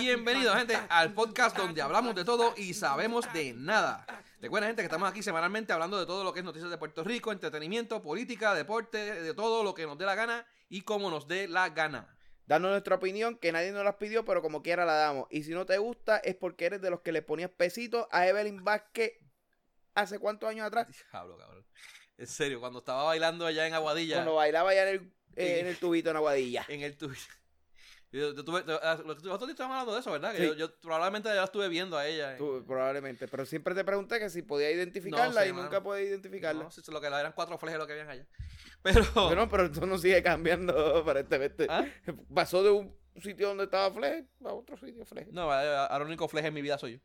Bienvenidos gente al podcast donde hablamos de todo y sabemos de nada. Recuerden gente que estamos aquí semanalmente hablando de todo lo que es noticias de Puerto Rico, entretenimiento, política, deporte, de todo lo que nos dé la gana y como nos dé la gana. Danos nuestra opinión, que nadie nos las pidió, pero como quiera la damos. Y si no te gusta, es porque eres de los que le ponías pesitos a Evelyn Vázquez hace cuántos años atrás. Diablo, cabrón. En serio, cuando estaba bailando allá en Aguadilla. Cuando bailaba ya en el, eh, en el tubito en Aguadilla. en el tuyo. Yo, yo tuve, yo- ah, nosotros te estábamos hablando de eso, ¿verdad? Que Sí. yo, yo probablemente ya la estuve viendo a ella. en- Tú, probablemente. Pero siempre te pregunté que si podía identificarla No sé, y nunca mano. podía identificarla. No, si eso es lo que era, eran cuatro flejes lo que habían allá. Pero. Pero, no, pero eso no sigue cambiando aparentemente. ¿Ah? Pasó de un sitio donde estaba Fleck a otro sitio Fleck. No, ahora ahora el único fleje en mi vida soy yo.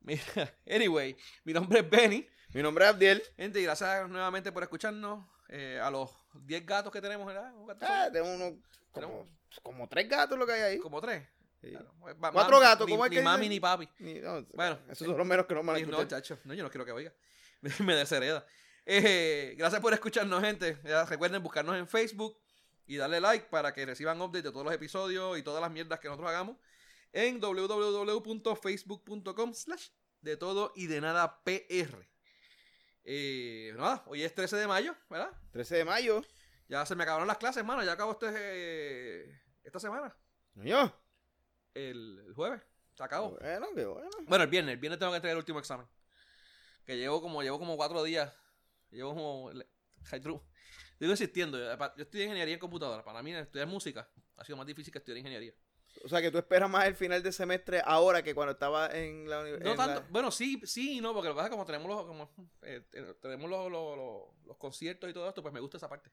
Mira, anyway, mi nombre es Benny. Mi nombre es Abdiel. Gente, y gracias nuevamente por escucharnos. Eh, a los 10 gatos que tenemos, ¿verdad? ¿Un gato Ah, solo? tengo unos, como, como tres gatos lo que hay ahí. Como tres. Sí. Claro. Ma- Cuatro ma- gatos, ni- ¿cómo es Ni que mami dicen? ni papi. Ni- no, Bueno, esos son los menos que no me Ay, no, chacho, no, yo no quiero que oiga. Me deshereda. Eh, gracias por escucharnos, gente. Ya recuerden buscarnos en Facebook y darle like para que reciban updates de todos los episodios y todas las mierdas que nosotros hagamos en www.facebook.com slash de todo y de nada PR. Eh, nada, hoy es 13 de mayo, ¿verdad? 13 de mayo. Ya se me acabaron las clases, mano. Ya acabó este, eh, esta semana, Niño. el, el jueves. Se acabó. Bueno, qué bueno. Bueno, el viernes, el viernes tengo que entregar el último examen. Que llevo como, llevo como cuatro días. Llevo como. le- Ay, Drew, Digo insistiendo, yo pa- yo estudié ingeniería en computadora. Para mí, estudiar música ha sido más difícil que estudiar ingeniería. O sea, que tú esperas más el final de semestre ahora que cuando estaba Eh, en la No universidad. tanto, bueno, sí, sí y no, porque lo que pasa es que como tenemos los, como, eh, te- tenemos los, los- los- los conciertos y todo esto, pues me gusta esa parte.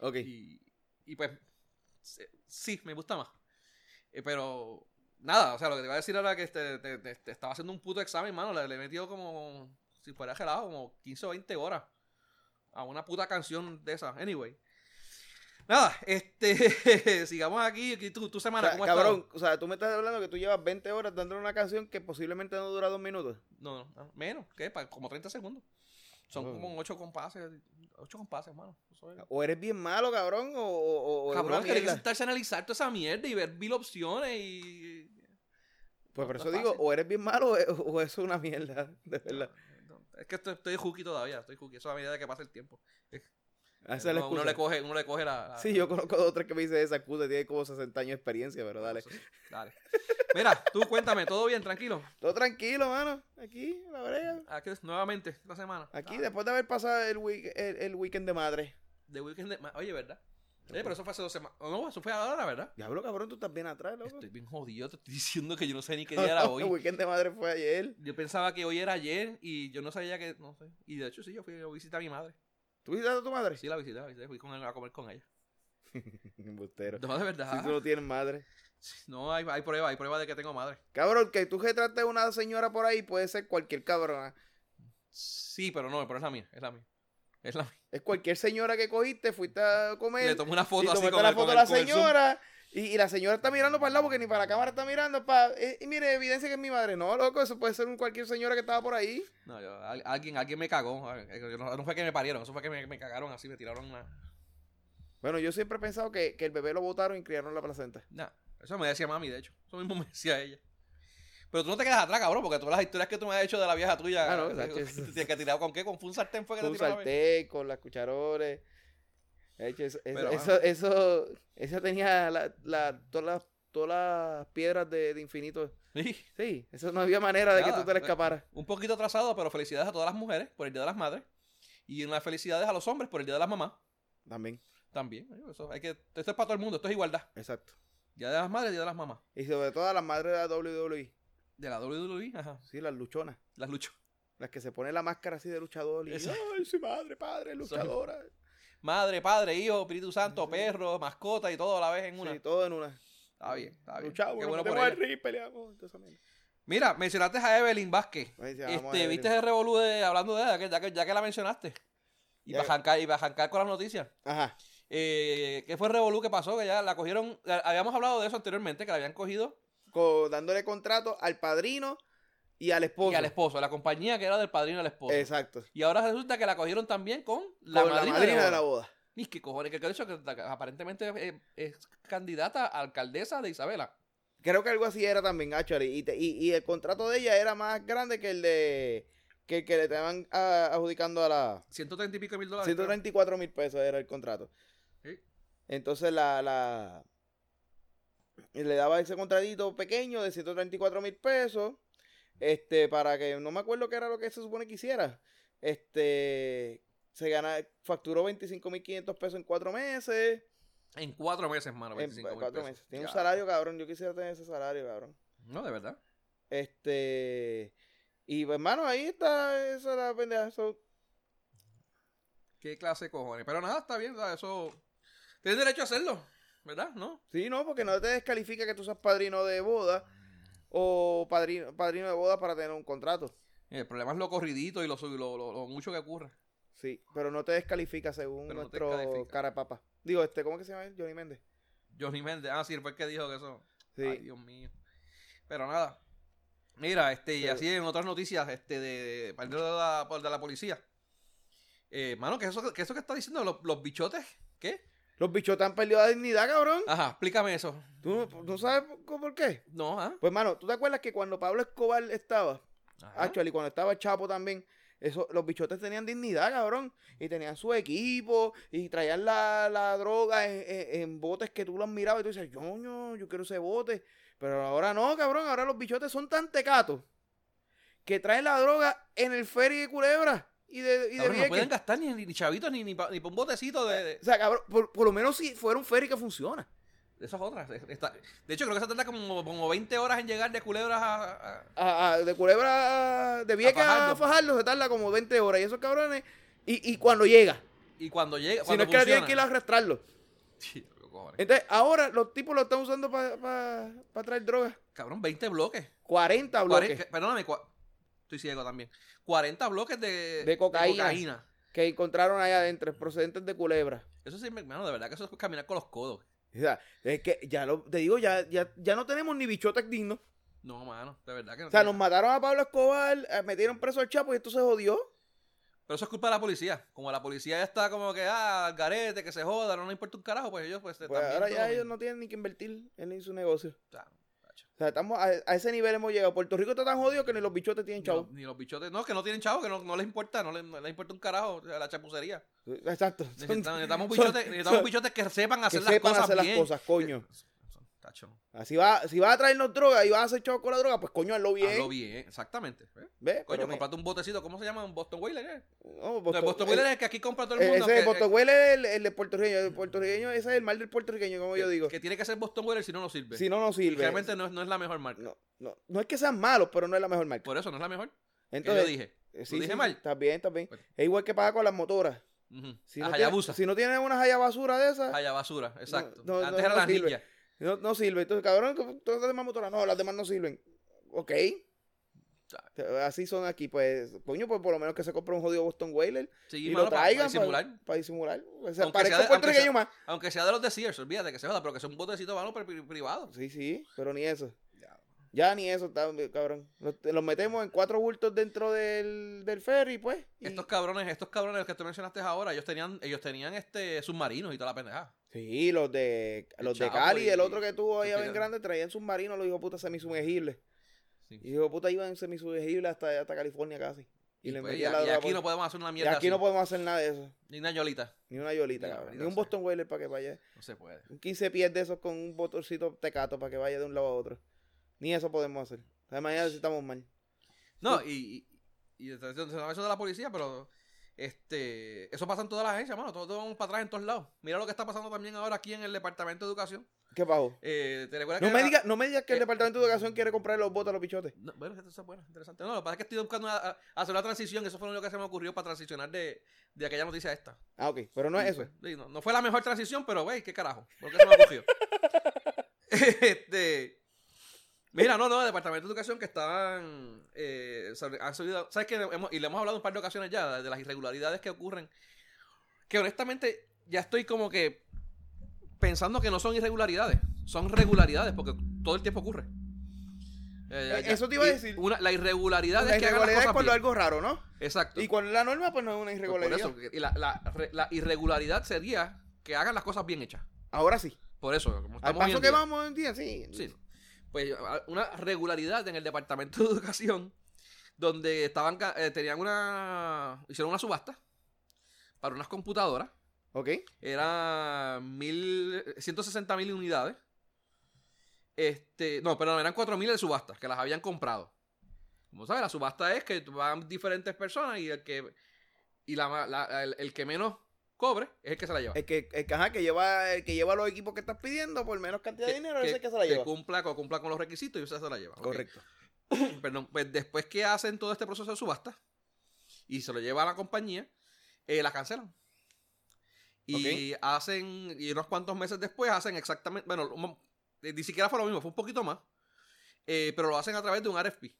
Ok. Y, y pues, se- sí, me gusta más. Eh, pero, nada, o sea, lo que te iba a decir ahora que este, te, te- te estaba haciendo un puto examen, mano. Le, le he metido como, si fuera gelado, como 15 o 20 horas a una puta canción de esa. Anyway. Nada, este, sigamos aquí. aquí Tu, tu O semana, sea, ¿cómo ha estado? cabrón, o sea, tú me estás hablando que tú llevas 20 horas dándole una canción que posiblemente no dura dos minutos. No, no, no, menos, ¿qué? Pa- como 30 segundos. Son Oh. como 8 compases, 8 compases, hermano. Eso es- O eres bien malo, cabrón, o, o, o Cabrón, que es una hay que mierda. sentarse a analizar toda esa mierda y ver mil opciones y Pues por No eso está digo, fácil. o eres bien malo o, o es una mierda, de verdad. No, no, Es que estoy, estoy hooky todavía, estoy hooky. Eso a medida de que pasa el tiempo. Ah, Esa es la uno, uno excusa. le coge, uno le coge la. la- Sí, yo conozco dos o tres que me dicen esa excusa, tiene como 60 años de experiencia, pero dale. eso sí, dale. Mira, tú cuéntame, todo bien, tranquilo. Todo tranquilo, mano, aquí, en la brega. Aquí es- nuevamente, esta semana. Aquí, Ah, después de haber pasado el, week- el, el weekend de madre. de weekend de- ma- Oye, ¿verdad? Oye, pero eso fue hace dos semanas. No, eso fue ahora, ¿verdad? Diablo, cabrón, tú estás bien atrás, loco. Estoy bien jodido, te estoy diciendo que yo no sé ni qué día era el hoy. weekend de madre fue ayer. Yo pensaba que hoy era ayer y yo no sabía que. No sé. Y de hecho, sí, yo fui a visitar a mi madre. ¿Tú visitaste a tu madre? Sí, la visité, la visité, fui con ella a comer con ella. Embustero. No, de verdad. Si tú no tienes madre. No, hay, hay prueba, hay prueba de que tengo madre. Cabrón, que tú retrates a una señora por ahí puede ser cualquier cabrona. Sí, pero no, pero es la mía, es la mía. Es la mía. Es cualquier señora que cogiste, fuiste a comer. Le tomé una Pues, y foto así tomaste con la el- con foto a el- la con el zoom. señora. Y, y la señora está mirando para el lado porque ni para la cámara está mirando. Pa, eh, y mire, evidencia que es mi madre. No, loco, eso puede ser un cualquier señora que estaba por ahí. No, yo, al- alguien, alguien me cagó. Al- yo No, no fue que me parieron, eso fue que me, me cagaron así, me tiraron una. Bueno, yo siempre he pensado que, que el bebé lo botaron y criaron la placenta. Nah, eso me decía mami, de hecho. Eso mismo me decía ella. Pero tú no te quedas atrás, cabrón, porque todas las historias que tú me has hecho de la vieja tuya. Ah, no, exacto. que, que, que tirado con qué? Con fue un sartén fue que Con te un tiró. sartén, con las cucharones. De hecho, eso, eso, Pero, eso, eso- esa tenía la, la- todas, las, todas las piedras de, de infinito. Sí, Sí, eso no había manera de que Nada, tú te le eh, escaparas. un poquito atrasado, pero felicidades a todas las mujeres por el Día de las Madres. Y unas felicidades a los hombres por el Día de las Mamás. También, También. Eso, hay que, esto es para todo el mundo, esto es igualdad. exacto. Día de las Madres, Día de las Mamás. Y sobre todo a las madres de la WWE. De la WWE, ajá. Sí, las luchonas. Las lucho. Las que se pone la máscara así de luchador. Y, Exacto. Ay, sí, madre, padre, luchadora. Madre, padre, hijo, Espíritu Santo, Sí. perro, mascota y todo a la vez en una. Sí, todo en una. Está bien, está bien. Luchamos, Qué nos bueno por metemos al ella. ring, peleamos. toda esa mierda. Mira, mencionaste a Evelyn Vázquez. Ahí se llama Este, Evelyn. ¿Viste el revolú de- hablando de ella? que- Ya que, ya que la mencionaste. Y Ya- para jancar, y pa' jancar con las noticias. Ajá. Eh, ¿Qué fue el revolú que pasó? Que ya la cogieron. la- Habíamos hablado de eso anteriormente, que la habían cogido. co- dándole contrato al padrino Y al esposo. Y al esposo, la compañía que era del padrino al esposo. Exacto. Y ahora resulta que la cogieron también con La la, Con madrina, la madrina de de la boda. Ni que cojones, que, que, de hecho que la- aparentemente eh, es, candidata a alcaldesa de Isabela. Creo que algo así era también, actually. Y, te- y, y el contrato de ella era más grande que el de. que el que le estaban ah, adjudicando a la. 130 y pico mil dólares. 134 mil pesos era el contrato. Sí. Entonces la, la y le daba ese contratito pequeño de 134 mil pesos. Este, para que no me acuerdo qué era lo que se supone que hiciera. Este se gana, facturó 25.500 pesos en cuatro meses. creo. En cuatro meses, mano. En 25 mil cuatro pesos. meses. Tiene un Ya. salario, cabrón. Yo quisiera tener ese salario, cabrón. No, de verdad. Este. Y pues, hermano, ahí está. Esa es la pendeja. So, Qué clase de cojones. Pero nada, está bien, ¿verdad? eso. Tienes derecho a hacerlo, ¿verdad? ¿No? Sí, no, porque no te descalifica que tú seas padrino de boda o padrino, padrino de boda para tener un contrato. El problema es lo corridito y lo, sub- lo, lo- lo mucho que ocurre. Sí, pero no te descalifica según Pero no te nuestro descalifica. cara de papa. Digo, este, ¿cómo que se llama? él? Johnny Méndez. Johnny Méndez, ah, sí, fue el que dijo que eso. Sí. Ay, Dios mío. Pero nada. Mira, este, y Sí. así en otras noticias, este, de, de, parte de la, de la policía. Eh, mano, que eso, que eso que está diciendo, los, los bichotes, ¿qué? Los bichotes han perdido la dignidad, cabrón. Ajá, explícame eso. ¿Tú, no- ¿Tú sabes por- por qué? No, ah. Pues, mano, ¿tú te acuerdas que cuando Pablo Escobar estaba, Ajá. actually, Ah, cuando estaba Chapo también, eso, los bichotes tenían dignidad, cabrón. Y tenían su equipo y traían la, la droga en, en- en botes que tú los mirabas y tú dices, yo, yo, yo quiero ese bote. Pero ahora no, cabrón, ahora los bichotes son tan tecatos que traen la droga en el ferry de Culebra y de, y de Cabrón, no Vieques. pueden gastar ni, ni chavitos ni, ni, pa- ni pa' un botecito de, de- O sea, cabrón, por, por lo menos si fuera un ferry que funciona. de esas otras. Está- de hecho, creo que se tarda como, como 20 horas en llegar de culebras a. a- A- a- de Culebra, a- de Vieques a, Fajardo. Fajardo se tarda como 20 horas y esos cabrones, y, y cuando llega, y cuando llega. si no Cuando es que la tienen funciona. que ir a arrastrarlo. Sí, cojones. Entonces, ahora los tipos lo están usando para pa, pa traer drogas. Cabrón, 20 bloques. 40 bloques. Cuaren- perdóname, cua- estoy ciego también. 40 bloques de, De cocaína. cocaína. Que encontraron allá adentro, procedentes de culebra. Eso sí, hermano, de verdad que eso es caminar con los codos. O sea, es que ya lo, te digo, ya, ya, ya no tenemos ni bichotes dignos. No, mano, de verdad que no. O sea, nos mataron a Pablo Escobar, eh, metieron preso al Chapo y esto se jodió. Pero eso es culpa de la policía. Como la policía ya está como que, ah, al garete, que se joda, no le importa un carajo, pues ellos, pues, Pues también ahora todo ya lo ellos mismo. no tienen ni que invertir en su negocio. O sea, macho, O sea, estamos a, a ese nivel hemos llegado. Puerto Rico está tan jodido que ni los bichotes tienen ni, los, chavo. ni los bichotes, no, que no tienen chavo, que no, no les importa, no les, no les importa un carajo o sea, la chapucería. Exacto. Son- Necesitamos, necesitamos son- bichotes, necesitamos son- bichotes que sepan que hacer las sepan cosas hacer bien. Eh, las cosas, coño. Son- tacho, Así va, si vas a traernos droga y vas a hacer chavo con la droga, pues coño, hazlo bien. hazlo bien, exactamente. ¿eh? ¿Ve? Pero Coño, me- comprate un botecito, ¿cómo se llama? Un Boston Whaler, ¿eh? No, No, el Boston Whaler es el que aquí compra todo el eh, mundo. ese que, Boston Whaler es el, el de puertorriqueño. El puertorriqueño, ese es el mal del puertorriqueño, como que- yo digo. Que tiene que ser Boston Whaler si no, no sirve. si no, no Y sirve. Realmente no es, no es la mejor marca. no, no, no es que sean malos, pero no es la mejor marca. Por eso no es la mejor. Entonces, que Pues, yo dije. eh, dije mal? Está bien, está bien. Bueno. Es igual que pasa con las motoras. Ujú. Si a no Hayabusa. Tienes, si no tienes una Hayabasura de esas, Hayabasura, exacto. no, Antes no, era no la sirve. ninja. no, no sirve. Entonces, cabrón, que todas las demás motoras, no, las demás no sirven. Ok. Así son aquí, pues, coño, pues por lo menos que se compre un jodido Boston Whaler Sí, y, mano, lo para- traigan para disimular. Para, disimular. O sea, Aunque parezca sea de- aunque puertorriqueño sea- más. Aunque sea de los de Sears, olvídate que se joda, pero que son botecitos van privados. Sí, sí, pero ni eso. Ya. Ya ni eso, está, cabrón. Los, los metemos en cuatro bultos dentro del, del ferry, pues. y- Estos cabrones, estos cabrones que tú mencionaste ahora, ellos tenían, ellos tenían este submarinos y toda la pendejada. Sí, los de El los de Chapo Cali, y- el otro que tuvo y allá que- bien grande, traían submarinos, los hijos puta semisumergibles. Sí. Y hijos puta iban semisumergibles hasta, hasta California casi. Y Y, les pues, y- metían la y droga aquí por- no podemos hacer una y mierda aquí así. no podemos hacer nada de eso. Ni una yolita. Ni una yolita, Ni la cabrón. Ni maldita un sea. Boston Whaler para que vaya. No se puede. Un 15 pies de esos con un botoncito tecato para que vaya de un lado a otro. Ni eso podemos hacer. De mañana si estamos mal. No, y, y, y entonces, entonces, eso de la policía, pero este eso pasa en todas las agencias, mano. Todos, todos vamos para atrás en todos lados. Mira lo que está pasando también ahora aquí en el Departamento de Educación. ¿Qué pasó? Eh, ¿Te recuerdas No que me, era- digas, no me digas que el eh, Departamento de Educación quiere comprar los votos a los bichotes. No, bueno, eso es bueno, interesante. No, lo que pasa es que estoy buscando una- a- hacer una transición. Eso fue lo que se me ocurrió para transicionar de, de aquella noticia a esta. Ah, ok, pero no es eso. Sí, no, no fue la mejor transición, pero, güey, qué carajo. ¿Por qué se me ocurrió? este. Mira, no, no, el Departamento de Educación que estaban. eh, sobre- han subido. ¿Sabes qué? Hemos- y le hemos hablado un par de ocasiones ya de las irregularidades que ocurren. Que honestamente ya estoy como que pensando que no son irregularidades. Son regularidades porque todo el tiempo ocurre. Eh, ya, Eh, ya. eso te iba a Y decir. una- la irregularidad La es que hagan las irregularidad es cosas cuando bien. algo raro, ¿no? Exacto. Y cuando es la norma, pues no es una Pues por irregularidad. eso, que- y la, la re- la irregularidad sería que hagan las cosas bien hechas. Ahora sí. Por eso, como Al estamos hoy paso en que día. vamos en día, sí. Sí. Pues a- una regularidad en el departamento de educación donde estaban ca- eh, tenían una hicieron una subasta para unas computadoras ¿Ok? era mil, 160 mil unidades. Este, no, perdón, eran 4 mil de subastas que las habían comprado. Como sabes, la subasta es que van diferentes personas y el que y la, ma- la- el, el que menos cobre es el que se la lleva. El que, el que, ajá, que lleva, el que lleva los equipos que estás pidiendo por menos cantidad de dinero, ese es el que se la lleva. cumpla, co- cumpla con los requisitos y usted se la lleva. ok. Correcto. Perdón, pues después que hacen todo este proceso de subasta y se lo lleva a la compañía, eh, la cancelan. Y hacen, y unos cuantos meses después hacen exactamente, bueno, lo mo- eh, ni siquiera fue lo mismo, fue un poquito más, eh, pero lo hacen a través de un RFP.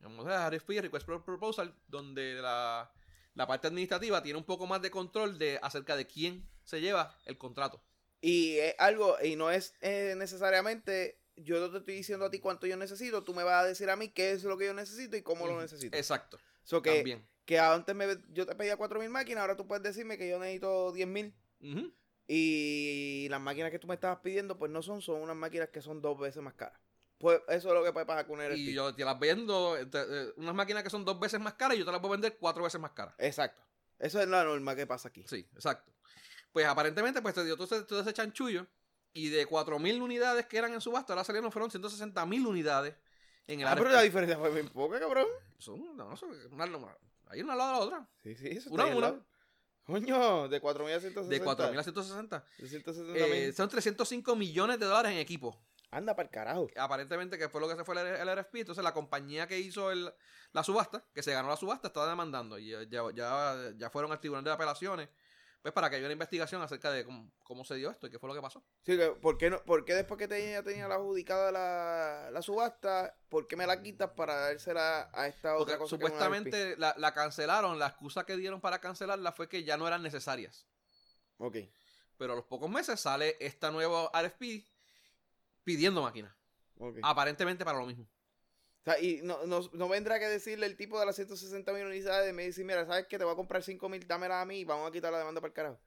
Vamos a RFP, Request for Proposal, donde la, la parte administrativa tiene un poco más de control de acerca de quién se lleva el contrato. Y es algo, y no es eh, necesariamente, yo no te estoy diciendo a ti cuánto yo necesito, tú me vas a decir a mí qué es lo que yo necesito y cómo lo Ujú. necesito. Exacto, So que, también. que antes me, yo te pedía 4.000 máquinas, ahora tú puedes decirme que yo necesito 10.000. Ujú, Y las máquinas que tú me estabas pidiendo, pues no son, son unas máquinas que son dos veces más caras. Pues eso es lo que puede pasar con el Y yo te las vendo, eh, te- eh, unas máquinas que son dos veces más caras y yo te las puedo vender cuatro veces más caras. Exacto. Eso es la norma que pasa aquí. Sí, exacto. Pues aparentemente, pues se dio todo ese, todo ese chanchullo. Y de 4.000 unidades que eran en subasta, ahora salieron, fueron 160.000 unidades en el Ah, área. pero la diferencia fue bien poca, cabrón. Son, no, no sé, una, una- hay una al lado de la otra. Sí, sí, eso Una está a bien una. loco. Coño, de 4.000 a 160. De 4.000 a 160. De 160 Eh, son 305 millones de dólares en equipo. Anda para el carajo. Aparentemente que fue lo que se fue el, el RFP. Entonces la compañía que hizo el- la subasta, que se ganó la subasta, está demandando. Y ya, ya- ya, ya fueron al tribunal de apelaciones. Pues para que haya una investigación acerca de cómo, cómo se dio esto y qué fue lo que pasó. Sí, que, ¿por, qué no, ¿Por qué después que tenía, tenía la adjudicada la, la subasta, por qué me la quitas para dársela a esta Porque otra cosa? que es una RP? supuestamente la, la cancelaron, la excusa que dieron para cancelarla fue que ya no eran necesarias. Ok. Pero a los pocos meses sale esta nueva RFP pidiendo máquinas. ok. Aparentemente para lo mismo. O sea, y no, no, no vendrá que decirle el tipo de las 160 mil unidades de me dice, mira, ¿sabes qué? Te voy a comprar 5 mil, dámela a mí y vamos a quitar la demanda para el carajo.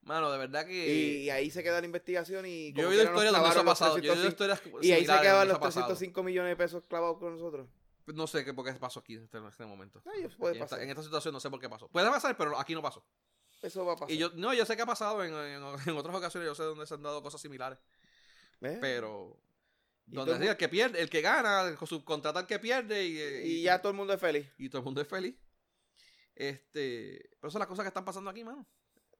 Mano, de verdad Y, que. y ahí se queda la investigación y... yo he como oído quiera nos historias donde eso ha clavaron los pasado. Yo he oído 305 historias. Y ahí se similares quedaban donde los eso ha pasado. 305 millones de pesos clavados con nosotros. Pues No sé qué, por qué pasó aquí en este, en este momento. No, eso puede en, esta, pasar. en esta situación no sé por qué pasó. Puede pasar, pero aquí no pasó. Eso va a pasar. Y yo, no, yo sé que ha pasado en, en- en otras ocasiones. Yo sé dónde se han dado cosas similares. ¿Eh? Pero. Y Donde todo el sí, el que pierde, el que gana, subcontrata al que pierde y, Y ya todo el mundo es feliz. y todo el mundo es feliz. Este, pero son las cosas que están pasando aquí, mano.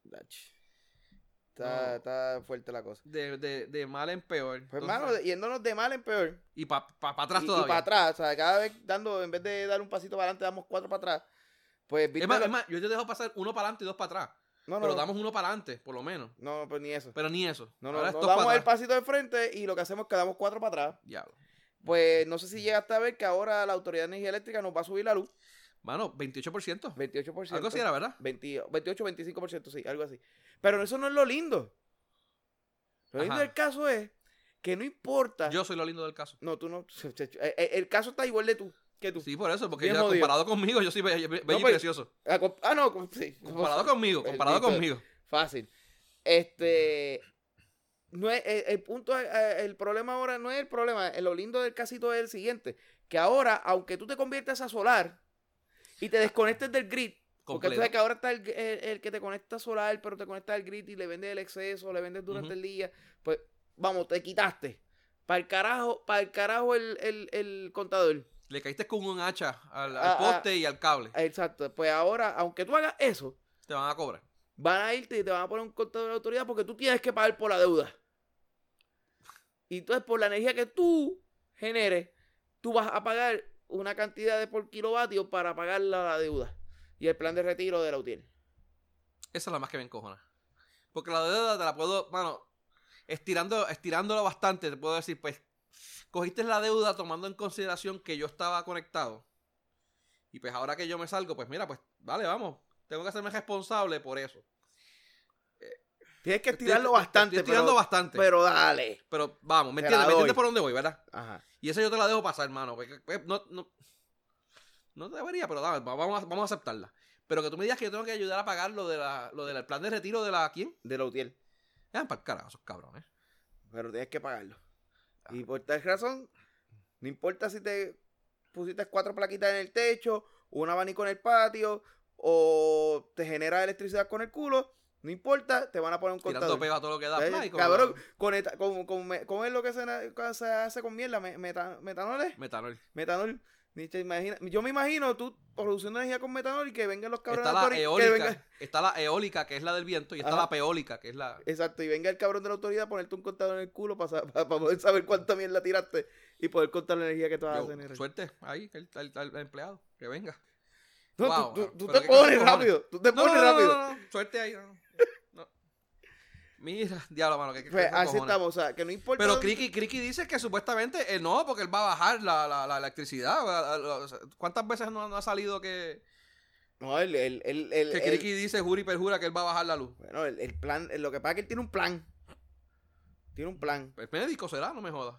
Está, No. está fuerte la cosa. De, de, de mal en peor. Pues, Entonces, hermano, yéndonos de mal en peor. y para pa, pa Y- atrás y, todavía. para atrás, o sea, cada vez dando, en vez de dar un pasito para adelante, damos cuatro para atrás. Pues, viste es, más, lo- es más, yo te dejo pasar uno para adelante y dos para atrás. no, no, pero no, damos uno para adelante, por lo menos. no, no, pues ni eso. Pero ni eso. No, no, Ahora es no dos damos para el atrás. pasito de frente y lo que hacemos es que damos cuatro para atrás. Diablo. Pues no sé si llegaste a ver que ahora la Autoridad de Energía Eléctrica nos va a subir la luz. Mano, 28%. 28%. Algo así era, ¿verdad? 20 28, 25%, sí, algo así. Pero eso no es lo lindo. Lo lindo Ajá. del caso es que no importa. Yo soy lo lindo del caso. No, tú no. eh, eh, El caso está igual de tú que tú. Sí, por eso, porque Bien ya jodido. comparado conmigo, yo soy be- be- bello, y pero- precioso. Ah, com- ah, no, com- sí. Comparado conmigo, comparado Bendito. conmigo. Fácil. Este. No es, el, el punto, es- eh, el problema ahora no es el problema. eh, Lo lindo del casito es el siguiente: que ahora, aunque tú te conviertas a solar y te desconectes del grid, porque tú Completo. sabes que ahora está el, el- el que te conecta a solar, pero te conecta al grid y le vendes el exceso, le vendes durante Ujú. el día, pues vamos, te quitaste. Para el carajo, para el carajo el, el- el contador. Le caíste con un hacha al, al Ah, ah. poste y al cable. Exacto. Pues ahora, aunque tú hagas eso, Te van a cobrar. van a irte y te van a poner un contador de la autoridad porque tú tienes que pagar por la deuda. Y entonces por la energía que tú generes, tú vas a pagar una cantidad de por kilovatio para pagar la, la deuda y el plan de retiro de la UTIEL. Esa es la más que me encojona. Porque la deuda te la puedo, mano, estirando, estirándola bastante, te puedo decir, pues, cogiste la deuda tomando en consideración que yo estaba conectado. Y pues ahora que yo me salgo, pues mira, pues, vale, vamos. Tengo que hacerme responsable por eso. Tienes que Estoy- estoy- estoy estirando bastante. pero dale. Pero vamos, ¿me Te la entiendes? ¿Me doy. entiendes por dónde voy, verdad? Ajá. Y esa yo te la dejo pasar, hermano. porque, pues, no, no, no debería, pero dame, vamos, a, vamos a aceptarla. Pero que tú me digas que yo tengo que ayudar a pagar lo, de la, lo del plan de retiro de la quién. De la UTIEL. Ah, para el carajo, esos cabrones. eh, Pero tienes que pagarlo. Y Ah. por tal razón, no importa si te pusiste cuatro plaquitas en el techo, un abanico en el patio, o te genera electricidad con el culo, no importa, te van a poner un Tirando contador. peo a todo lo que da. Eh, Play, como- Cabrón, con, eta- con, con me- ¿cómo es lo que se, na- se hace con mierda? Me- meta- ¿Metanol es? Metanol. Metanol. Ni te imaginas- Yo me imagino tú produciendo energía con metanol y que vengan los cabrones Está la de autoridad- que venga- eólica. Está la eólica, que es la del viento, y está Ajá. la peólica, que es la. Exacto, y venga el cabrón de la autoridad a ponerte un contador en el culo para, poder saber cuánta mierda tiraste y poder contar la energía que tú vas a Yo, generar. suerte, ahí, el, el- el- el empleado, que venga. No, tú- Wow, tú, cabrón, tú pero te qué cojones. pones rápido, tú te No, pones no, no, rápido. no, no, no, suerte ahí. no, no. Mira, diablo, mano, que, que- Pues que así cojones. estamos, o sea, que no importa. Pero dónde- Criqui, Criqui dice que supuestamente eh, no, porque él va a bajar la, la- la electricidad. la- la- la- o sea, ¿Cuántas veces no, no ha salido que, No, el, el, el, el- que el- Criqui dice, jura y perjura, que él va a bajar la luz? Bueno, el, el plan, lo que pasa es que él tiene un plan. Tiene un plan. El médico será, no me jodas.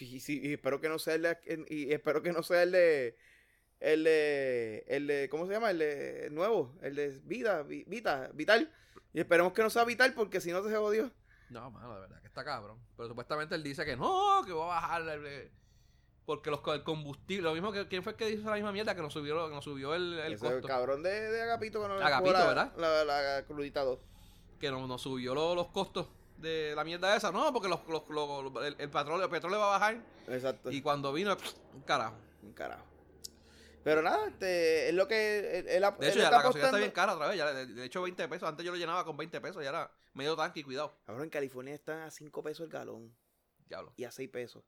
Y, sí, y espero que no sea el de, y espero que no sea el de, el de, el de, ¿cómo se llama? El de el nuevo, el de vida, Vi- vita, vital. Y esperemos que no sea vital porque si no te se jodió. No, mano, de verdad que está cabrón. Pero supuestamente él dice que no, que va a bajar el- el- porque los, co- el combustible, lo mismo que quién fue el que hizo la misma mierda que nos subió, lo- que nos subió el, el Ese costo, cabrón de, de Agapito que no le Agapito, jugó la, ¿verdad? La, la, crudita 2. que nos, nos subió lo- los costos de la mierda esa. No, porque los, los- los- los- el, el petróleo, el petróleo va a bajar Exacto. y cuando vino, un carajo. Un carajo. Pero nada, este, es lo que él, él ap- De hecho, Pues él ya está la gasolina está apostando. bien cara otra vez. Ya, de, de hecho, 20 pesos. Antes yo lo llenaba con 20 pesos y ahora medio tanque y cuidado. Ahora en California están a 5 pesos el galón Diablo. y a 6 pesos.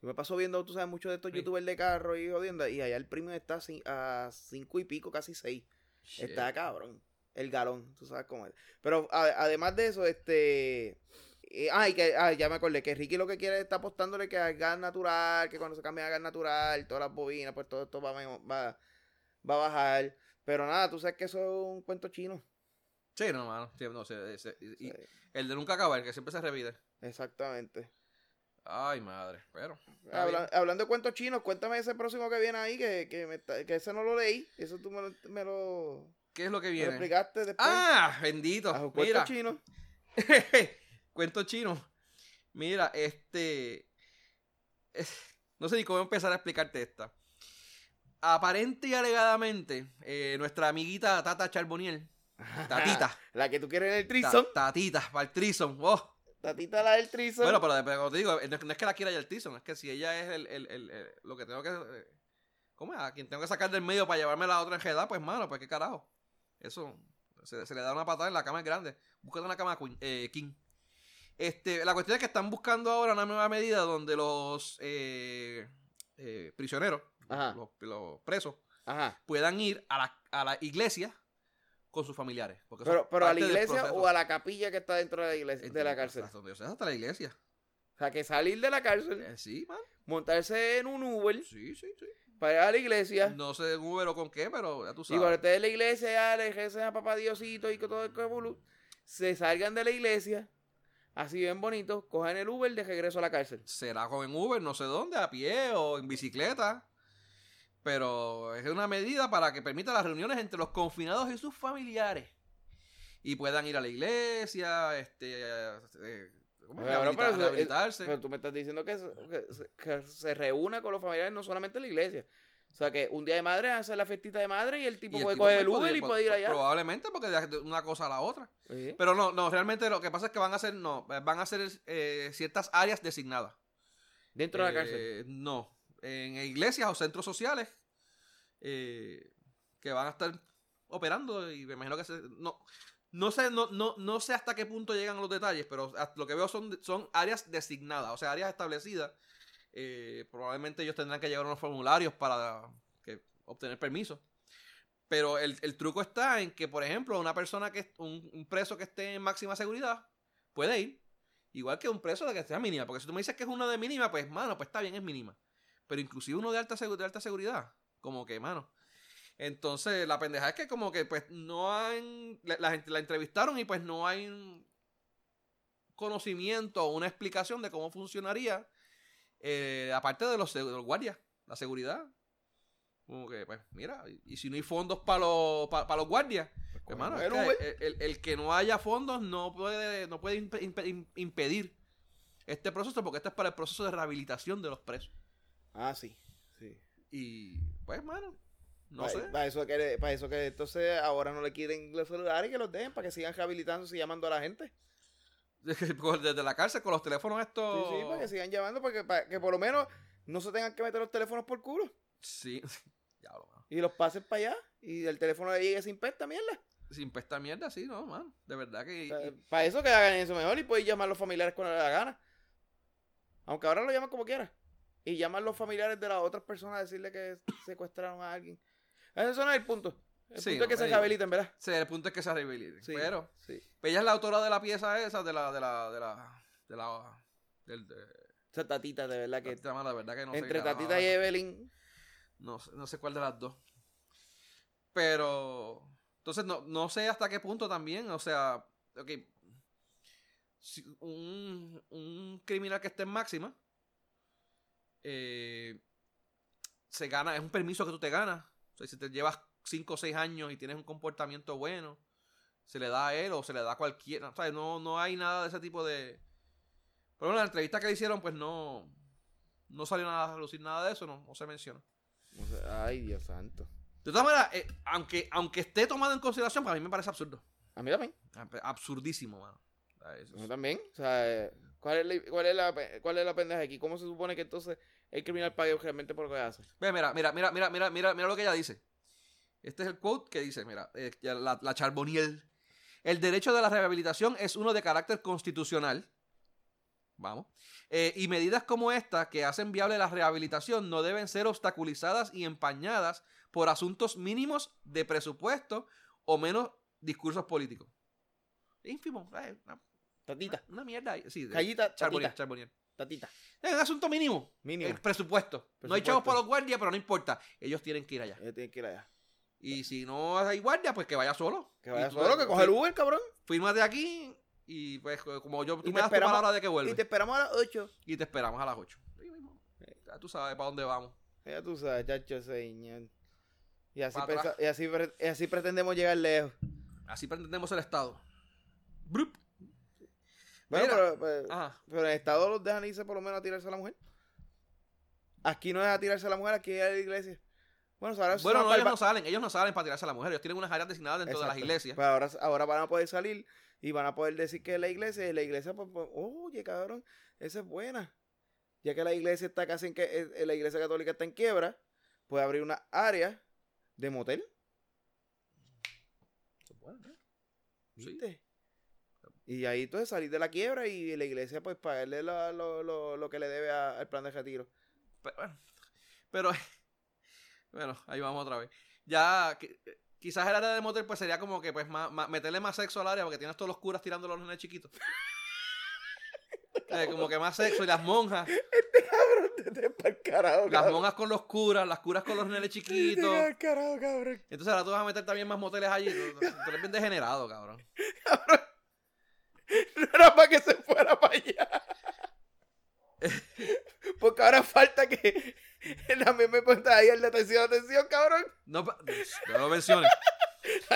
Yo me paso viendo, tú sabes, muchos de estos Sí. youtubers de carro y jodiendo. Y allá el premio está a cin- a 5 y pico, casi 6. Shit. Está cabrón. El galón, tú sabes cómo es. Pero a- además de eso, este. eh, ay, que, ah, ya me acordé que Ricky lo que quiere está apostándole que al gas natural, que cuando se cambie a gas natural, todas las bobinas, pues todo esto va, me- va, va a bajar. Pero nada, tú sabes que eso es un cuento chino. Sí, no, mano. Sí, no, se- se- y- y Eh, el de nunca acabar, que siempre se repite. Exactamente. Ay, madre. Pero. está Habla- bien. hablando de cuentos chinos, cuéntame ese próximo que viene ahí, que, que, me está- que ese no lo leí. Eso tú me lo, me lo- ¿Qué es lo que me lo viene? explicaste después. Ah, bendito. Ah, cuentos Mira. chinos. Cuento chino. Mira, este. No sé ni cómo empezar a explicarte esta. Aparente y alegadamente, eh, nuestra amiguita Tata Charboniel, Tatita, La que tú quieres en el Ta- trison. Tatita, para el Trison. Oh. Tatita la del trison. Bueno, pero, pero como te digo, eh, no es- no es que la quiera ya el Trison, es que si ella es el, el- el- el- lo que tengo que. eh, ¿Cómo es? A quien tengo que sacar del medio para llevarme a la otra enjedad, pues mano, pues qué carajo. Eso. Se, se le da una patada en la cama es grande. Búscate una cama queen- eh, King. Este, la cuestión es que están buscando ahora una nueva medida donde los eh, eh, prisioneros, Ajá, los, los presos, ajá. puedan ir a la, a la iglesia con sus familiares. Porque eso Pero, es pero a la parte del iglesia proceso. o a la capilla que está dentro de la iglesia, de la Hasta cárcel. donde yo sé, hasta la iglesia. O sea, que salir de la cárcel, Eh, sí, man. montarse en un Uber Sí, sí, sí. para ir a la iglesia. No sé de Uber o con qué, pero ya tú Y sabes. cuando esté en la iglesia, ya le recen a papá Diosito y que todo el cabulú, se salgan de la iglesia, así bien bonitos, cojan el Uber de regreso a la cárcel. Será con en Uber, no sé dónde, a pie o en bicicleta. Pero es una medida para que permita las reuniones entre los confinados y sus familiares. Y puedan ir a la iglesia, este, eh, ¿cómo es? Pero, pues, pero, Rehabilita- pero, rehabilitarse. Pero tú me estás diciendo que, se- que se- que se reúna con los familiares, no solamente en la iglesia. O sea, que un día de madre hace la festita de madre y el tipo Y el puede tipo coger el puede- Uber y puede ir allá. Probablemente porque de una cosa a la otra. Sí. Pero no, no, realmente lo que pasa es que van a hacer, no, van a hacer eh, ciertas áreas designadas. Dentro de la cárcel. Eh, no. En iglesias o centros sociales eh, que van a estar operando y me imagino que se- no no sé no, no, no sé hasta qué punto llegan los detalles pero hasta lo que veo son, son áreas designadas o sea áreas establecidas Eh, probablemente ellos tendrán que llevar unos formularios para que- obtener permiso pero el, el truco está en que por ejemplo una persona que un, un preso que esté en máxima seguridad puede ir Igual que un preso de que sea mínima. Porque si tú me dices que es uno de mínima, pues, mano, pues está bien, es mínima. Pero inclusive uno de alta, segu- de alta seguridad, como que, mano. Entonces, la pendeja es que como que, pues, no han... La, la gente la entrevistaron y pues no hay un conocimiento o una explicación de cómo funcionaría eh, aparte de los, de los guardias, la seguridad. Como que, pues, mira, y, y si no hay fondos para los, pa- pa los guardias, hermano, es el que Uber. el, el- el que no haya fondos no puede, no puede imp- imp- imp- impedir este proceso, porque este es para el proceso de rehabilitación de los presos. Ah, sí. sí. Y, pues, hermano, no para, sé. Para eso, que, le- para eso que entonces ahora no le quieren los celulares y que los dejen para que sigan rehabilitándose y llamando a la gente. Desde la cárcel con los teléfonos Sí, estos. sí, para que sigan llamando, para que, para que por lo menos no se tengan que meter los teléfonos por culo Sí, ya lo mano. y los pasen para allá y el teléfono le llegue sin pesta, mierda. Sin pesta mierda, sí, no, man. De verdad que. y- y- para eso que hagan eso mejor y pueden llamar a los familiares cuando les da la gana. Aunque ahora lo llaman como quiera. Y llaman los familiares de las otras personas a decirle que secuestraron a alguien. Eso no es el punto. El Sí, punto es que no, se eh, rehabiliten, ¿verdad? sí, el punto es que se rehabiliten. Sí. Pero. Sí. pero Ella es la autora de la pieza esa, de la. de la. de la. de la. del. de- Esa tatita, de verdad que. este tema, la verdad que no sé. entre carajo, Tatita y Evelyn. No, sé- no sé cuál de las dos. Pero. Entonces, no, no sé hasta qué punto también. O sea. Ok. si un, un criminal que esté en máxima. eh, se gana. Es un permiso que tú te ganas. O sea, si te llevas 5 o 6 años y tienes un comportamiento bueno. Se le da a él o se le da a cualquiera. O sea, no, no hay nada de ese tipo de. Pero en la entrevista que le hicieron, pues no. No salió nada a relucir nada de eso, no, no se menciona. O sea, ay, Dios santo. De todas maneras, eh, aunque, aunque esté tomado en consideración, para mí me parece absurdo. A mí también. Ab- Absurdísimo, mano. Ah, eso A mí es- también. O sea, eh, ¿cuál es, la, cuál, es la, pe- ¿cuál es la pendeja aquí? ¿Cómo se supone que entonces el criminal pague realmente por lo que hace? Ve, Mira, mira, mira, mira, mira, mira, mira lo que ella dice. Este es el quote que dice, mira, eh, ya la, la Charboniel. El derecho de la rehabilitación es uno de carácter constitucional. Vamos. Eh, y medidas como esta que hacen viable la rehabilitación no deben ser obstaculizadas y empañadas por asuntos mínimos de presupuesto o menos discursos políticos. Ínfimo. eh, una, Tatita. una mierda. ahí. Sí, de- Callita, Charboniel, tatita. Charboniel. Tatita. Es un asunto mínimo. Mínimo. El presupuesto. No hay Presupuesto. chavos para los guardias, pero no importa. Ellos tienen que ir allá. Ella Eh, tiene que ir allá. Y si no hay guardia, pues que vaya solo. Que vaya Y tú- solo, que coge el fí- Uber, cabrón. Fírmate aquí y pues como yo, tú Y me te das tu esperamos- palabra de que Y te vuelves. esperamos a las 8. Y te, esperamos a las 8. Ya tú sabes para dónde vamos. Ya tú sabes, chacho, señor. Y así, Pa' atrás. pensa- y, así, pre- y así pretendemos llegar lejos. Así pretendemos el Estado. Brup. Bueno, Mira. pero, pues, pero, Ajá. pero en el Estado los dejan irse por lo menos a tirarse a la mujer. Aquí no es a tirarse a la mujer, aquí es a la iglesia. Bueno, ahora se Bueno, van no, pa'l ellos ba- no salen. Ellos no salen para tirarse a la mujer. Ellos tienen unas áreas designadas dentro de las Exacto. iglesias. Pues ahora, ahora van a poder salir y van a poder decir que es la iglesia. Y la iglesia, pues, pues, oye, cabrón, esa es buena. Ya que la iglesia está casi en que eh, eh, la iglesia católica está en quiebra, puede abrir una área de motel. Sí. ¿viste? Y ahí entonces salir de la quiebra y la iglesia pues pagarle la- lo, lo- lo que le debe a- al plan de retiro. Pero, bueno, pero- bueno, ahí vamos otra vez. Ya, qui- quizás el área de motel pues sería como que pues más, más- meterle más sexo al área porque tienes todos los curas tirando a los nenes chiquitos. Eh, como que más sexo y las monjas, Cabrón, te pa'l carajo, las cabrón. monjas con los curas, las curas con los nenes Vete chiquitos. pa'l carajo, cabrón. Entonces ahora tú vas a meter también más moteles allí. Tú, tú- tú eres bien degenerado, cabrón. No era para que se fuera para allá. Porque ahora falta que también me ponga ahí el de atención, atención, cabrón. No, pa- no lo menciones.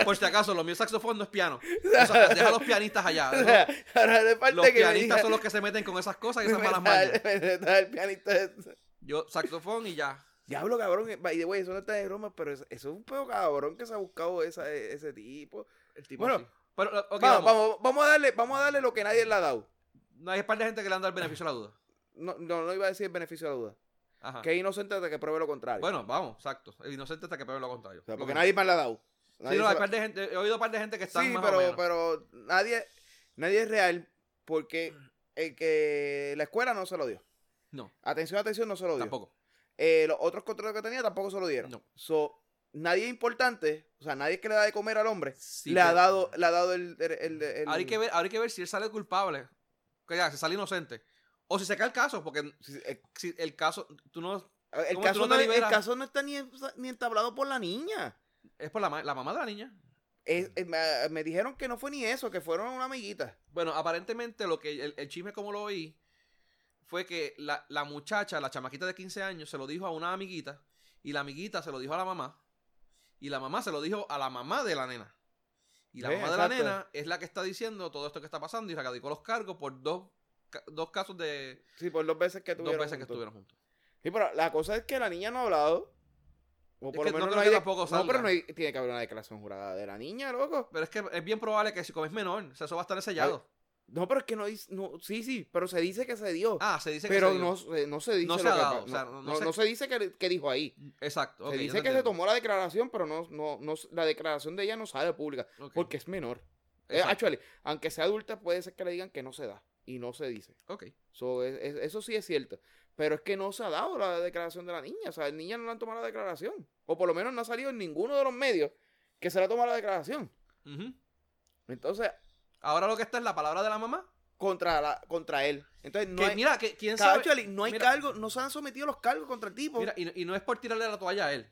Por si acaso, lo mío es saxofón, no es piano. O sea, deja a los pianistas allá. O sea, ahora le falta Los que me diga- pianistas son los que se meten con esas cosas y esas me malas sale- mañas. me sale el pianista ese. Yo, saxofón y ya. Diablo, cabrón. eh, By the way, eso no está de broma, pero eso, eso es un pedo cabrón que se ha buscado esa- e, ese tipo. El tipo Bueno, sí. Pero, ok, vamos. vamos, vamos, vamos a darle, vamos a darle lo que nadie le ha dado. No hay par de gente que le han dado el beneficio a la duda. No, no, no iba a decir el beneficio de la duda. Ajá. Que es inocente hasta que pruebe lo contrario. Bueno, vamos, exacto. El inocente hasta que pruebe lo contrario. O sea, Lo porque mismo. nadie más le ha Sí, dado. Nadie no, se hay la- par de gente, he oído par de gente que están sí, más o pero, menos. pero nadie, nadie es real porque el que la escuela no se lo dio. No, Atención, atención, no se lo dio. tampoco. Eh, los otros contratos que tenía tampoco se lo dieron. No. So, nadie importante, o sea, nadie que le da de comer al hombre, Sí, le, pero- ha dado, le ha dado el... el- el- el- Ahora hay que ver, ahora hay que ver si él sale culpable. Que ya, si sale inocente. O si se cae el caso, porque Sí, sí, El, si el caso, tú no, el ¿Cómo tú caso no no, te el liberas? caso no está ni, en- ni entablado por la niña. es por la, ma- la mamá de la niña. Mm. Es- es- me, me dijeron que no fue ni eso, que fueron una amiguita. Bueno, aparentemente lo que el, el chisme como lo oí fue que la, la muchacha, la chamaquita de 15 años, se lo dijo a una amiguita y la amiguita se lo dijo a la mamá y la mamá se lo dijo a la mamá de la nena. Y la Sí, mamá de la exacto. nena es la que está diciendo todo esto que está pasando y radicó los cargos por dos, ca- dos casos de Sí, por dos veces que dos tuvieron. veces que juntos. estuvieron juntos. Sí, pero la cosa es que la niña no ha hablado. O Es por que lo no menos no, creo que hay. de- tampoco no, pero salga. no hay- tiene que haber una declaración jurada de la niña, loco. Pero es que es bien probable que si como es menor, o sea, eso va a estar sellado. No, pero es que no dice. No, sí, sí, pero se dice que se dio. Ah, se dice que pero se dio. no, se- no se dice No se lo ha que dado, pa- o sea, no, no- no- no se- no se dice que, que dijo ahí. Exacto. ok, se ya dice te que se entiendo. tomó la declaración, pero no, no, no, la declaración de ella no sale pública. Ok, Porque es menor. Eh, exacto, actually, aunque sea adulta, puede ser que le digan que no se da. Y no se dice. ok. So, es- es- eso sí es cierto. Pero es que no se ha dado la declaración de la niña. O sea, la niña no le han tomado la declaración. O por lo menos no ha salido en ninguno de los medios que se le ha tomado la declaración. Ujú. Entonces, Ahora lo que está es la palabra de la mamá. contra, la, contra él. Entonces, no que hay, mira, que quién Cada- sabe. actually, no hay mira. cargo, no se han sometido los cargos contra el tipo. Mira, y, no- y no es por tirarle la toalla a él.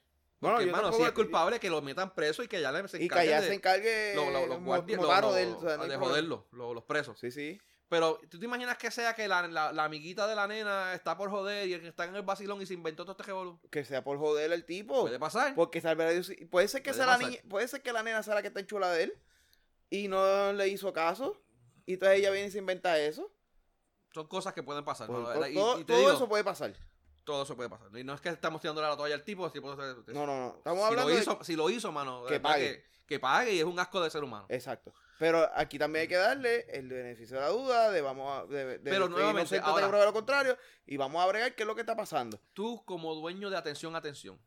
Porque, Bueno, Pues, yo hermano, si tampoco- es culpable, que lo metan preso y que ya le se y que allá encarguen de- se encargue lo- lo- los un guardias, lo- motaro lo- de él, o sea, no hay de problema. joderlo, lo- los presos. Sí, sí. Pero, ¿tú te imaginas que sea que la, la- la amiguita de la nena está por joder y el que está en el vacilón y se inventó todo este revolú? Que sea por joder el tipo. Puede pasar. Porque tal vez sí- puede ser que Puede sea la pasar. niña, puede ser que la nena sea la que está enchulada de él y no le hizo caso. Y entonces ella viene y se inventa eso. Son cosas que pueden pasar. Pues, ¿no? to- Y- todo y te todo digo, eso puede pasar. todo eso puede pasar. Y no es que estamos tirando la toalla al tipo. el tipo se- No, no, no. Estamos si, hablando lo de- hizo, si lo hizo, mano. de que verdad pague. Que, que pague y es un asco de ser humano. Exacto. Pero aquí también hay que darle el beneficio de la duda, de vamos a... De, de- Pero de nuevamente, inocente hasta ahora- que pruebe lo contrario, y vamos a bregar qué es lo que está pasando. Tú, como dueño de atención, atención.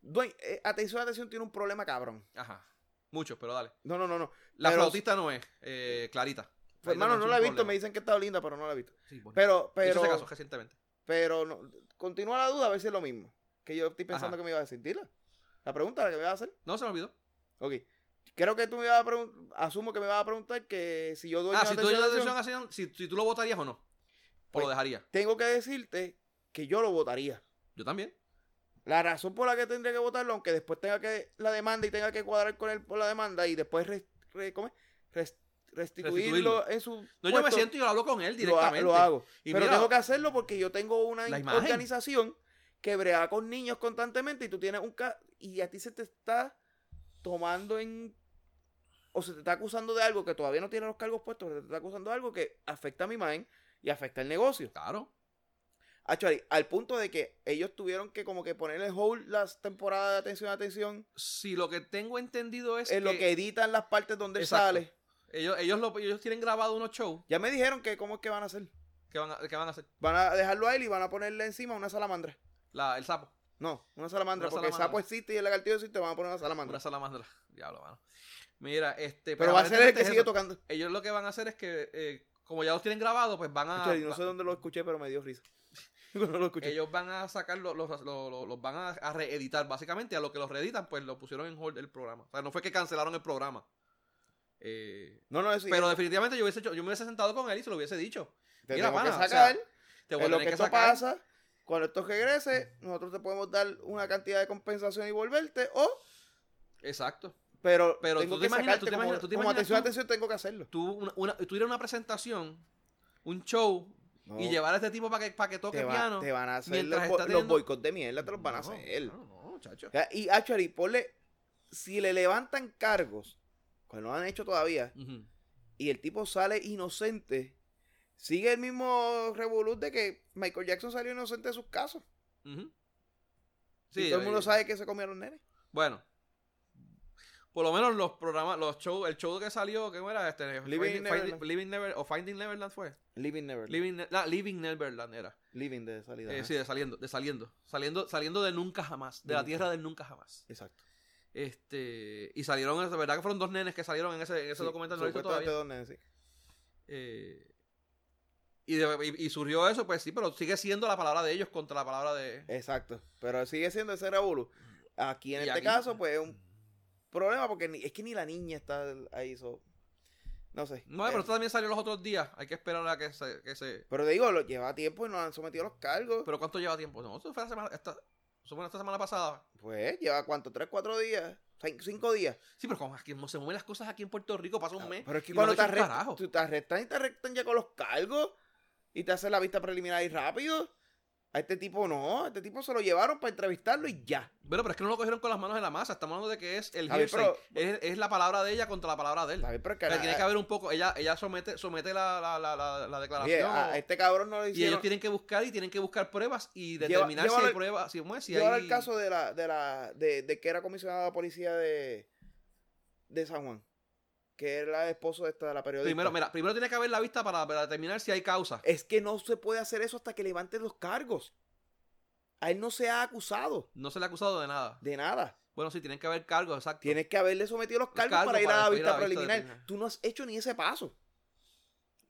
Dueño, eh, atención, atención, tiene un problema cabrón. Ajá. Muchos, pero dale. No, no, no, no. La Pero- flautista no es, eh, Clarita. Pues, hermano, no la he visto, me dicen que está linda, pero no la he visto. Pero, pero... pero... ese caso recientemente. Pero no, continúa la duda a ver si es lo mismo. Que yo estoy pensando Ajá. que me iba a decir. Dila. La pregunta la que me vas a hacer. No se me olvidó. Ok. Creo que tú me ibas a preguntar. Asumo que me vas a preguntar que si yo doy ah, si tú, la atención, atención, si, si tú lo votarías o no. O Pues- lo dejarías. tengo que decirte que yo lo votaría. Yo también. La razón por la que tendría que votarlo, aunque después tenga que la demanda y tenga que cuadrar con él por la demanda y después res- re- ¿cómo es? Res- restituirlo, Restituirlo. en su. No, yo me puesto, siento y yo hablo con él lo ha- directamente. Lo, hago. Y Pero mira, tengo que hacerlo porque yo tengo una La in- imagen. organización que brea con niños constantemente y tú tienes un ca y a ti se te está tomando en o se te está acusando de algo que todavía no tiene los cargos puestos, pero se te está acusando de algo que afecta a mi imagen y afecta el negocio. Claro. Actually, al punto de que ellos tuvieron que como que ponerle hold las temporadas de atención a atención Si lo que tengo entendido es, en lo que que editan las partes donde él Exacto. sale. ellos, ellos, lo- ellos tienen grabado unos shows Ya me dijeron que cómo es que van a hacer. que van a, que van a hacer. Van a dejarlo a él y van a ponerle encima una salamandra. La- el sapo. No, una salamandra, Una porque el sapo salamandra. existe y el lagartijo existe, van a poner una salamandra. Una salamandra. Diablo, mano. Mira, este. pero va a ser el aparentemente que es sigue eso. tocando. Ellos lo que van a hacer es que, eh, como ya los tienen grabados, pues van a. Chale, no va- sé dónde lo escuché, pero me dio risa. Cuando lo escuché. ellos van a sacar los, los, los- los- los van a, a reeditar básicamente a lo que los reeditan pues lo pusieron en hold el programa o sea no fue que cancelaron el programa Eh, No, no, eso pero definitivamente yo hubiese hecho- yo me hubiese sentado con él y se lo hubiese dicho te mira, tengo pana, o que sea, sacar. te voy a en lo tener que que esto sacar pasa, cuando esto regrese, nosotros te podemos dar una cantidad de compensación y volverte, o, exacto pero, Pero tengo tú te que imaginas, sacarte tú te como, imaginas, tú te como imaginas atención, tú- atención, tengo que hacerlo. tú una, una- tú ir a una presentación un show y llevar a este tipo para que para que toque te, va- piano te van a hacer los, mientras bo- está los teniendo- boicots de mierda, te los van a No, hacer. claro, no, chacho. O sea, Y, actually, ponle, si le levantan cargos, que no han hecho todavía, Ujú. y el tipo sale inocente, sigue el mismo revolut de que Michael Jackson salió inocente de sus casos. Ujú. y Sí, todo el mundo eh, sabe que se comió a los nenes. Bueno. Por lo menos los programas, los shows, el show que salió, ¿qué era? Este, Living Finding- Neverland. Finding- Living Never- o Finding Neverland fue. Living Never. Living, Living, Ne- no, Living Neverland era. de salida. Eh, ajá. sí, de saliendo, de saliendo, saliendo, saliendo de nunca jamás, de, De la nunca. tierra del nunca jamás. Exacto. Este, y salieron, de verdad que fueron dos nenes que salieron en ese, en ese Sí, documental, no lo he visto supuestamente todavía. dos nenes, sí. Eh, y, de- y- y surgió eso, pues sí, pero sigue siendo la palabra de ellos contra la palabra de. Eh, Exacto. Pero sigue siendo ese revolú. Aquí en Y este aquí- caso, pues es un problema porque ni- es que ni la niña está ahí. so- No sé. No, pero Eh, esto también salió los otros días. Hay que esperar a que se- que se pero te digo, lo lleva tiempo y no han sometido los cargos. ¿Pero cuánto lleva tiempo? No, eso fue la semana. Esta, eso fue esta semana pasada. Pues lleva cuánto, tres, cuatro días, Cin- cinco días. Sí, pero como aquí no se mueven las cosas aquí en Puerto Rico, pasa un mes. Pero es que y cuando uno te dice, arrestan, "Carajo". tú te arrestan y te arrestan ya con los cargos. y te hacen la vista preliminar ahí rápido. A este tipo no, a este tipo se lo llevaron para entrevistarlo y ya. Bueno, pero es que no lo cogieron con las manos en la masa. Estamos hablando de que es el A ver, hearsay. es, es la palabra de ella contra la palabra de él. A ver, pero es que O sea, a- tiene que haber un poco. Ella, ella somete, somete la, la, la, la, la eh, oye, declaración. a- a este cabrón no y le ellos hicieron. tienen que buscar y tienen que buscar pruebas y Lleva- determinar si llévalo hay al- pruebas. Si, bueno, si Yo ahora hay- el caso de la, de la, de, de que era comisionado de la policía de, de San Juan, que era el esposo de esta, de la periodista. Primero, mira, primero tiene que haber la vista para, para determinar si hay causa. Es que no se puede hacer eso hasta que levanten los cargos. A él no se ha acusado No se le ha acusado de nada. de nada. Bueno, sí, tienen que haber cargos, exacto. Tienes que haberle sometido los cargos cargos para ir a para la después ir vista a la vista preliminar. preliminar. Tú no has hecho ni ese paso.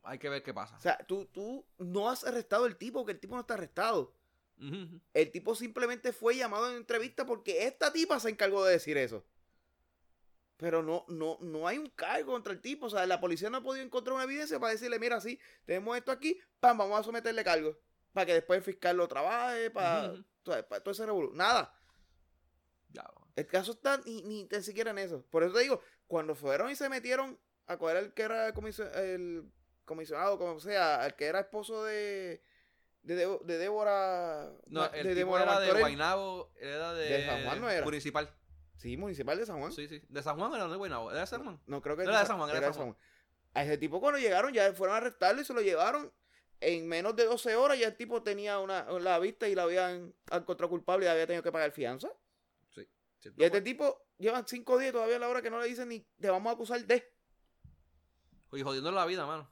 Hay que ver qué pasa. O sea, tú, tú no has arrestado al tipo, que el tipo no está arrestado. Ujú. El tipo simplemente fue llamado en entrevista porque esta tipa se encargó de decir eso. Pero no, no, no hay un cargo contra el tipo. O sea, la policía no ha podido encontrar una evidencia para decirle, mira, sí, tenemos esto aquí, pam, vamos a someterle cargo. Para que después el fiscal lo trabaje, para, Ujú. para todo ese revolú. Nada. Ya, El caso está ni, ni tan siquiera en eso. Por eso te digo, cuando fueron y se metieron a coger al que era comisio- el comisionado, como sea, al que era esposo de, de, Debo- de Débora. No, Ma- el tipo era de Martorell. Guaynabo, era de, De San Juan no era. municipal. Sí, municipal de San Juan. Sí, sí. ¿De San Juan era de Guaynabo? ¿Era de San Juan? No creo que No era de San Juan, era de de San A ese tipo cuando llegaron ya fueron a arrestarlo y se lo llevaron en menos de 12 horas ya el tipo tenía una la vista y la habían encontrado culpable y había tenido que pagar fianza. Sí, no, Y a este bueno. tipo llevan 5 días y todavía a la hora que no le dicen ni te vamos a acusar de. Oye, pues, jodiendo la vida, mano.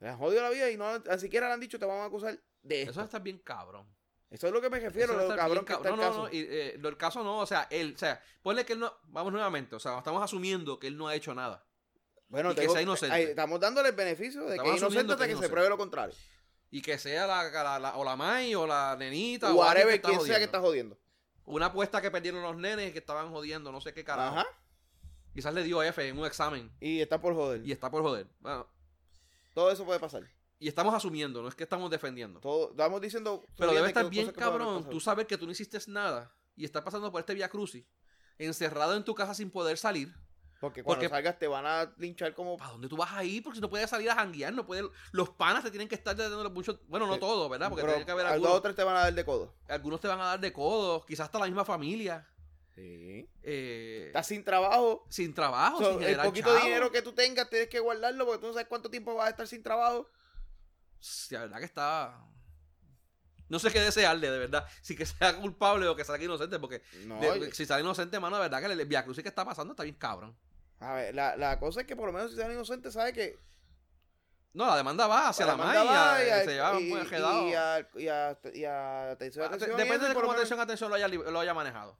Le han jodido la vida y no ni siquiera le han dicho te vamos a acusar de esto. Eso Eso, está bien cabrón. es lo que me refiero, Eso lo está bien cabrón que cab- está el no, caso. No, no, y, eh, lo- el caso no, o sea, él, o sea, ponle que él no, vamos nuevamente, o sea, estamos asumiendo que él no ha hecho nada. Bueno, y que sea inocente. ahí estamos dándole el beneficio de que Estamos es inocente asumiendo hasta que que, es se pruebe lo contrario. Y que sea la, la- la- o la Mai o la nenita o alguien que Whatever, está quien sea que jodiendo. está jodiendo. Una apuesta que perdieron los nenes que estaban jodiendo, no sé qué carajo. Ajá. Quizás le dio F en un examen Y está por joder. y está por joder. Bueno, Todo eso puede pasar. y estamos asumiendo, no es que estamos defendiendo. Todo, estamos diciendo. Pero debe fíjate estar que bien cosas que pueden haber cabrón pasado. tú sabes que tú no hiciste nada y estás pasando por este vía crucis, encerrado en tu casa sin poder salir. Porque cuando porque- salgas te van a linchar como. ¿Para dónde tú vas a ir? Porque si no puedes salir a janguear, no puedes. Los panas te tienen que estar deteniendo mucho. Bueno, no Sí. todo, ¿verdad? Porque Pero tiene que haber al dos o algunos. tres te van a dar de codo. Algunos te van a dar de codos, quizás hasta la misma familia. Sí. eh, Estás sin trabajo. sin trabajo, So, sin el generar poquito chavo. de dinero que tú tengas tienes que guardarlo porque tú no sabes cuánto tiempo vas a estar sin trabajo. Sí, La verdad que está. No sé qué desearle, de verdad. Si que sea culpable o que salga inocente, porque No. de- si sale inocente, mano, la verdad que el, el viacrucis que está pasando está bien cabrón. A ver, la, la cosa es que por lo menos si sean inocentes, sabes que. No, la demanda va hacia la, manda malla eh, va y al- se lleva y- muy Y, enredado. al- y, a, y a atención, Ah, te- atención, y eso, Depende y Ah, de por lo cómo menos- atención atención lo haya, li- lo haya manejado.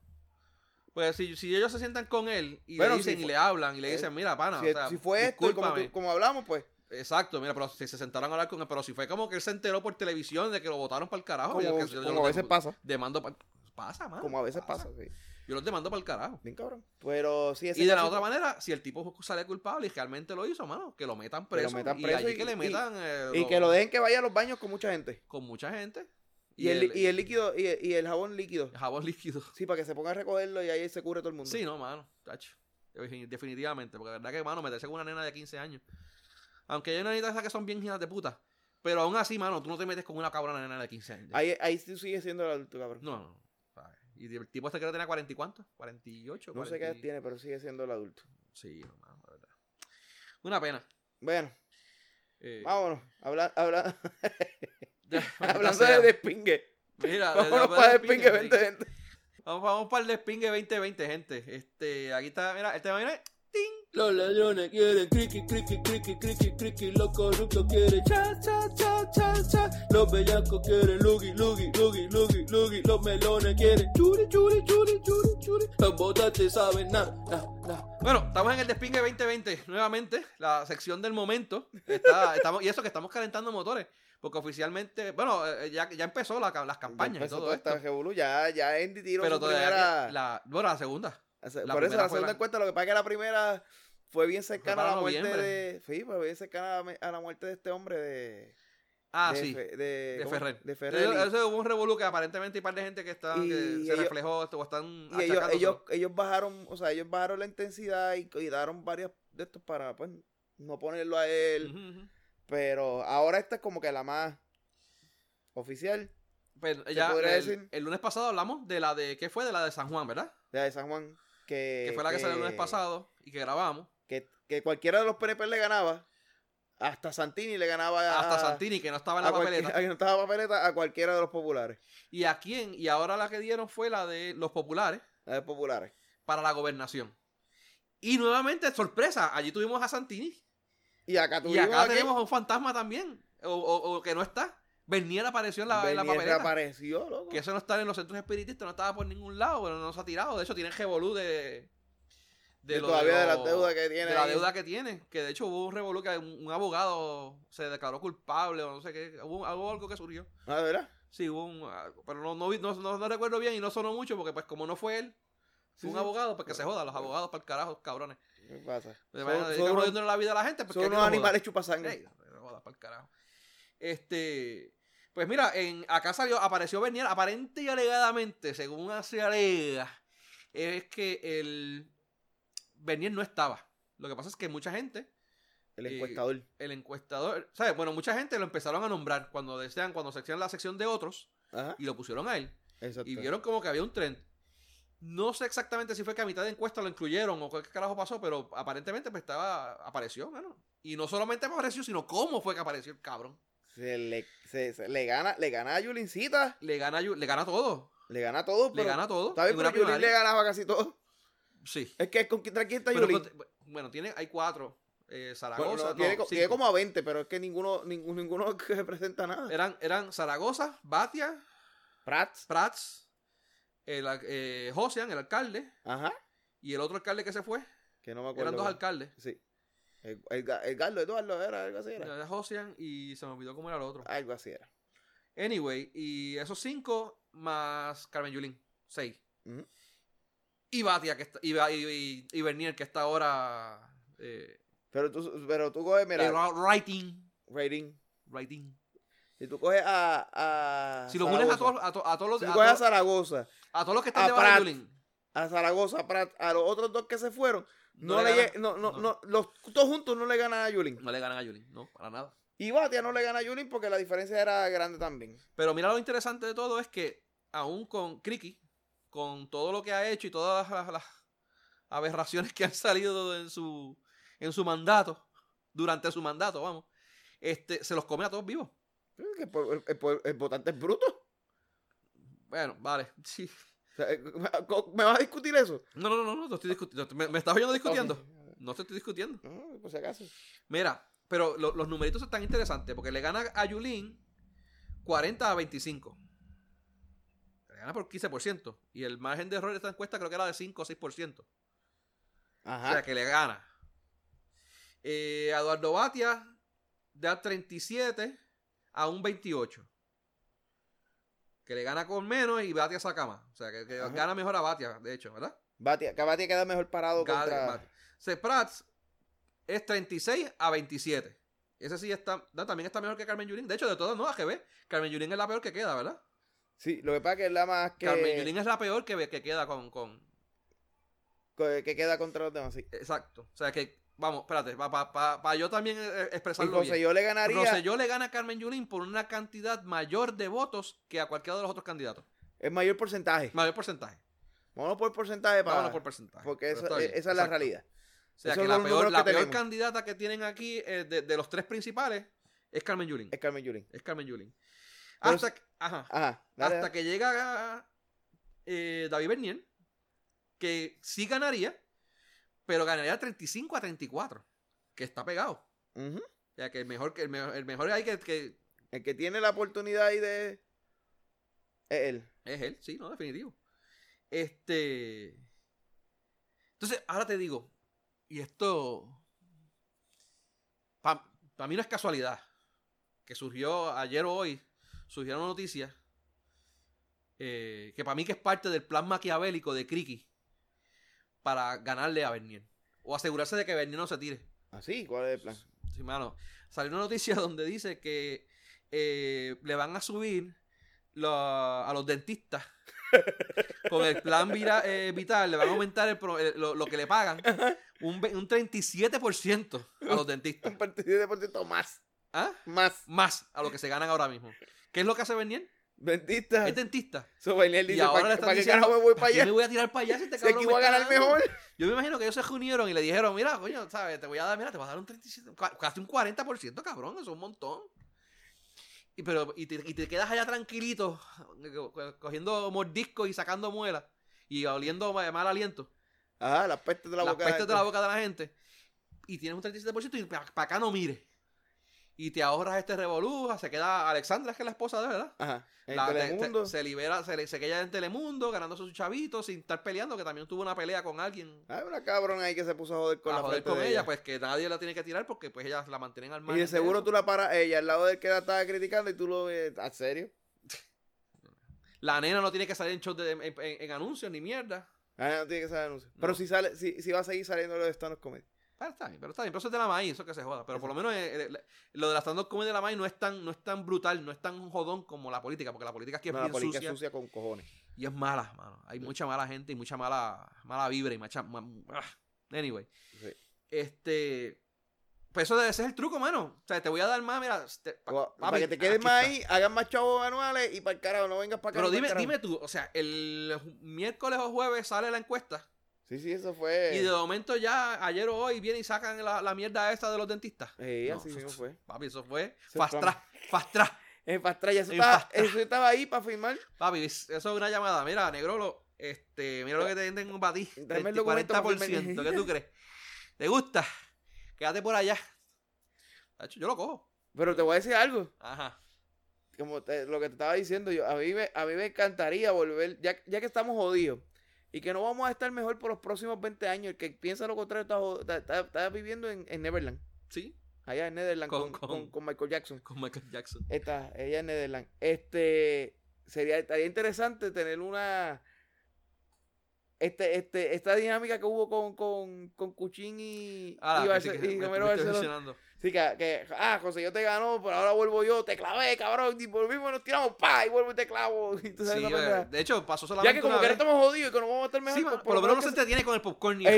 Pues si, si ellos se sientan con él y Bueno, le dicen si y fue- le hablan y le eh, dicen, mira, pana, Si, o sea, si fue esto, y como, tú- discúlpame". como hablamos, pues. Exacto, mira, pero si se sentaron a hablar con él, pero si fue como que él se enteró por televisión de que lo votaron para el carajo. Como, ya Ah, que yo- yo como lo Ah, a veces tengo- pasa. Demando para Pasa, mano. Como a veces pasa, sí. Yo los demando para el carajo. Bien cabrón. Pero sí, ese Y de la caso- otra manera, si el tipo sale culpable y realmente lo hizo, mano, que lo metan lo preso. metan y preso allí y- que le y- metan. eh, Y que lo dejen que vaya a los baños con mucha gente. Con mucha gente. Y, el, y el líquido, y el, y el jabón líquido. jabón líquido. Sí, para que se ponga a recogerlo y ahí se cubre todo el mundo. Sí, no, mano, tacho. Defini- Definitivamente, porque la verdad que, mano, meterse con una nena de 15 años. Aunque hay nenitas esas que son bien hijas de puta. Pero aún así, mano, tú no te metes con una cabrona nena de 15 años. Ahí, ahí sí sigue siendo el adulto, cabrón. No, no, no. Ay, Y el tipo este creo que tenía 40 y cuánto? 48, No sé qué 40 edad y- tiene, pero sigue siendo el adulto. Sí, no, mano, la verdad. Una pena. Bueno, Eh, vámonos. Habla, habla- maldita hablando sea. de despingue. Mira, de- de- Vámonos de- para de- despingue, sí. vente, vente. Vamos, vamos para el despingue 2020, gente. Este, aquí está, mira, el tema viene. ¡Ting! Los ladrones quieren criqui, criqui, criqui, criqui, criqui. Los corruptos quieren cha, cha, cha, cha, cha. Los bellacos quieren lugi, lugi, lugi, lugi, lugi. Los melones quieren churi, churi, churi, churi, churi. Los botates saben na, na, na. Bueno, estamos en el despingue 2020 nuevamente, la sección del momento. Está, estamos, y eso que estamos calentando motores, porque oficialmente, bueno, eh, ya, ya empezó la, ca- las campañas y Empezó todo toda esto. esta revolú, Ya, ya Andy tiró Pero su todavía primera... que- la, bueno, la segunda. o sea, la por eso primera la fue segunda la- cuenta, lo que pasa es que la primera fue bien cercana a para la muerte noviembre. de... Sí, fue bien cercana a la- a la muerte de este hombre de... Ah, de sí. Fe- de ¿cómo? Ferrer. De Ferrer. Eso, y- eso hubo un revolú que aparentemente hay par de gente que está Y que se ellos- reflejó o están Y ellos, achacándoselo. ellos, ellos bajaron, o sea, ellos bajaron la intensidad y cuidaron varios de estos para, pues, no ponerlo a él. Ujú, ujú. Pero ahora esta es como que la más, oficial Pues ya el, podría decir? el lunes pasado hablamos de la de. ¿Qué fue? De la de San Juan, ¿verdad? de la de San Juan. Eh, Que, que fue la que salió el lunes pasado y que grabamos. Que, que cualquiera de los PNP le ganaba. Hasta Santini le ganaba a- Hasta Santini, que no estaba Ah, a, en la cualquiera- papeleta. a que no estaba papeleta a cualquiera de los populares. ¿Y a quién? Y ahora la que dieron fue la de los populares A los populares. para la gobernación. Y nuevamente, sorpresa, allí tuvimos a Santini. Y acá Y tuvimos acá a que tenemos a un fantasma también. O, o- o que no está. Bernier apareció en la, en la Bernier papeleta. reapareció, loco. Que eso no está en los centros espiritistas, no estaba por ningún lado, pero no se ha tirado. De hecho, tienen revolú de. Y lo- todavía de lo- la deuda que tiene. de la ahí. deuda que tiene. Que de hecho hubo un revolú que un, un abogado se declaró culpable o no sé qué. Hubo, hubo algo que surgió. Ah, ¿verdad? Sí, hubo un. algo, Pero no, no, vi- no, no- no recuerdo bien y no sonó mucho porque, pues, como no fue él, Sí, fue un sí. abogado, pues que se joda, los abogados para el carajo, cabrones. ¿Qué pasa? Le Son- vayan a dedicar son unos- jodiéndole la vida a la gente. Porque son hay que unos se joda. animales chupasangre. Ey, no jodas pa'l carajo. Este. Pues mira, en, acá salió, apareció Bernier, aparente y alegadamente, según se alega, es que el Bernier no estaba. Lo que pasa es que mucha gente, El eh, encuestador. el encuestador, ¿sabes? Bueno, mucha gente lo empezaron a nombrar cuando desean, cuando seccionan la sección de otros Ajá. y lo pusieron a él. Exacto. Y vieron como que había un trend. No sé exactamente si fue que a mitad de encuesta lo incluyeron o qué carajo pasó, pero aparentemente pues estaba, apareció, mano. Y no solamente apareció, sino cómo fue que apareció el cabrón. Se le, se- se- le gana, le gana a Yulincita. Le gana, a Yu- le gana todo. Le gana todo, Le pero- gana todo. Está bien, en una pero Yulín primaria. le ganaba casi todo. Sí. Es que es con contra quién está Pero Yulín. con- bueno, tiene, hay cuatro. Eh, Zaragoza. Bueno, no, no, tiene, co- tiene cinco. Eh, como a 20, pero es que ninguno, ninguno, ninguno que representa nada. Eran, eran Zaragoza, Batia, Prats. Prats, el, al- eh, Josian, el alcalde, Ajá. y el otro alcalde que se fue. Que no me acuerdo. Eran dos cuál. alcaldes. Sí. El, el, el Garlo Eduardo era, algo así era. Era Josian y se me olvidó cómo era el otro. Algo así era. Anyway, y esos cinco más Carmen Yulín, seis. Ujú. Y Batia, que está, y, Ba- y, y- y Bernier, que está ahora eh, Pero tú, pero tú coges, mira, eh, ra- writing. rating. writing. Si tú coges a. a Si los unes a Zaragoza, todos, a, to- a todos los, Si a, tú coges a to- Zaragoza, a todos los que están a debajo de Prat, Yulín, a Zaragoza, Prats, a los otros dos que se fueron, no, le ganan- lle- no, no, no. no, los todos juntos no le ganan a Yulín. no le ganan a Yulín, no, para nada. Y Batia no le gana a Yulín porque la diferencia era grande también. Pero mira lo interesante de todo es que, aún con Criqui, con todo lo que ha hecho y todas las, las aberraciones que han salido en su, en su mandato, durante su mandato, vamos, este, se los come a todos vivos. Que El, pue- el pue- el votante es bruto. Bueno, vale, sí. O sea, eh, ¿Me vas a discutir eso? No, no, no, no, no estoy discutiendo. Me, me estás oyendo discutiendo. Ok. No te estoy discutiendo. No, por si acaso. Mira, pero lo- los numeritos están interesantes porque le gana a Yulín 40 a 25. Le gana por 15%. Y el margen de error de esta encuesta creo que era de 5 o 6%. Ajá. O sea, que le gana. Eh, a Eduardo Batia da 37 a un 28. Que le gana con menos y Batia saca más. O sea, que, que Ajá. gana mejor a Batia, de hecho, ¿verdad? Batia, que Batia queda mejor parado Gana contra. Batia. Se Prats es 36 a 27. Ese sí está, no, también está mejor que Carmen Yulín. De hecho, de todas, no, AGB. Carmen Yulín es la peor que queda, ¿verdad? Sí, lo que pasa es que es la más que, Carmen Yulín es la peor que, que queda con, con, que, que queda contra los demás. Sí. Exacto. O sea que, vamos, espérate, para yo también eh, Y expresarlo bien. José yo le ganaría. Rosselló le gana a Carmen Yulín por una cantidad mayor de votos que a cualquiera de los otros candidatos. Es mayor porcentaje. Mayor porcentaje. Vámonos por porcentaje para. Vámonos por porcentaje. Porque Pero eso- está e- bien, esa es la exacto. realidad. O sea, Esos que son la los peor, números la que peor tenemos. candidata que tienen aquí, eh, de, de los tres principales, es Carmen Yulín. Es Carmen Yulín. Es Carmen Yulín. Pero Hasta, que- ajá, Ajá. dale, hasta dale. que llega eh, David Bernier, que sí ganaría, pero ganaría 35 a 34, que está pegado. Ujú. O sea, que el mejor, que el mejor, el mejor ahí que- que El que tiene la oportunidad ahí de. Es él. Es él, sí, no, definitivo. Este. Entonces, ahora te digo, y esto. Para mí no es casualidad. Que surgió ayer o hoy, surgieron noticias. eh, que para mí que es parte del plan maquiavélico de Criqui. Para ganarle a Bernier. O asegurarse de que Bernier no se tire. Así, Ah, ¿cuál es el plan? Sí, mano. Salió una noticia donde dice que eh, le van a subir la- a los dentistas con el plan vira- eh, vital, le van a aumentar el pro- el- lo, lo que le pagan un, ve- un 37% a los dentistas. Un 37% más. ¿Ah? Más. Más a lo que se ganan ahora mismo. ¿Qué es lo que hace Bernier? Dentista. Es dentista. So, Bernier dice, Este- y ahora le ¿para, están para qué diciendo, carajo me Ah. voy para Yo me allá? voy a tirar para allá si este Si cabrón aquí me voy a está ganar dando". mejor. Yo me imagino que ellos se reunieron y le dijeron, mira, coño, ¿sabes? Te voy a dar, mira, te vas a dar un 37, cua- casi un 40%, cabrón, eso es un montón. Y, pero, y, te, y te quedas allá tranquilito, co- co- cogiendo mordiscos y sacando muelas y oliendo ma- mal aliento, Ajá, las pestes de la las boca. pestes de la boca de la gente. Y tienes un 37% y para acá no mires. Y te ahorras este revolú, se queda Alexandra, es que es la esposa de él, verdad. Ajá. En La- te- te- Telemundo. se libera, se, le- se queda en Telemundo, ganándose sus chavitos, sin estar peleando, que también tuvo una pelea con alguien Hay una cabrona ahí que se puso a joder con a la joder frente con de ella, pues que nadie la tiene que tirar porque pues ellas la mantienen al y margen. de seguro eso. tú la paras ella al lado del que la estaba criticando y tú lo ves. ¿A serio? La nena no tiene que salir en, shows de- en, en- en anuncios ni mierda. Ah, no tiene que salir anuncio. Pero No. si sale, si, si va a seguir saliendo los stand-up comedy. Pero Ah, está bien, pero está bien. Pero eso es de la maíz, eso que se joda. Pero por lo menos eh, eh, la- lo de la stand-up comedy de la maíz no es tan, no es tan brutal, no es tan jodón como la política, porque la política aquí es No, la bien política sucia es sucia con cojones. y es mala, mano. Hay mucha mala gente y mucha mala, mala vibra y mucha. ma- ah. Anyway. Sí. Este. Pues eso debe ser el truco, mano. O sea, te voy a dar más, mira. te- pa- O- papi, para que te quedes aquí más está. ahí, hagan más chavos anuales y para el carajo, no vengas para acá. Pero ni pa'l dime, carajo. dime tú, o sea, el ju- miércoles o jueves sale la encuesta Sí, sí, eso fue. y de momento ya ayer o hoy vienen y sacan la, la mierda esta de los dentistas. Eh, No, así eso- mismo fue. Papi, eso fue Eso fast fue- track, fast track. En fast track, ya eso En estaba, fast track. eso estaba ahí para firmar. Papi, es- eso es una llamada. Mira, Negrolo, este, mira lo que te venden para ti. Dame el 30, documento para 40%. firmar. ¿Qué tú crees? ¿Te gusta? Quédate por allá. Tacho, Yo lo cojo. Pero te voy a decir algo. Ajá. Como te- lo que te estaba diciendo yo, a mí me, a mí me encantaría volver, ya, ya que estamos jodidos y que no vamos a estar mejor por los próximos 20 años. El que piensa lo contrario está, jod- está, está- está viviendo en, en Neverland. Sí, Allá en Netherland Con- con, con- con- con Michael Jackson. con Michael Jackson. Esta, ella en Netherland. Este, sería, estaría interesante tener una... Este, este, esta dinámica que hubo con, con, con Cuchín y, Ah, y, la- Barce- sí que- y me- me Romero estoy Barceló. mencionando. Sí, que, que, ah, José, yo te ganó, pero ahora vuelvo yo, te clavé, cabrón, y volvimos, nos tiramos, pa, y vuelvo y te clavo. Y tú sabes Sí, esa pendeja. eh, de hecho, pasó solamente ya que como una que ahora vez. estamos jodidos y que nos vamos a estar mejor. Sí, pues, mano, por lo menos no se que entretiene con el popcorn y se- el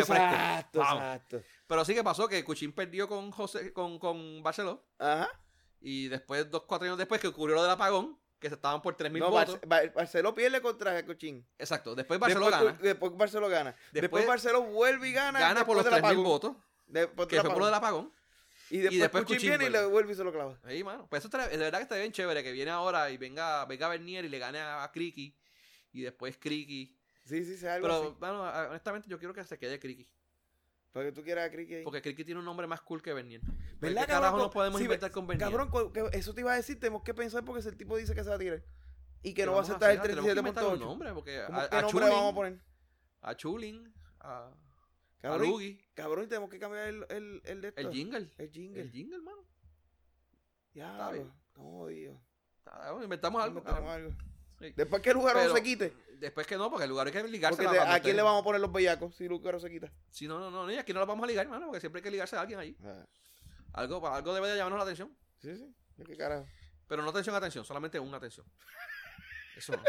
refresco. Exacto, Vamos. exacto. Pero sí que pasó que Cuchín perdió con José, con, con Barceló. Ajá. Y después, dos, cuatro años después, que ocurrió lo del apagón, que se estaban por 3.000 No, votos. Barce- Bar- Barceló pierde contra Cochín. Exacto. Después Barceló después, gana. cu- Después Barceló gana. Después, Después- Barceló vuelve y gana. Gana por los después del 3.000 apagón. votos, Después que del fue por lo del apagón. apagón. Y después, después Cuchín, Cuchín viene y le vuelve. vuelve y se lo clava. Ahí, mano. Pues eso, está- de verdad que está bien chévere que viene ahora y venga, venga Bernier y le gane a, a Criqui. Y después Criqui. Sí, sí, sí, algo Pero, así. mano, a- honestamente yo quiero que se quede Criqui. Para que tú quieras a Criqui ahí. Porque Criqui tiene un nombre más cool que Bernier. ¿Por ¿Verdad, ¿Qué carajo cabrón? no podemos Sí, ve- inventar con Bernier? Cabrón, cu- que- eso te iba a decir, tenemos que pensar porque si el tipo dice que se va a tirar y que ¿Qué no va a vamos aceptar el hacer? Tenemos que inventar un 37.8. nombre, porque ¿Cómo- a, ¿Qué a nombre le Chulin, vamos a poner? a Chulin, a, a Cabrón, y- Lugi, cabrón, y tenemos que cambiar el, el, el de esto. el jingle. El jingle. El jingle, mano. Ya, bien. no, Dios. Ah, bueno, inventamos algo. Inventamos cabrón. algo. Sí. Después que el lugar no Pero- se quite. Después que no, porque el lugar hay que ligarse Porque te- ¿A quién le vamos a poner los bellacos si el lugar no se quita? Si no, no, no, no, y aquí no lo vamos a ligar, mano, porque siempre hay que ligarse a alguien ahí. Ah, Algo, para- algo debe de llamarnos la atención. Sí, sí. ¿De ¿Qué carajo? Pero no atención, atención, solamente una atención. Eso no.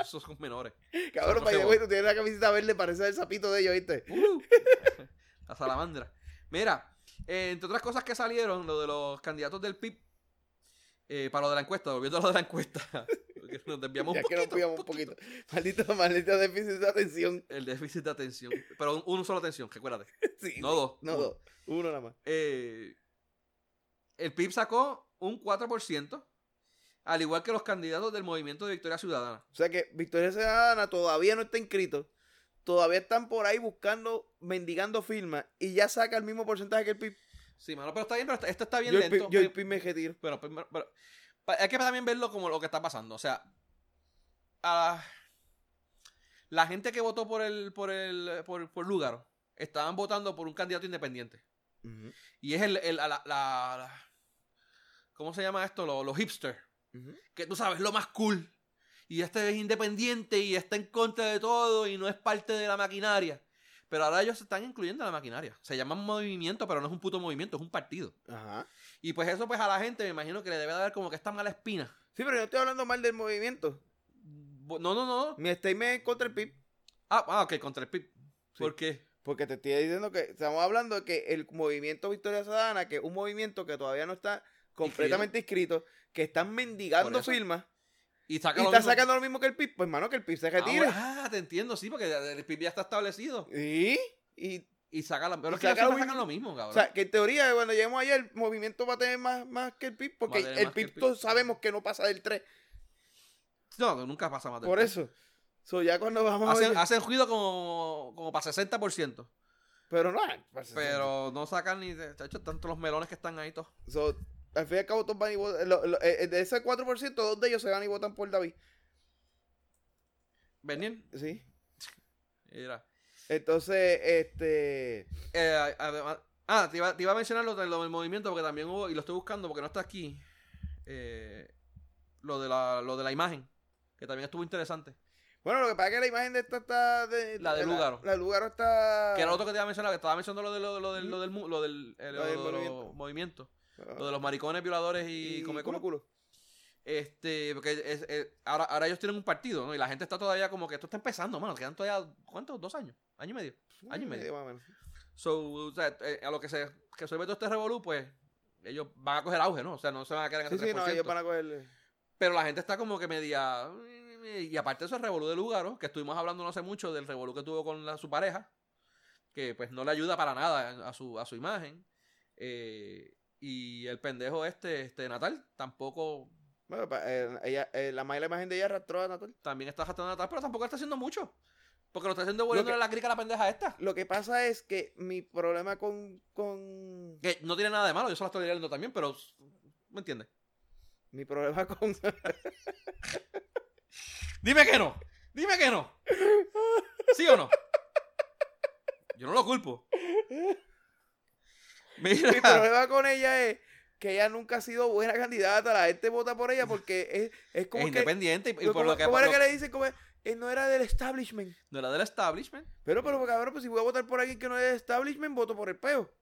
Esos son menores. Cabrón, no vaya, se güey, tú tienes la camiseta verde, parece el sapito de ellos, ¿viste? Uh, la salamandra. Mira, eh, entre otras cosas que salieron, lo de los candidatos del PIB, eh, para lo de la encuesta, volviendo a lo de la encuesta, porque nos desviamos Ya un que poquito. nos pillamos un poquito. Maldito, maldito déficit de atención. El déficit de atención. Pero un, un solo atención, recuérdate. Sí. No dos. No, uno. dos. Uno nada más. Eh, el PIB sacó un 4%, al igual que los candidatos del Movimiento de Victoria Ciudadana. O sea que Victoria Ciudadana todavía no está inscrito. Todavía están por ahí buscando, mendigando firmas y ya saca el mismo porcentaje que el PIB. Sí, mano, pero está bien, pero está- esto está bien Yo el lento. PIB, yo el PIB me retiro. Bueno, primero- pero, pa- hay que también verlo como lo que está pasando. O sea, a- la gente que votó por el por el por, por Lúgaro estaban votando por un candidato independiente. Ujú, Y es el, el- la, la- la- ¿cómo se llama esto? Lo- Los hipsters. ujú. Que tú sabes, lo más cool. Y este es independiente y está en contra de todo y no es parte de la maquinaria. Pero ahora ellos se están incluyendo en la maquinaria. Se llaman movimiento, pero no es un puto movimiento, es un partido. Ajá. Y pues eso pues a la gente me imagino que le debe dar como que esta mala espina. Sí, pero yo no estoy hablando mal del movimiento. Bo- No, no, no. Mi statement es contra el PIB. Ah, ah, ok, contra el PIB. ¿Por qué? Porque te estoy diciendo que estamos hablando de que el movimiento Victoria Ciudadana, que es un movimiento que todavía no está completamente inscritos, que están mendigando Por eso. firmas Y y saca lo están mismo. sacando lo mismo que el PIB. Pues, hermano, que el PIB se retire. Ah, te entiendo, sí, porque el PIB ya está establecido. ¿Y? y Y saca la. Pero Y es que ellos saca lo siempre sacan mismo. lo mismo, o cabrón. sea, que en teoría, cuando lleguemos allá, el movimiento va a tener más, más que el PIB, Va porque a tener el más que el PIB, PIB. todos sabemos que no pasa del 3. no, no, nunca pasa más de Por eso. So, ya cuando vamos a Hacen, ver- hacen ruido como, como para 60%. Pero no, pues, Pero no sacan ni. De hecho, tanto los melones que están ahí todos. so, al fin y al cabo, todos van y votan- lo- lo- eh, eh, de ese 4%, dos de ellos se van y votan por David. Venían. Sí. Mira. Entonces, este. Eh, además- ah, te iba, te iba a mencionar lo, de- lo del movimiento porque también hubo, y lo estoy buscando porque no está aquí, eh, lo, de la, lo de la imagen, que también estuvo interesante. Bueno, lo que pasa es que la imagen de esta está. De, La de Lúgaro. La, de Lúgaro está. Que era lo otro que te iba a mencionar, que estaba mencionando lo, de, lo, lo del, lo del, mu- lo del, eh, Ah. Lo del lo de los movimiento. movimientos, Ah, lo de los maricones, violadores y, come culo, culo. culo. Este, porque es- es- ahora, ahora ellos tienen un partido, ¿no? Y la gente está todavía como que esto está empezando, mano. Quedan todavía, ¿cuántos? ¿Dos años? ¿Año y medio? Año y medio. más o menos. So, o sea, eh, a lo que se que se ve todo este revolú, pues ellos van a coger auge, ¿no? O sea, no se van a quedar en Sí, el sí, 3%. no, ellos van a coger. Pero la gente está como que media... Y aparte eso es revolú de Lugaro, que estuvimos hablando no hace mucho del revolú que tuvo con la- su pareja, que pues no le ayuda para nada a su, a su imagen. Eh, y el pendejo este, este Natal, tampoco... Bueno, pa- eh, ella, eh, la mala imagen de ella arrastró a Natal. También está gastando Natal, pero tampoco está haciendo mucho. Porque lo está haciendo volviéndole que- la crica a la pendeja esta. Lo que pasa es que mi problema con. con Que no tiene nada de malo, yo se la estoy leyendo también, pero... ¿Me entiendes? mi problema con. Dime que no. Dime que no. ¿Sí o no? Yo no lo culpo. Mi Mira. problema con ella es que ella nunca ha sido buena candidata. La gente vota por ella porque es, es Es como que. independiente y- y, por ¿cómo- lo que, cómo era lo- que le dicen? Como, eh, no era del establishment. no era del establishment, Pero, pero, cabrón, pues si voy a votar por alguien que no es del establishment, voto por el peo.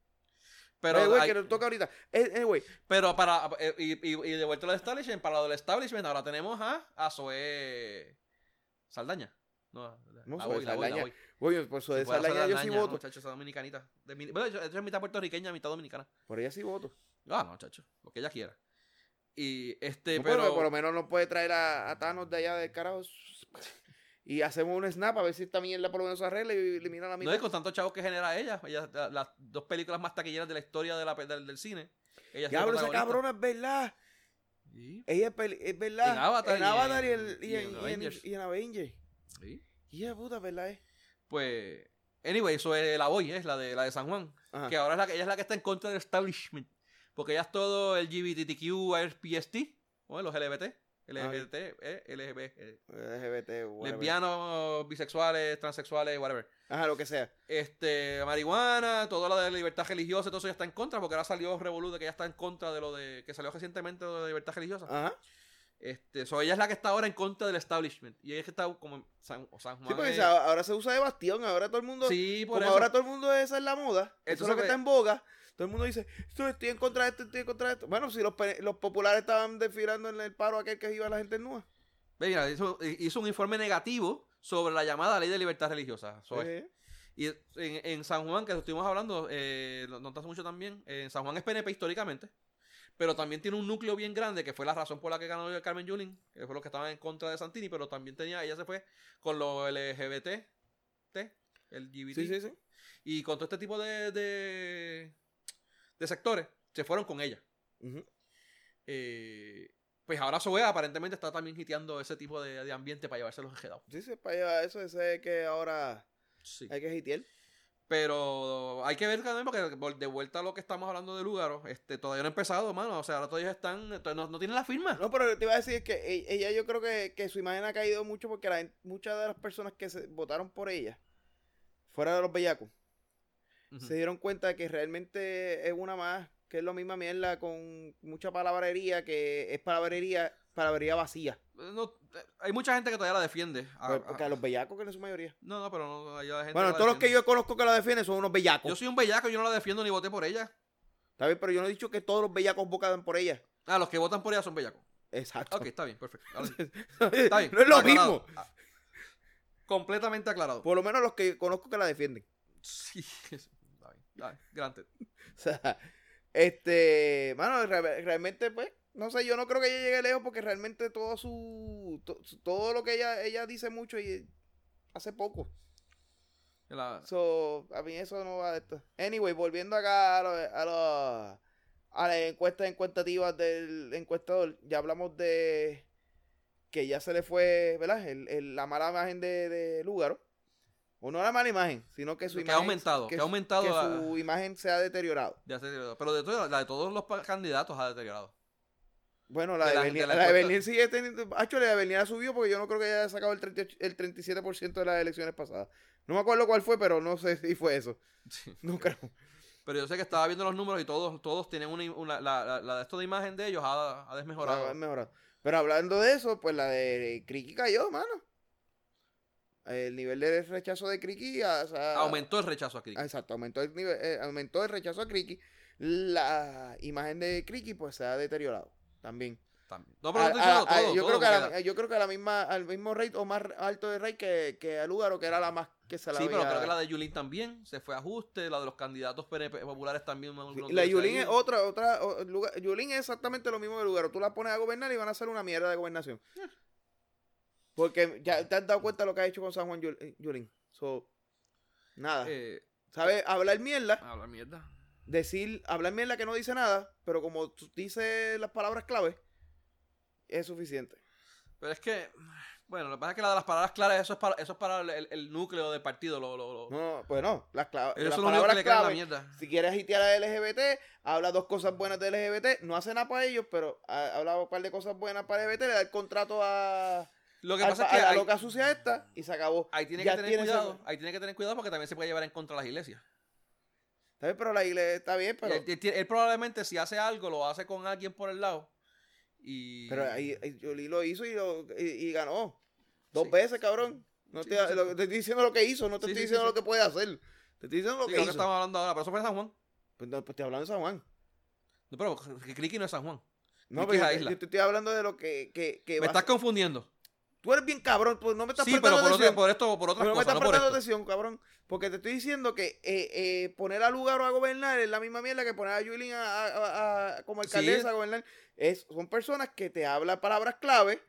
pero Ay, güey, hay- que nos toca ahorita. Eh, Anyway, pero para eh, y, y, y de vuelta al establishment, para lo del establishment ahora tenemos a a Zoe Saldaña. No, la, No, la Zoe voy, la voy, la Saldaña. voy. güey, por Si su pues, de fuera Saldaña yo sí Saldaña, voto. no, chacho, esa dominicanita. De mi- bueno, ella es mitad puertorriqueña, mitad dominicana. Por ella sí voto. Ah, no, chacho, lo que ella quiera. Y este, No, pero, pero por lo menos no puede traer a, a Thanos de allá del carajo. Y hacemos un snap a ver si esta mierda por lo menos se arregla y elimina la No, mitad. y con tantos chavos que genera ella, ella la- las dos películas más taquilleras de la historia de la, pe- del, del cine. Ella es la Diablo, esa protagonista. cabrona es verdad. Sí, Ella es, peli- es verdad. En Avatar En y en- Avatar y, el- y y en en, y en- Avengers. y en Avengers. sí. Y es puta, ¿verdad? eh? Pues, anyway, eso es la voy, es la de la de San Juan. Ajá. Que ahora es la que ella es la que está en contra del establishment. Porque ella es todo LGBTQ, RPST, o los LGBT, LGBT, eh, LGBT, eh, LGBT, Ah, whatever. lesbianos, bisexuales, transexuales, whatever. Ajá, lo que sea. este marihuana, toda la de libertad religiosa, todo eso ya está en contra, porque ahora salió Revolú de que ya está en contra de lo de que salió recientemente lo de libertad religiosa. Ajá. Este, so ella es la que está ahora en contra del establishment. Y ella es que está como en San, o San Juan. Sí, porque es- se- ahora se usa de bastión. Ahora todo el mundo. Sí, por Como eso. ahora todo el mundo esa es la moda, eso Entonces, es lo que pues- está en boga, todo el mundo dice, estoy, estoy en contra de esto, estoy en contra de esto. Bueno, si los, pe- los populares estaban desfilando en el paro aquel que iba la gente nua. Ve, mira, hizo, eh, hizo un informe negativo sobre la llamada ley de libertad religiosa. So, es- Eh, Y en, en San Juan, que lo estuvimos hablando, eh, no no hace mucho también, eh, en San Juan es PNP históricamente, pero también tiene un núcleo bien grande, que fue la razón por la que ganó el Carmen Yulín, que fue los que estaban en contra de Santini, pero también tenía, ella se fue con los LGBT, T, LGBT, Sí, sí, sí. y con todo este tipo de, de, de sectores, se fueron con ella. Ujú. Eh, pues ahora Zoe aparentemente está también hiteando ese tipo de, de ambiente para llevarse los enjedados. Sí, sí, para llevar eso, ese es que ahora Sí. hay que hitear. Pero hay que ver también, porque vol- de vuelta a lo que estamos hablando de Lugaro, este, todavía no ha empezado, mano. O sea, ahora todos ellos están. to- No, no tienen la firma. No, pero te iba a decir que e- ella yo creo que, que su imagen ha caído mucho porque la gen- muchas de las personas que se votaron por ella, fuera de los bellacos, Ujú. se dieron cuenta de que realmente es una más, que es la misma mierda con mucha palabrería, que es palabrería, palabrería vacía. No, eh, hay mucha gente que todavía la defiende. Ah, Pues, ah, porque a los bellacos que en su mayoría. No, no, pero no, hay gente Bueno, la todos los que defiende. yo conozco que la defienden son unos bellacos. Yo soy un bellaco, yo no la defiendo ni voté por ella. Está bien, pero yo no he dicho que todos los bellacos votan por ella. Ah, los que votan por ella son bellacos. Exacto. Ok, está bien, perfecto. Ahora sí. Está Está bien. no es lo aclarado. mismo. Ah, Completamente aclarado. Por lo menos los que conozco que la defienden. Ah, Sí, está bien. Está bien. Granted. O sea, Este, mano, re- realmente, pues, no sé, yo no creo que ella llegue lejos porque realmente todo su. to- su- todo lo que ella, ella dice mucho y hace poco. La- So, a mí eso no va de esto. Anyway, volviendo acá a, lo- a, lo- a las encuestas encuestativas del encuestador, ya hablamos de que ya se le fue, ¿verdad? El, el- la mala imagen de, de Lúgaro. O no la mala imagen, sino que su que imagen. ha aumentado, que, ha su- aumentado que la- su imagen se ha deteriorado. ya se deterioró. Pero de, todo- la de todos los pa- candidatos ha deteriorado. Bueno, la De de, la- Bernier, de la la de encuesta. Bernier sigue teniendo. Actually, la de Bernier ha subido porque yo no creo que haya sacado el, 38 el 37% de las elecciones pasadas. No me acuerdo cuál fue, pero no sé si fue eso. Sí. No creo. Pero yo sé que estaba viendo los números y todos, todos tienen una, una- la, la, la de esto de imagen de ellos ha, ha desmejorado. Ha mejorado. Pero hablando de eso, pues la de Criqui cayó, mano. El nivel de rechazo de Criqui o sea, Aumentó el rechazo aquí. Ah, Exacto, aumentó el, nivel, eh, aumentó el rechazo a Criqui. La imagen de Criqui pues se ha deteriorado también. También. No, Ah, pero no A- estoy diciendo a- a- todo, todo, ah, yo, creo porque que a la, eh, yo creo que a la misma, al mismo rate o más alto de rate que, que a Lugaro, que era la más que se la sí, pero había- creo que la de Yulín también se fue a ajuste, la de los candidatos PNP eh, populares también. Sí, La Yulín es otra, otra, o- lugar- Yulín es exactamente lo mismo que Lugaro. Tú la pones a gobernar y van a hacer una mierda de gobernación. Ah. Porque ya te has dado cuenta de lo que ha hecho con San Juan Yul- eh, Yulín. So, nada. Eh, Ah. ¿Sabes? Hablar mierda, habla mierda. decir, hablar mierda que no dice nada, pero como tú dices las palabras clave, es suficiente. Pero es que, bueno, lo que pasa es que la de las palabras claras, eso es para, eso es para el, el- el núcleo del partido. Lo, lo- lo- No, no, pues no, las, clave, eso las es lo único que palabras le queda en la clave. mierda. Si quieres hitear a LGBT, habla dos cosas buenas de LGBT, no hace nada para ellos, pero ha- habla un par de cosas buenas para LGBT, le da el contrato a, Lo que al- pasa a es que la ahí, loca sucia esta y se acabó. ahí tiene que ya tener tiene ese- cuidado. Ahí tiene que tener cuidado porque también se puede llevar en contra de las iglesias. Está bien, pero la iglesia está bien, pero, él, él- él probablemente si hace algo, lo hace con alguien por el lado. Y... pero ahí, ahí Yoli lo hizo y, lo- y- y ganó. Dos Sí. veces, cabrón. No Sí, te, sí, lo- sí. te estoy diciendo lo que hizo, no te Sí, estoy sí, sí, diciendo sí. lo que puede hacer. Te estoy diciendo lo Sí, que lo hizo. que estamos hablando ahora, pero eso fue en San Juan. Pues, no, pues, te hablando de San Juan. No, pero que Criqui no es San Juan. No, Mickey pero yo, es te- isla. yo te estoy hablando de lo que, que, que Me va a estás ser. confundiendo. Tú eres bien cabrón, pues no me estás Sí, pero prestando por, otra- atención. por esto, por otras Pero no me cosas, estás no por prestando esto. atención, cabrón. Porque te estoy diciendo que eh, eh, poner a Lugaro a gobernar es la misma mierda que poner a Yulín a, a- a- a- como alcaldesa Sí. a gobernar. Es, son personas que te hablan palabras clave.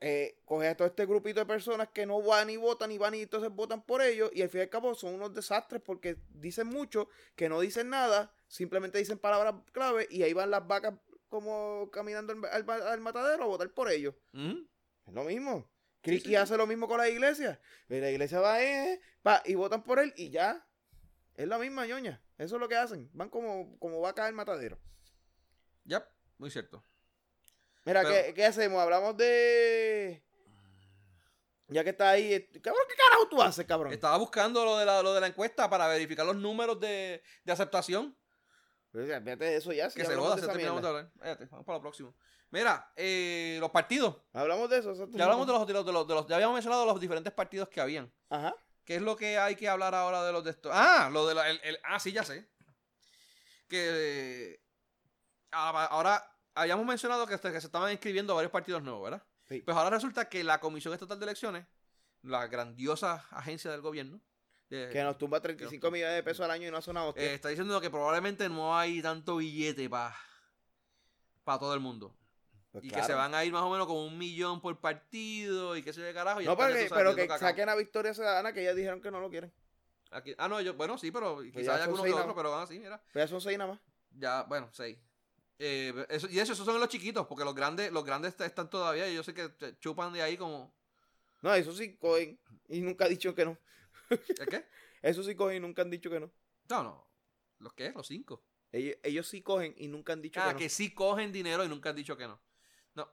Eh, coges a todo este grupito de personas que no van y votan y van y entonces votan por ellos. Y al fin y al cabo son unos desastres porque dicen mucho, que no dicen nada, simplemente dicen palabras clave y ahí van las vacas como caminando al, al- al matadero a votar por ellos. ¿Mm? Es lo mismo. Sí, Criqui sí, sí. hace lo mismo con la iglesia. Y la iglesia va eh, pa, y votan por él y ya. Es la misma ñoña. Eso es lo que hacen. Van como, como va a caer matadero. Ya, Mm, muy cierto. Mira, Pero- ¿qué, qué hacemos? Hablamos de. Ya que está ahí. eh, Cabrón, ¿qué carajo tú haces, cabrón? Estaba buscando lo de la, lo de la encuesta para verificar los números de, de aceptación. Pero, o sea, Fíjate de eso ya. si Que se hablamos joda, de se esa terminamos de mierda. hablar. Espérate, vamos para lo próximo. Mira, eh, los partidos. Hablamos de eso. exacto. Ya hablamos de los, de los, de los- de los- ya habíamos mencionado los diferentes partidos que habían. Ajá. ¿Qué es lo que hay que hablar ahora de los de estos? Ah, lo de la, el, el- ah, sí, ya sé. Que eh, ahora- ahora habíamos mencionado que, se- que se estaban inscribiendo varios partidos nuevos, ¿verdad? Sí. Pues ahora resulta que la Comisión Estatal de Elecciones, la grandiosa agencia del gobierno, eh, Que nos tumba 35 tumba. millones de pesos al año y no hace una hostia. eh, está diciendo que probablemente no hay tanto billete para todo el mundo. Pues y que claro. se van a ir más o menos con un millón por partido y que se de carajo. y No, están pero ya que, tú sabes, pero viendo que cacao. saquen a Victoria Ciudadana, que ellas dijeron que no lo quieren. Aquí- ah, no, yo, bueno, sí, pero ya quizás haya son alguno que seis otro, nada. pero van así, mira. Pero Pues ya son seis nada más. Ya, bueno, seis. Eh, eso- y eso, esos son los chiquitos, porque los grandes, los grandes est- están todavía, y yo sé que te chupan de ahí como. No, eso sí cogen. Y nunca ha dicho que no. ¿El qué? Eso sí cogen y nunca han dicho que no. No, no. ¿Los qué? Los cinco. Ellos, ellos sí cogen y nunca han dicho Ah, que no. que sí cogen dinero y nunca han dicho que no. No.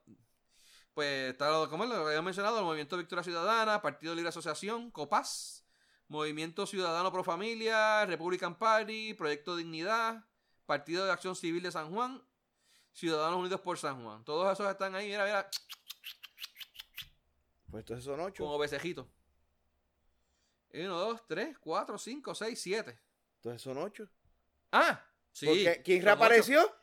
Pues está lo, como lo había mencionado, el Movimiento Victoria Ciudadana, Partido Libre Asociación, COPAS, Movimiento Ciudadano Pro Familia, Republican Party, Proyecto Dignidad, Partido de Acción Civil de San Juan, Ciudadanos Unidos por San Juan. Todos esos están ahí, mira, mira, Pues entonces son ocho. como besejito. Uno, dos, tres, cuatro, cinco, seis, siete. Entonces son ocho. Ah, sí. Porque, ¿Quién los ocho. reapareció?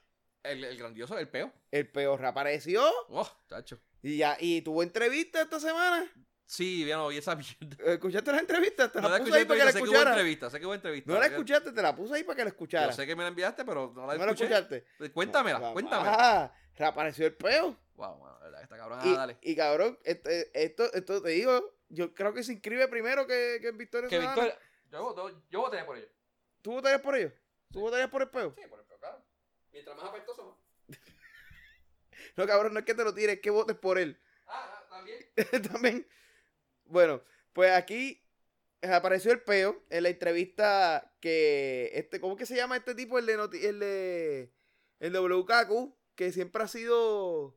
El, el grandioso, el peo. El peor reapareció. Oh, tacho. Y ya, y tuvo entrevista esta semana. Sí, bien, oí esa mierda. ¿Escuchaste la entrevista? Te No la, la puse escuché, ahí para que pero la sé que hubo escuchara. entrevista, sé que hubo entrevista. No la sé que- escuchaste, te la puse ahí para que la Yo escuchara. sé que me la enviaste, pero no la ¿No la escuché. Eh, escuchaste? Cuéntamela, No, cuéntamela. Ah, reapareció el peo. Wow, mano, la verdad, esta cabrona, Y, dale. y, cabrón, este- esto, esto te digo, yo creo que se inscribe primero que, que en Victoria Que Ciudadana. Victoria. Yo, voto- yo votaría por ello. ¿Tú votarías por ellos? ¿Tú votarías por el peo? Sí, por el claro. Mientras más apestoso, más. No, cabrón, no es que te lo tires, es que votes por él. Ah, ah, también. También. Bueno, pues aquí apareció el peo en la entrevista que este, ¿cómo que se llama este tipo? El de noti- el de el de WKQ, que siempre ha sido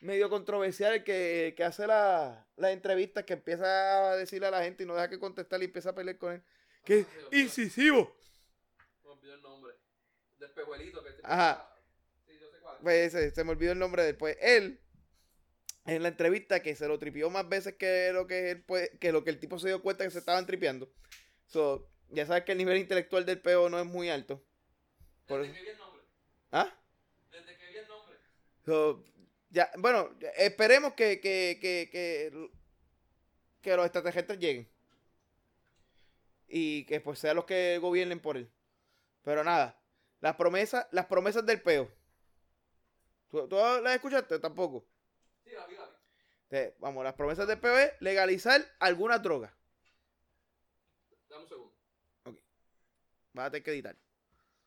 medio controversial, el que, el que hace la- las entrevistas, que empieza a decirle a la gente y no deja que contestar y empieza a pelear con él. Que es Ah, sí, lo- incisivo. Me olvidó el nombre. Del pejuelito que Ajá. Sí, yo sé cuál. Pues se, se me olvidó el nombre después. Él, en la entrevista, que se lo tripió más veces que lo que, él, pues, que, lo que el tipo se dio cuenta que se estaban tripeando. So, ya sabes que el nivel intelectual del peo no es muy alto. Por eso- que vi el nombre. ¿Ah? Desde que vi el nombre. So, ya, bueno, esperemos que, que, que, que, que los extraterrestres lleguen. Y que pues sean los que gobiernen por él. Pero nada, las promesas, las promesas del peo. ¿Tú, tú las escuchaste? Tampoco. Sí, la vi, la vi. Te- vamos, las promesas del peo es legalizar alguna droga. Dame un segundo. Vas a tener que editar.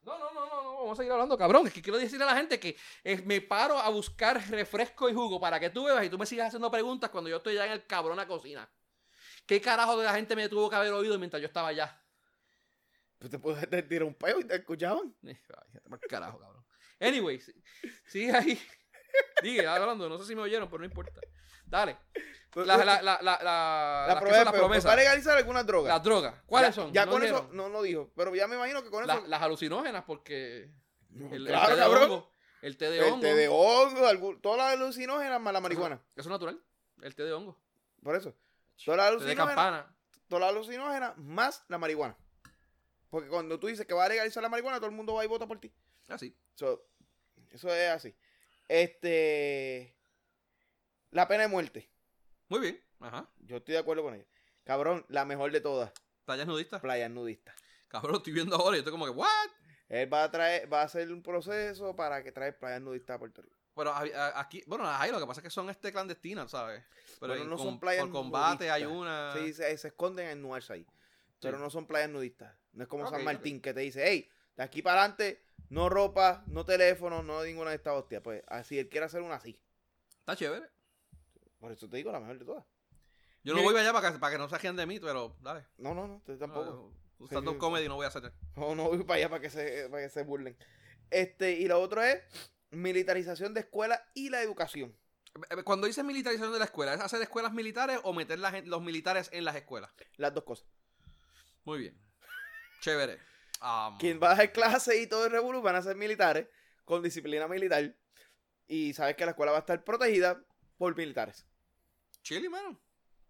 No, no, no, no, no, vamos a seguir hablando, cabrón. Es que quiero decirle a la gente que eh, me paro a buscar refresco y jugo para que tú bebas y tú me sigas haciendo preguntas cuando yo estoy ya en el cabrón a cocina. ¿Qué carajo de la gente me tuvo que haber oído mientras yo estaba allá? Pues te puedes te tirar un peo y te escuchaban. Eh, ay, vete pa'l carajo, cabrón. Anyways, sigue ahí. Sigue hablando, no sé si me oyeron, pero no importa. Dale. Pues, La, la, la, la, la, La las que son promesa las del peo, pues, va a promesas. legalizar alguna droga. Las drogas. ¿Cuáles Ya- son? Ya ¿No con eso, dijeron? no, no dijo. Pero ya me imagino que con La- eso. las alucinógenas, porque. El, el claro, té de cabrón. hongo, el té de El hongo. té de hongo, algún- todas las alucinógenas más la marihuana. Eso es natural. El té de hongo. Por eso. Todas las Té de alucinógenas, campana. todas las alucinógenas más la marihuana. Porque cuando tú dices que va a legalizar la marihuana, todo el mundo va y vota por ti. Así. So, eso es así. Este. La pena de muerte. Muy bien. Ajá. Yo estoy de acuerdo con ella. Cabrón, la mejor de todas. Playas nudistas. Playas nudistas. Cabrón, lo estoy viendo ahora y estoy como que, ¿what? Él va a traer, va a hacer un proceso para que traer playas nudistas a Puerto Rico. Bueno, a- a- aquí, bueno, las hay, lo que pasa es que son este clandestinas, ¿sabes? Pero Bueno, en no com- son playas Por combate hay nudistas. una. Sí, se, se esconden en nuarse ahí. Pero Ah. Sí. no son playas nudistas. No es como Ok, San Martín que te dice, hey, de aquí para adelante, no ropa, no teléfono, no ninguna de estas hostias. Pues así, él quiere hacer una así. Está chévere. Por eso te digo la mejor de todas. Yo no Mira- voy para allá para que, para que no se ajean de mí, pero dale. No, no, no, tú Ah, tampoco. No, stand Sí. comedy no voy a hacer. No, no voy para allá para que se, para que se burlen. Este, y lo otro es militarización de escuelas y la educación. Eh, Cuando dices militarización de la escuela, ¿es hacer escuelas militares o meter la gen- los militares en las escuelas? Las dos cosas. Muy bien. Chévere. Am, Quien va a dar clases y todo el revolú van a ser militares con disciplina militar. Y sabes que la escuela va a estar protegida por militares. Chile, mano.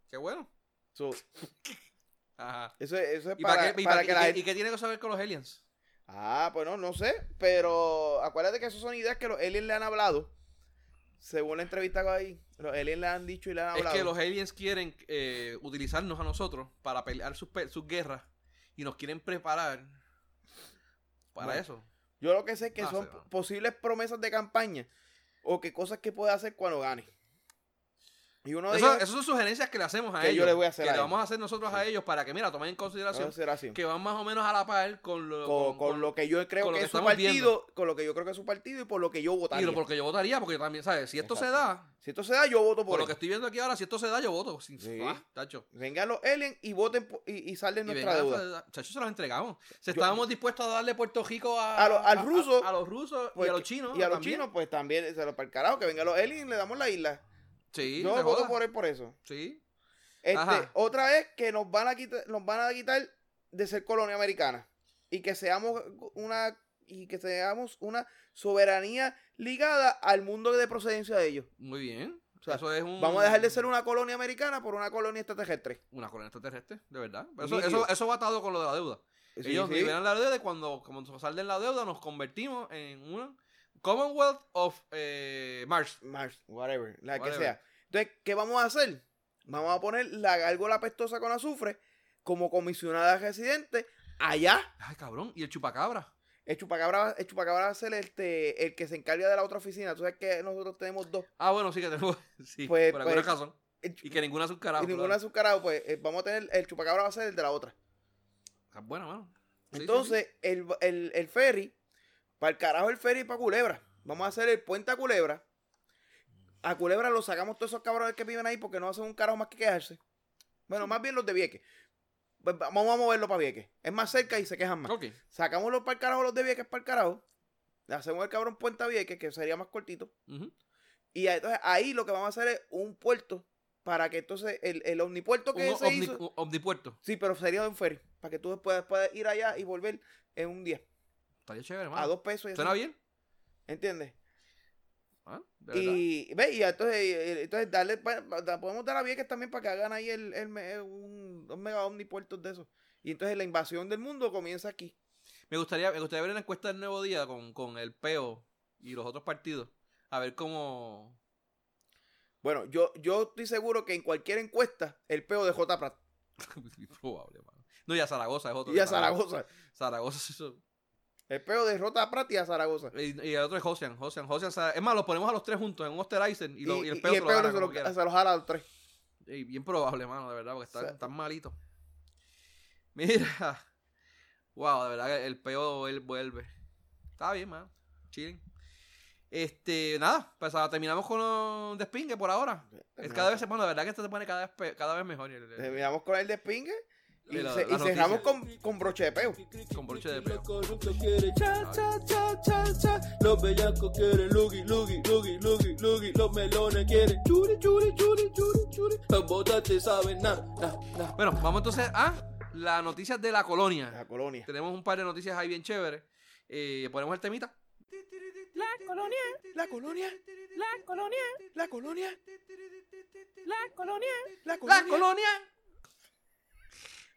Qué bueno. So, Ajá. Eso es, eso es ¿Y para, para, qué, y para para que qué- la y- gente- y qué tiene que saber con los aliens? Ah, pues no, no sé. Pero acuérdate que esas son ideas que los aliens le han hablado. Según la entrevista que ahí, los aliens le han dicho y le han Es hablado. que los aliens quieren eh, utilizarnos a nosotros para pelear sus, pe- sus guerras y nos quieren preparar para Bueno. eso. Yo lo que sé es que Ah, son sí, no. posibles promesas de campaña o que cosas que puede hacer cuando gane. Y uno de Eso- ellos Esas son sugerencias que le hacemos a Que yo ellos. le voy a hacer que a le ellos. vamos a hacer nosotros a ellos para que, mira, tomen en consideración no "Ah, será así. que van más o menos a la par con lo, Con, con lo que yo creo con lo que que es su estamos partido, viendo. con lo que yo creo que es su partido y por lo que yo y votaría. lo porque yo votaría, porque yo también, ¿sabes? Si esto se Exacto. da, Si esto se da, yo por voto por lo él. que estoy viendo aquí ahora, si esto se da, yo voto. Sin- Sí. ah, tacho. Vengan los aliens y voten po- y, y salen Y nuestra venga, deuda. Chacho, se los entregamos. Se Yo- estábamos dispuestos a darle Puerto Rico a, A lo- al ruso, a, los rusos y Pues a los que- chinos. Y a los también. chinos, pues también, se lo para el carajo, que vengan los aliens y le damos la isla. Sí, Yo no voto jodas. por él por eso. Sí. Este, Ajá. otra vez que nos van a quitar, nos van a quitar de ser colonia americana. Y que seamos una y que seamos una soberanía ligada al mundo de procedencia de ellos. Muy bien. O sea, eso es un, Vamos a dejar de ser una colonia americana por una colonia extraterrestre. una colonia extraterrestre, de verdad. Pero Eso, Nítido. eso, eso va atado con lo de la deuda. Sí, Ellos sí. liberan la deuda y cuando como nos salen la deuda nos convertimos en una Commonwealth of eh, Mars. Mars, whatever, la que Whatever. sea. Entonces, ¿qué vamos a hacer? Vamos a poner la gárgola pestosa con azufre como comisionada residente allá. Ay, cabrón. Y el chupacabra. El chupacabra, el chupacabra va a ser este, el que se encarga de la otra oficina. Tú sabes que nosotros tenemos dos. Ah, bueno, sí que tenemos. Sí, Pues- por alguna pues- razón. El chu- Y que ninguna es un carajo. y ninguna claro. azucarado, pues eh, vamos a tener, el chupacabra va a ser el de la otra. Está Ah, Bueno, bueno. Sí, sí, sí. Entonces, El, el, el ferry, para el carajo el ferry para Culebra. Vamos a hacer el puente a Culebra. A Culebra lo sacamos todos esos cabrones que viven ahí porque no hacen un carajo más que quejarse. Bueno, más bien los de Vieques. Pues va- vamos a moverlo para Vieques. Es más cerca y se quejan más. Ok. Sacamos los para el carajo, los de Vieques para el carajo. Le hacemos el cabrón puente a Vieques, que sería más cortito. Ujú. Y ahí- entonces ahí lo que vamos a hacer es un puerto para que entonces el, el omnipuerto que Un se omni- hizo. un omnipuerto. Sí, pero sería de un ferry. Para que tú puedas, puedas ir allá y volver en un día. Estaría chévere, A mano. dos pesos. Y ¿Suena así, bien? ¿Entiendes? Ah, de verdad. Y ve, y entonces, eh, entonces darle, pa- pa- da- podemos dar a Vieques también para que hagan ahí el, el me- un, dos mega omnipuertos de esos. Y entonces la invasión del mundo comienza aquí. Me gustaría, me gustaría ver una encuesta del nuevo día con, con el PEO y los otros partidos. A ver cómo. Bueno, yo, yo estoy seguro que en cualquier encuesta, el peo de J. Prat Probable, mano. No, ya Zaragoza es otro. y a Zaragoza. Zaragoza es eso. El peo de J. Prat y a Zaragoza. Y, y el otro es Josian. Josian, Josian. Sa- Es más, los ponemos a los tres juntos en un Osterizer y, Y, lo- y el PEO y se lo gana se lo- como quiera. se lo jala a los tres. Ey, bien probable, mano, de verdad, porque están, Sa- están malitos. Mira. Wow, de verdad que el peo él vuelve. Está bien, mano. Chilling. Este, nada, pues ah, terminamos con los despingue por ahora. Es cada vez, bueno, Eh. de verdad que esto se pone cada vez, pe- cada vez mejor. El- el- Terminamos con el despingue y, Y la- se- la y cerramos noticia. con, con broche de peo. Con broche de pelo. Los corruptos quieren cha, cha, cha, cha, cha. Los bellacos quieren lugi, lugi, lugi, lugi, lugi. Los melones quieren churi, churi, churi, churi, churi. Las botas te saben na, na, na. Bueno, vamos entonces a las noticias de la colonia. La colonia. Tenemos un par de noticias ahí bien chéveres. Eh, ponemos el temita. La colonia, La colonia, la colonia, la colonia, la colonia. la ¡La colonia!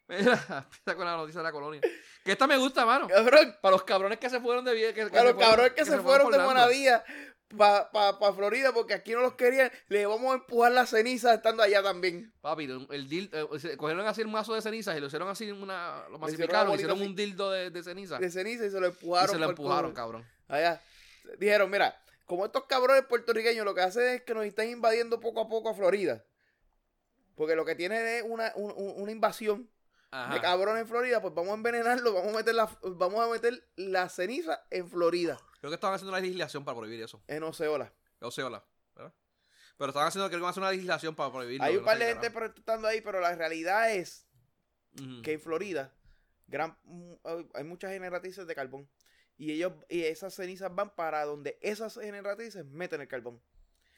Mira, empieza con la noticia de la colonia. Que esta me gusta, mano. Cabrón, Para los cabrones que se fueron de vie- que- que a se los fueron- cabrones que se fueron de por Orlando. Monadía para pa, pa Florida porque aquí no los querían, le vamos a empujar la ceniza estando allá también. Papi, el dildo, eh, se- cogieron así el mazo de cenizas y lo hicieron así en una. Lo una masificaron, bolita hicieron así. un dildo de, de ceniza. De ceniza y se lo Y empujaron. se lo por el empujaron, culo. cabrón. Allá. Dijeron, mira, como estos cabrones puertorriqueños lo que hacen es que nos están invadiendo poco a poco a Florida. Porque lo que tienen es una, un- un- una invasión de Ajá. cabrones en Florida, pues vamos a envenenarlo, vamos a meter la, vamos a meter la ceniza en Florida, Creo que estaban haciendo una legislación para prohibir eso. en Oceola. O sea, la- ¿verdad? Pero estaban haciendo, creo que van a hacer una legislación para prohibirlo. Hay que un no par sé de qué gente protestando ahí, pero la realidad es carajo. Ujú. que en Florida gran, mm, hay- hay muchas generatrices de carbón. Y ellos y esas cenizas van para donde esas generatrices meten el carbón.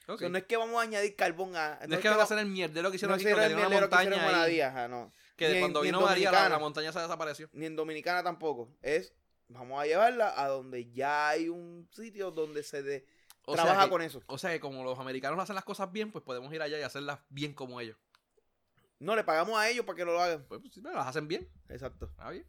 Ok. O sea, no es que vamos a añañir carbón a... No es que van a hacer el mierdero que hicieron no aquí, se que era le el dieron una mielero que hicieron montaña. en ahí, Manadí, ajá, ah, no. que de ni en- cuando ni en vino María, la, la Dominicana. montaña se desapareció. Ni en Dominicana tampoco. Es, vamos a llevarla a donde ya hay un sitio donde se de- O sea trabaja que- con eso. O sea que como los americanos hacen las cosas bien, pues podemos ir allá y hacerlas bien como ellos. No, le pagamos a ellos para que lo hagan. Pues, pues, sí, pero las hacen bien, Exacto. está bien.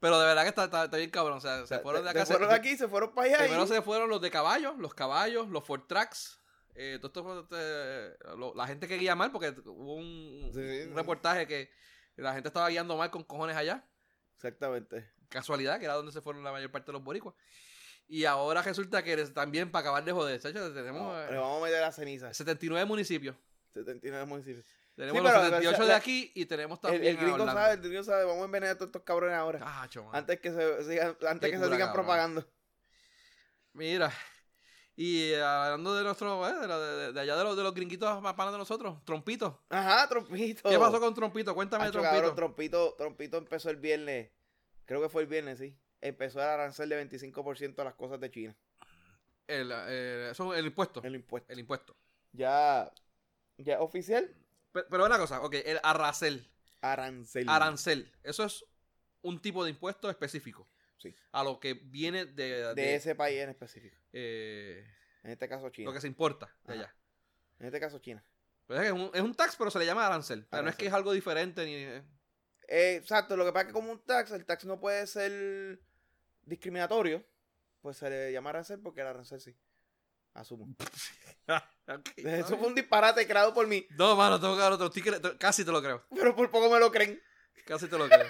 Pero de verdad que está, está- está bien cabrón. O sea, se fueron de acá. Se fueron se- de aquí, se fueron para allá. y- Primero se fueron los de caballos, los caballos, los Ford Tracks. eh, todo esto fue, eh, lo- la gente que guía mal, porque hubo un, Sí, sí. un reportaje que la gente estaba guiando mal con cojones allá. Exactamente. Casualidad, que era donde se fueron la mayor parte de los boricuas. Y ahora resulta que eres- también, para acabar de joder, chacho, tenemos No, eh, le vamos a meter las cenizas. 79 municipios. 79 municipios. Tenemos Sí, los pero, 78 o sea, de la- aquí y tenemos El, también. el gringo a Orlando. sabe, el gringo sabe, vamos a envenenar a todos estos cabrones ahora. Cacho, mano. antes que se sigan, antes Qué que se cura, sigan cabrón. propagando. Mira. Y eh, hablando de nuestro. eh, de, la- de- de allá de los, de los gringuitos más panas de nosotros, Trompito. Ajá, trompito. ¿Qué pasó con Trompito? Cuéntame, de Acho, Trompito. Oh. Ah, cabrón, trompito, trompito empezó el viernes. Creo que fue el viernes, sí. Empezó el arancel de 25% a las cosas de China. El, eh, eso, el impuesto. El, El impuesto. impuesto. Ya, ya oficial. Pero, pero una cosa, ok, el arracel. Arancel. Arancel. Eso es un tipo de impuesto específico. Sí. A lo que viene de. de, de, ese país en específico. eh, En este caso China. lo que se importa de Ajá. allá. En este caso China. Pero es, que es un, es un tax, pero se le llama arancel. O sea, no es Arancel. que es algo diferente ni. Eh, exacto, lo que pasa es que como un tax, el tax no puede ser discriminatorio. Pues se le llama arancel porque el arancel sí. Asumo. Ok, está Eso bien. fue un disparate creado por mí, No, mano, tengo que hablar otro. Estoy cre- te- Casi te lo creo. pero por poco me lo creen. Casi te lo creo.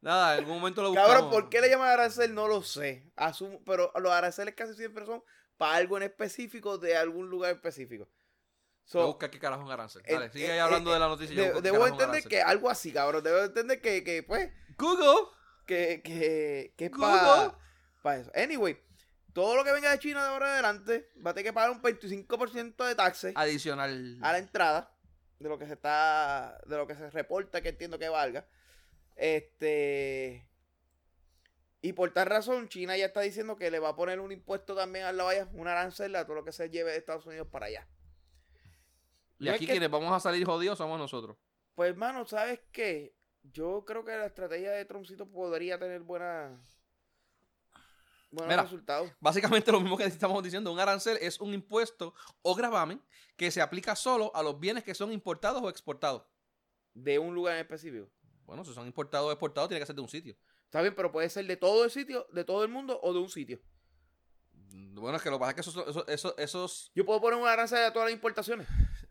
Nada, en algún momento lo buscamos. Cabrón, ¿por qué le llaman arancel? No lo sé. Asumo, pero los aranceles casi siempre son para algo en específico de algún lugar específico. So, Voy a buscar qué carajo es un arancel. Dale, Eh, sigue ahí eh, hablando eh, de la noticia. yo de- busco qué debo carajo es un entender que arancel. algo así, cabrón. Debo entender que, que pues, Google. que, que, que es Google. para eso. Anyway, todo lo que venga de China de ahora en adelante va a tener que pagar un 25% de taxes Adicional. a la entrada de lo que se está de lo que se reporta que entiendo que valga este y por tal razón China ya está diciendo que le va a poner un impuesto también a la valla un arancel a todo lo que se lleve de Estados Unidos para allá Y no es aquí que- quienes vamos a salir jodidos somos nosotros. pues hermano sabes qué yo creo que la estrategia de Trumpcito podría tener buena buenos Mira. resultados Básicamente lo mismo que estamos diciendo, un arancel es un impuesto o gravamen que se aplica solo a los bienes que son importados o exportados. de un lugar en específico Bueno, si son importados o exportados, tiene que ser de un sitio. está bien pero puede ser de todo el sitio de todo el mundo o de un sitio Bueno, es que lo que pasa es que esos, esos, esos, esos yo puedo poner un arancel a todas las importaciones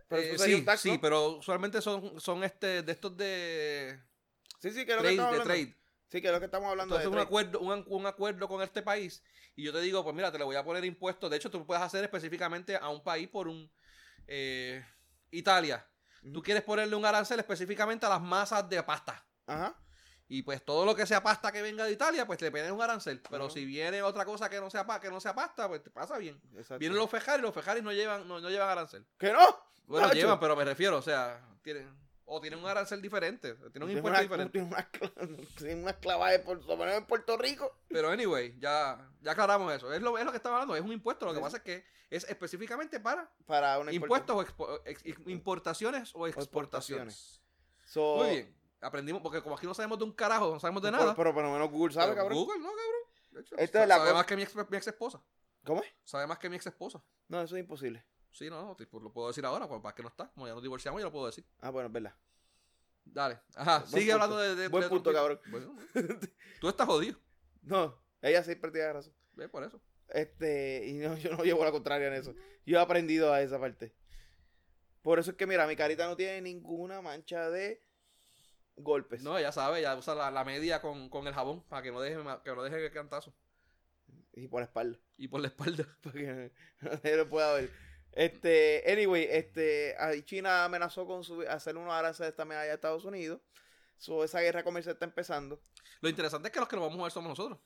pero eh, eso sería sí, un tax, sí, ¿no? pero usualmente son, son este, de estos de Sí, sí, que es lo trade, que estamos de hablando. trade. Sí, que es lo que estamos hablando Entonces, de un trade. acuerdo, un, un acuerdo con este país y yo te digo, pues mira, te le voy a poner impuestos. De hecho, tú puedes hacer específicamente a un país por un... eh, Italia. Tú Ujú. quieres ponerle un arancel específicamente a las masas de pasta. Ajá. Y pues todo lo que sea pasta que venga de Italia, pues le pones un arancel. Pero Ajá. si viene otra cosa que no sea, pa- que no sea pasta, pues te pasa bien. Exacto. Vienen los fejaris, los fejaris no llevan, no, no llevan arancel. ¡Que no! Bueno, Nacho. llevan, pero me refiero, o sea, tienen, o tienen un arancel diferente, tienen un Tiene impuesto una- diferente. Tiene unas cla- tiene unas clavadas por lo menos en Puerto Rico. Pero anyway, ya, ya aclaramos eso. Es lo, es lo que estaba hablando, es un impuesto. Lo que pasa es que es específicamente para Para una impuestos o expo- ex- importaciones o exportaciones. exportaciones. So- Muy bien. Aprendimos, porque como aquí no sabemos de un carajo, no sabemos de Por- nada. Pero por lo menos Google sabe, Pero cabrón. Google, no, cabrón. De hecho, Esto sa- es la sabe cosa- más que mi ex, mi ex esposa. ¿Cómo es? Sabe más que mi ex esposa. No, eso es imposible. Sí, no, no, tipo, lo puedo decir ahora, pues para que no está. Como ya nos divorciamos, ya lo puedo decir. Ah, bueno, es verdad. Dale. Ajá, Buen sigue punto. hablando de. de- Buen de- punto, cabrón. Bueno, tú estás jodido. no, ella siempre tiene razón. Ve por eso. Este, y no, yo no llevo la contraria en eso. Yo he aprendido a esa parte. Por eso es que, mira, mi carita no tiene ninguna mancha de golpes. No, ya sabe, ya usa la, la media con, con el jabón para que no deje ma- que no deje el cantazo. Y por la espalda. Y por la espalda. porque nadie lo pueda ver. Este, anyway, este, ahí China amenazó con subir- hacer unos aranceles también allá a Estados Unidos. So, esa guerra comercial está empezando. Lo interesante es que los que lo vamos a ver somos nosotros.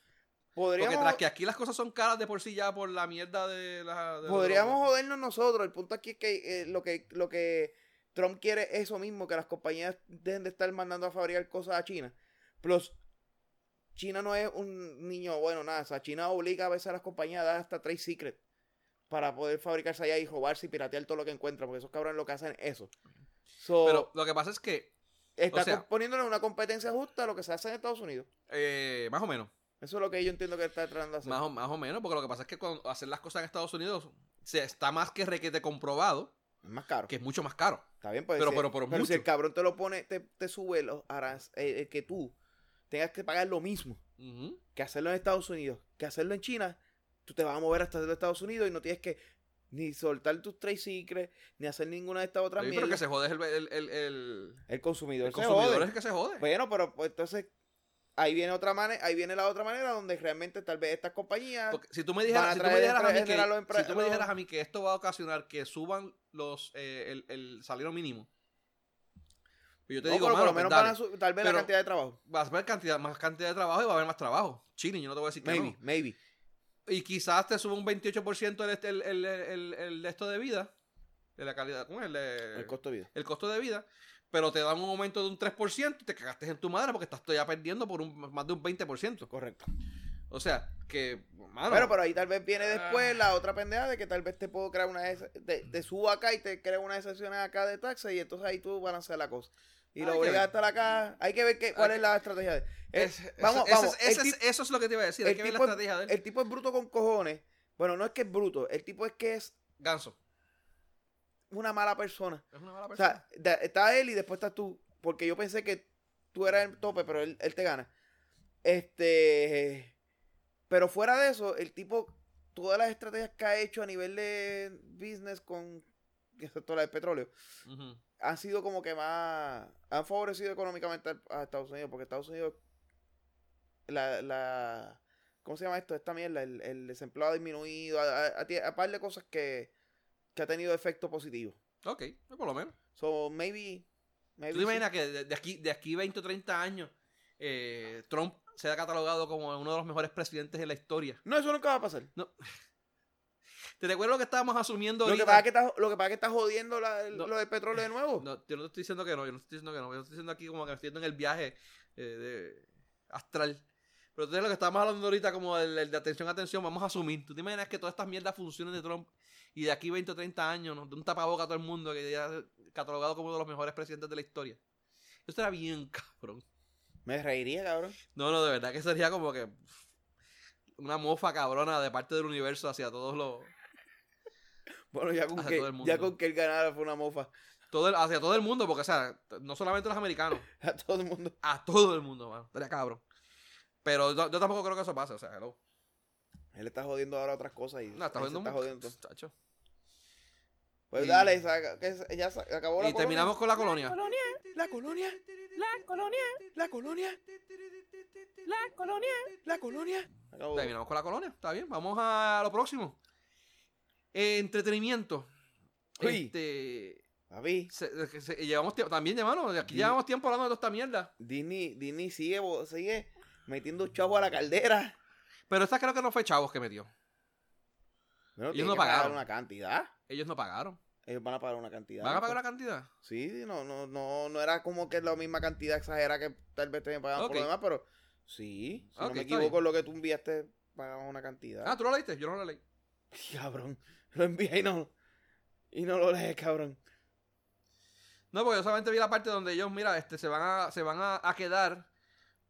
Porque Podríamos, tras que aquí las cosas son caras de por sí ya por la mierda de la. de- podríamos jodernos nosotros. El punto aquí es que, eh, lo que lo que Trump quiere es eso mismo, que las compañías dejen de estar mandando a fabricar cosas a China. Plus, China no es un niño bueno, nada. O sea, China obliga a veces a las compañías a dar hasta trade secret para poder fabricarse allá y robarse y piratear todo lo que encuentran, porque esos cabrones lo que hacen es eso. So, Pero lo que pasa es que, Está O sea- co- poniéndole una competencia justa a lo que se hace en Estados Unidos. eh, más o menos. Eso es lo que yo entiendo que está tratando de hacer. Más o, más o menos, porque lo que pasa es que cuando hacer las cosas en Estados Unidos se está más que requete comprobado, es más caro. que es mucho más caro. Está bien, pues, Pero- si- pero- pero mucho. si el cabrón te lo pone, te, te sube los aranc- eh, eh, que tú tengas que pagar lo mismo Ujú. que hacerlo en Estados Unidos, que hacerlo en China, tú te vas a mover hasta los Estados Unidos y no tienes que ni soltar tus trade secrets, ni hacer ninguna de estas otras Sí, pero que mierdas. se jode es el, el, el- el- El el consumidor, se consumidor jode. es el que se jode. Bueno, pero pues, entonces ahí viene otra manera, ahí viene la otra manera donde realmente tal vez estas compañías Porque si tú me Van dijeras, a si tú me traer- dijeras a mí traer que, a los empre- si tú me los- dijeras a mí que esto va a ocasionar que suban los eh, el, el salario mínimo, pues yo te no, digo, pero por mano, lo pues menos dale, van a su- tal vez Pero- la cantidad de trabajo. va a haber cantidad, más cantidad de trabajo y va a haber más trabajo. Chile, yo no te voy a decir que Maybe, no. maybe. Y quizás te suba un 28% el, este- el, el, el, el de esto de vida, de la calidad, ¿cómo es? El, de- El costo de vida. el costo de vida, pero te dan un aumento de un 3% y te cagaste en tu madre porque estás ya perdiendo por un, más de un 20%. Correcto. O sea, que, mano, Bueno, pero ahí tal vez viene Ah. después la otra pendeja de que tal vez te puedo crear una. ex- Te, te subo acá y te creo una excepción acá de taxes y entonces ahí tú balanceas la cosa. Y Ah, Hay lo que obligas a ver. estar acá. Hay que ver qué, cuál Hay es la estrategia de. es- eh, es- vamos, ese es- vamos. ese el, es- tip- eso es lo que te iba a decir. Hay el que ver la tipo- estrategia de él. el tipo es bruto con cojones. Bueno, no es que es bruto. El tipo es que es Ganso. una mala persona. Es una mala O persona. sea, da- está él y después estás tú. Porque yo pensé que tú eras el tope, pero él, él te gana. Este. Pero fuera de eso, el tipo todas las estrategias que ha hecho a nivel de business con, excepto la del petróleo, Ujú. han sido como que más, han favorecido económicamente al- a Estados Unidos, porque Estados Unidos, la, la, ¿cómo se llama esto? Esta mierda, el, el desempleo ha disminuido, a, a- a ti- a par de cosas que, que ha tenido efecto positivo. Ok, pues por lo menos. So, maybe, maybe ¿Tú te sí. imaginas que de, de aquí, de aquí 20 o 30 años eh, Trump sea catalogado como uno de los mejores presidentes de la historia? No, eso nunca va a pasar. ¿Te recuerdas lo que estábamos asumiendo Lo que, ahorita? pasa es que está, lo que pasa es que está jodiendo la- No. lo del petróleo de nuevo. No, yo no te estoy diciendo que no, yo no estoy diciendo que no. Yo estoy diciendo aquí como que me estoy yendo en el viaje eh, de- astral. Pero entonces lo que estamos hablando ahorita, como el, el de atención, atención, vamos a asumir. ¿Tú te imaginas que todas estas mierdas funcionen de Trump y de aquí 20 o 30 años nos de un tapaboca a todo el mundo que ya es catalogado como uno de los mejores presidentes de la historia? Eso será bien cabrón. Me reiría, cabrón. No, no, de verdad que sería como que pff, una mofa cabrona de parte del universo hacia todos los Bueno, ya con, Hacia que, todo el mundo. ya con que él ganara fue una mofa. todo el- hacia todo el mundo, porque o sea, t- no solamente los americanos, A todo el mundo. a todo el mundo, mano. Estaría cabrón. Pero yo, yo tampoco creo que eso pase, o sea, hello. Él está jodiendo ahora otras cosas y No, está él se jodiendo está mucho, jodiendo. chacho. Pues Y- dale, saca- que se- ya se acabó la Y terminamos con la colonia. colonia, La colonia, la colonia, la colonia, la colonia, la colonia. Acabó. Terminamos con la colonia, está bien. Vamos a lo próximo. Eh, entretenimiento. Uy. Este, Papi, se- que se- llevamos tie- también, hermano, de aquí Di- llevamos tiempo hablando de toda esta mierda. Disney, Disney sigue, bo- sigue metiendo chavo a la caldera. Pero esta creo que no fue Chavos que metió. Bueno, Ellos tienen no que pagar pagaron. una cantidad. Ellos no pagaron. Ellos van a pagar una cantidad. ¿Van ¿no? a pagar la cantidad? Sí, sí, no, no, no, no era como que la misma cantidad exagerada que tal vez te pagaban por Ok. lo demás, pero sí, si no Ok, me está equivoco, lo que tú enviaste pagaban una cantidad. Ah, ¿tú lo leíste? Yo no lo leí. Cabrón, lo envié y no, y no lo lees, cabrón. No, porque yo solamente vi la parte donde ellos, mira, este, se van a, se van a, a quedar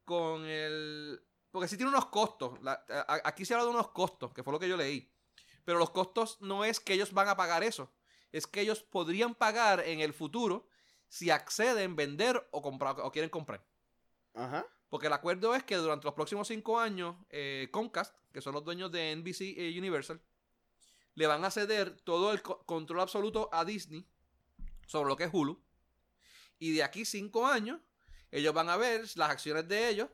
con el... Porque sí tiene unos costos. La- a- a- aquí se habla de unos costos, que fue lo que yo leí. Pero los costos no es que ellos van a pagar eso. Es que ellos podrían pagar en el futuro si acceden vender o, comprar, o quieren comprar. Ajá, Porque el acuerdo es que durante los próximos cinco años, eh, Comcast, que son los dueños de NBC y Universal, le van a ceder todo el co- control absoluto a Disney sobre lo que es Hulu. Y de aquí cinco años, ellos van a ver las acciones de ellos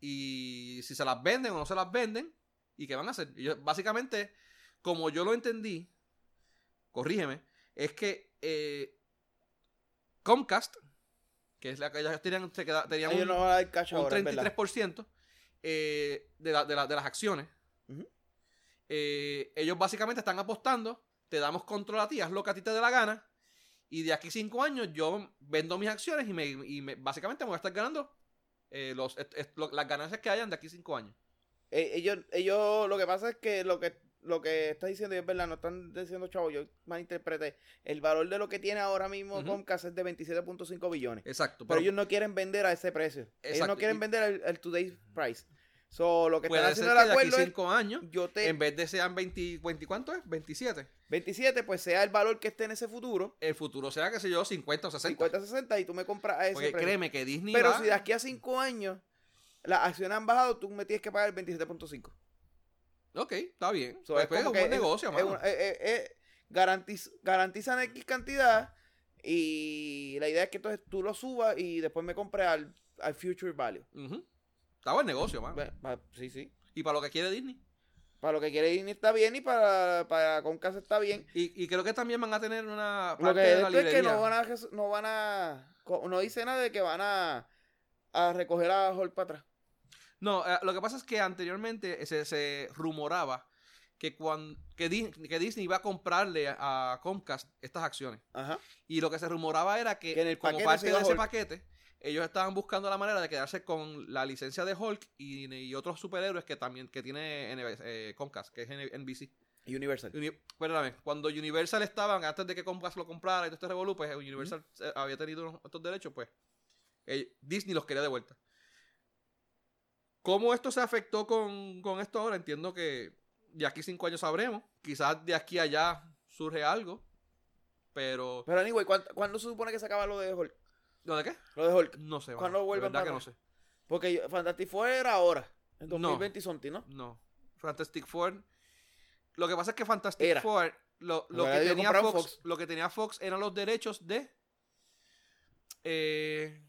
y si se las venden o no se las venden y qué van a hacer. Ellos, básicamente, como yo lo entendí, corrígeme, es que eh, Comcast, que es la que ellos tenían, se queda- tenían ellos un- no van a dar cash un ahora, es verdad. 33% eh, de, la- de la- de las acciones. Ujú. Eh, ellos básicamente están apostando, te damos control a ti, haz lo que a ti te dé la gana, y de aquí cinco años yo vendo mis acciones y, me, y me- básicamente me voy a estar ganando eh, los, est- est- lo- las ganancias que hayan de aquí cinco años. Eh, ellos, ellos, lo que pasa es que lo que lo que está diciendo y es verdad, no están diciendo chavo, yo malinterpreté. El valor de lo que tiene ahora mismo Ujú. Comcast es de 27.5 billones. Exacto. Pero ellos no quieren vender a ese precio. Ellos Exacto, no quieren y- vender al, al today's price. So, lo que están puede ser que haciendo el de aquí acuerdo es, cinco años, yo te... en vez de sean 20, 20 ¿cuánto es? 27. 27, pues sea el valor que esté en ese futuro, El futuro será, qué sé yo, 50 o 60. 50-60, y tú me compras a ese Porque precio. créeme que Disney Pero va- si de aquí a 5 años las acciones han bajado, tú me tienes que pagar el 27.5. Ok, está bien. So, Pues, como pues, es un que buen negocio, es mano. una- eh, eh, eh, garantiz- garantizan X cantidad y la idea es que entonces tú lo subas y después me compres al, al future value. Ujú. Está buen negocio, mano. Bueno, pa- sí, sí. Y para lo que quiere Disney. Para lo que quiere Disney está bien y para, para Comcast está bien. Y, y creo que también van a tener una Lo parte que de la esto es librería. que no van a res- no van a co- no dice nada de que van a, a recoger a Hall para atrás. No, eh, lo que pasa es que anteriormente se, se rumoraba que, cuan- que, Dis- que Disney iba a comprarle a Comcast estas acciones. Ajá. Y lo que se rumoraba era que, Que en el como paquete parte se de iba ese Hulk. paquete, ellos estaban buscando la manera de quedarse con la licencia de Hulk y, y otros superhéroes que también que tiene eh, Comcast, que es NBC. Universal. Uni- Perdóname, cuando Universal estaban, antes de que Comcast lo comprara y todo este revolú, pues Universal eh, había tenido unos- estos derechos, pues eh, Disney los quería de vuelta. ¿Cómo esto se afectó con, con esto ahora? Entiendo que de aquí cinco años sabremos. Quizás de aquí a allá surge algo. Pero. Pero anyway, ¿cuán- ¿cuándo, se supone que se acaba lo de Hulk? ¿Lo de qué? Lo de Hulk. No sé. mano. ¿Cuándo De vuelven verdad para que no atrás? sé. Porque yo- Fantastic Four era ahora, en No. 2020 y something, ¿no? No. Fantastic Four Lo que pasa es que Fantastic Era. Four, lo, lo Ahora que ellos tenía compraron Fox, Fox. lo que tenía Fox eran los derechos de. eh,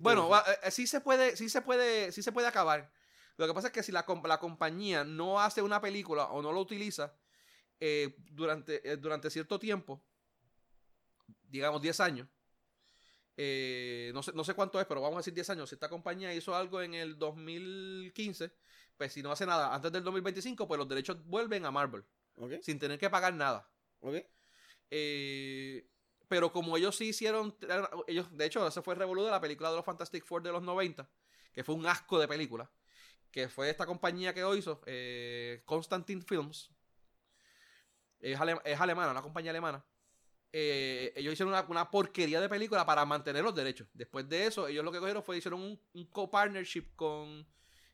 bueno, va- eh, eh, sí se puede, sí se puede, sí se puede acabar. Lo que pasa es que si la, com- la compañía no hace una película o no lo utiliza eh, durante, eh, durante cierto tiempo, digamos 10 años, eh, no, sé, no sé cuánto es, pero vamos a decir 10 años, si esta compañía hizo algo en el 2015, pues si no hace nada antes del 2025, pues los derechos vuelven a Marvel, Ok, sin tener que pagar nada. ok. Eh, pero como ellos sí hicieron. Ellos, de hecho, ese fue el revolú de la película de los Fantastic Four de los 90, que fue un asco de película. Que fue esta compañía que lo hizo, eh, Constantine Films. Es, ale- es alemana, una compañía alemana. Eh, ellos hicieron una, una porquería de película para mantener los derechos. Después de eso, ellos lo que cogieron fue hicieron un, un co-partnership con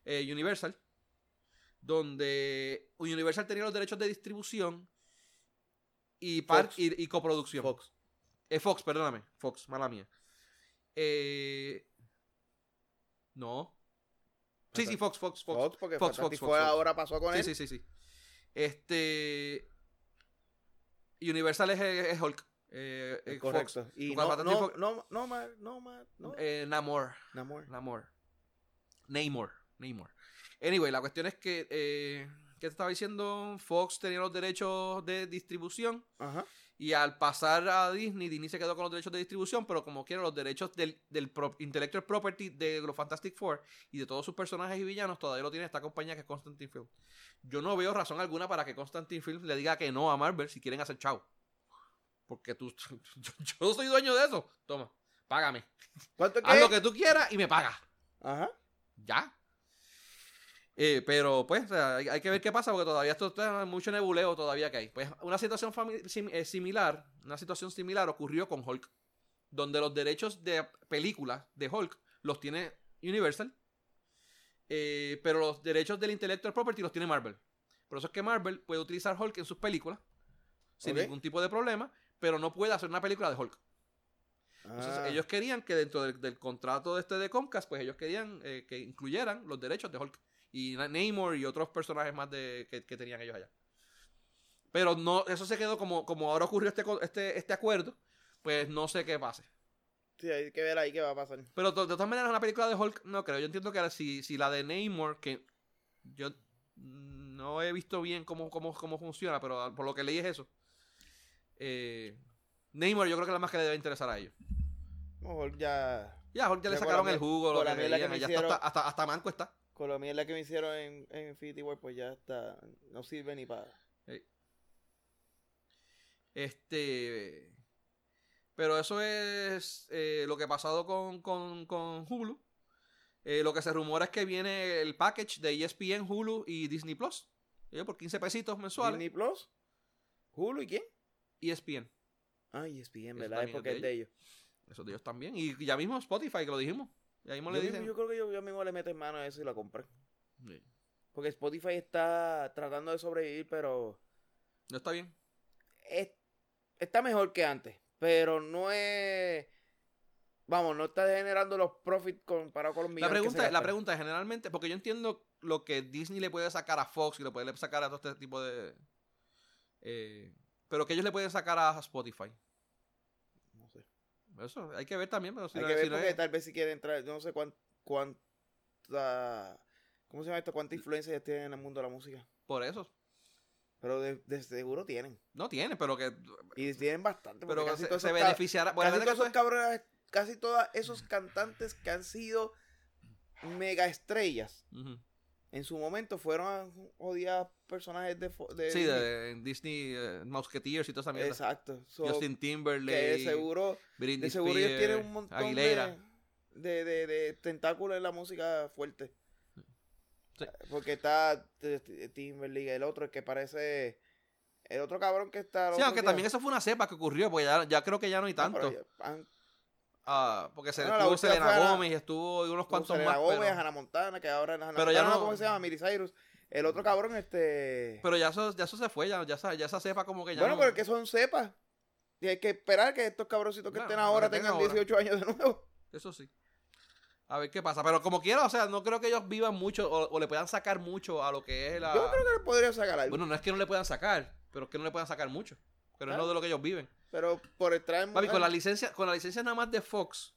eh, Universal. Donde Universal tenía los derechos de distribución y, par- Fox. y, y coproducción. Fox. Eh, Fox, perdóname. Fox, mala mía. Eh, no. Sí, sí, Fox, Fox, Fox. Fox, porque Fox, Fox, Fantastic Four Fox, Fox. ahora pasó con sí, él. sí, sí, sí. Este. Universal es, es Hulk. Eh, eh, Eh, Correcto. Y Porque no, Fantastic no, Four- no, no, ma- no, ma- no, Fox, eh, Namor. Namor. Namor. Namor. Namor. Anyway, la cuestión es que. Eh, ¿Qué te estaba diciendo? Fox tenía los derechos de distribución. Ajá. Y al pasar a Disney, Disney se quedó con los derechos de distribución, pero como quiera, los derechos del, del pro- intellectual property de los Fantastic Four y de todos sus personajes y villanos todavía lo tiene esta compañía que es Constantine Films. Yo no veo razón alguna para que Constantine Films le diga que no a Marvel si quieren hacer chao. Porque tú, yo, yo soy dueño de eso. Toma, págame. ¿Cuánto es que Haz lo es? que tú quieras y me pagas. Ajá. Ya. Eh, pero pues o sea, hay, hay que ver qué pasa porque todavía esto está mucho nebuleo todavía que hay. Pues una situación fami- sim- eh, similar, una situación similar ocurrió con Hulk, donde los derechos de películas de Hulk los tiene Universal, eh, pero los derechos del intellectual property los tiene Marvel. Por eso es que Marvel puede utilizar Hulk en sus películas sin Ok. ningún tipo de problema, pero no puede hacer una película de Hulk. Entonces, Ah, ellos querían que dentro del, del contrato de este de Comcast, pues ellos querían eh, que incluyeran los derechos de Hulk y Na- Namor y otros personajes más de, que, que tenían ellos allá. Pero no, eso se quedó como, como ahora ocurrió este, co- este, este acuerdo, pues no sé qué pase. Ah, Sí, hay que ver ahí qué va a pasar. Pero to- de todas maneras, una película de Hulk, no creo. Yo entiendo que ahora si, si la de Namor, que yo mm, no he visto bien cómo, cómo, cómo funciona, pero ah, por lo que leí es eso. Eh, Namor, yo creo que es la más que le debe interesar a ellos. Mejor ya... Ya, Hulk ya le Ya con sacaron la el miel- jugo, lo con que la miel la que querían, me ya está, hicieron. hasta, hasta, hasta Manco está. Con lo mierda que me hicieron en, en Infinity War, pues ya está. No sirve ni para... Este. Pero eso es eh, lo que ha pasado con, con, con Hulu. Eh, lo que se rumora es que viene el package de E ESPN, Hulu y Disney Plus. Ellos por 15 pesitos mensuales. E Disney Plus, Hulu y quién? ESPN. Ay, E ESPN, Eso ¿verdad? Es también porque es de ellos. Eso de ellos también. Y ya mismo Spotify, que lo dijimos. Ya mismo Yo, le mismo- dicen. yo creo que yo, yo mismo le meto en mano a eso y la compré. Sí. Porque Spotify está tratando de sobrevivir, pero No está bien. es- está mejor que antes. Pero no es. Vamos, no está generando los profits comparado con los La millones. que se pregunta, la gastan. pregunta es generalmente, porque yo entiendo lo que Disney le puede sacar a Fox y le puede sacar a todo este tipo de. eh, pero que ellos le pueden sacar a Spotify. No sé. Eso hay que ver también. Pero si Hay no- que ver si no porque es- tal vez si quiere entrar. yo No sé cuán- cuánta. ¿Cómo se llama esto? ¿Cuánta influencia ellos tienen en el mundo de la música? por eso. Pero de, de seguro tienen. No tiene, pero que. Y tienen bastante. porque Pero casi se, todos se esos ca- beneficiará. bueno, este Casi la verdad todos esos que cabrones, casi todos esos cantantes que han sido mega estrellas eso es- Ujú. en su momento fueron a- odiados personajes de, fo- de Sí, de, Disney. de Disney, eh, Mouseketeers y toda esa mierda. exacto. So, Justin que de Timberlake. seguro, Britney de seguro ellos Spears, tienen un montón de, Aguilera. de, de, de tentáculos en la música fuerte. Sí. Porque está T- T- Timberlake, el otro el que parece el otro cabrón que está. Sí, el otro aunque día. también eso fue una cepa que ocurrió, porque ya, ya creo que ya no hay No, tanto. pero ya- han- Ah, porque se Bueno, la estuvo última Selena fue Ana- Gómez y estuvo y unos Como cuantos Selena más. Gómez, pero, Hannah Montana, que ahora no es Hannah Pero ya Montana, no- ¿cómo se llama? Miley Cyrus. El otro cabrón, este... pero ya, eso, ya eso se fue, ya, ya, esa- ya esa cepa como que ya. bueno, no- pero es que son cepas. Y hay que esperar que estos cabroncitos que Bueno, estén ahora que tengan tengan ahora. 18 años de nuevo. Eso sí. A ver qué pasa. Pero como quiera, o sea, no creo que ellos vivan mucho o, o le puedan sacar mucho a lo que es la. Yo creo que le podría sacar algo. Ah. Bueno, no es que no le puedan sacar, pero es que no le puedan sacar mucho. Pero es Claro. lo de lo que ellos viven. pero por extraer Papi, con la mujeres- licencia, con la licencia nada más de Fox,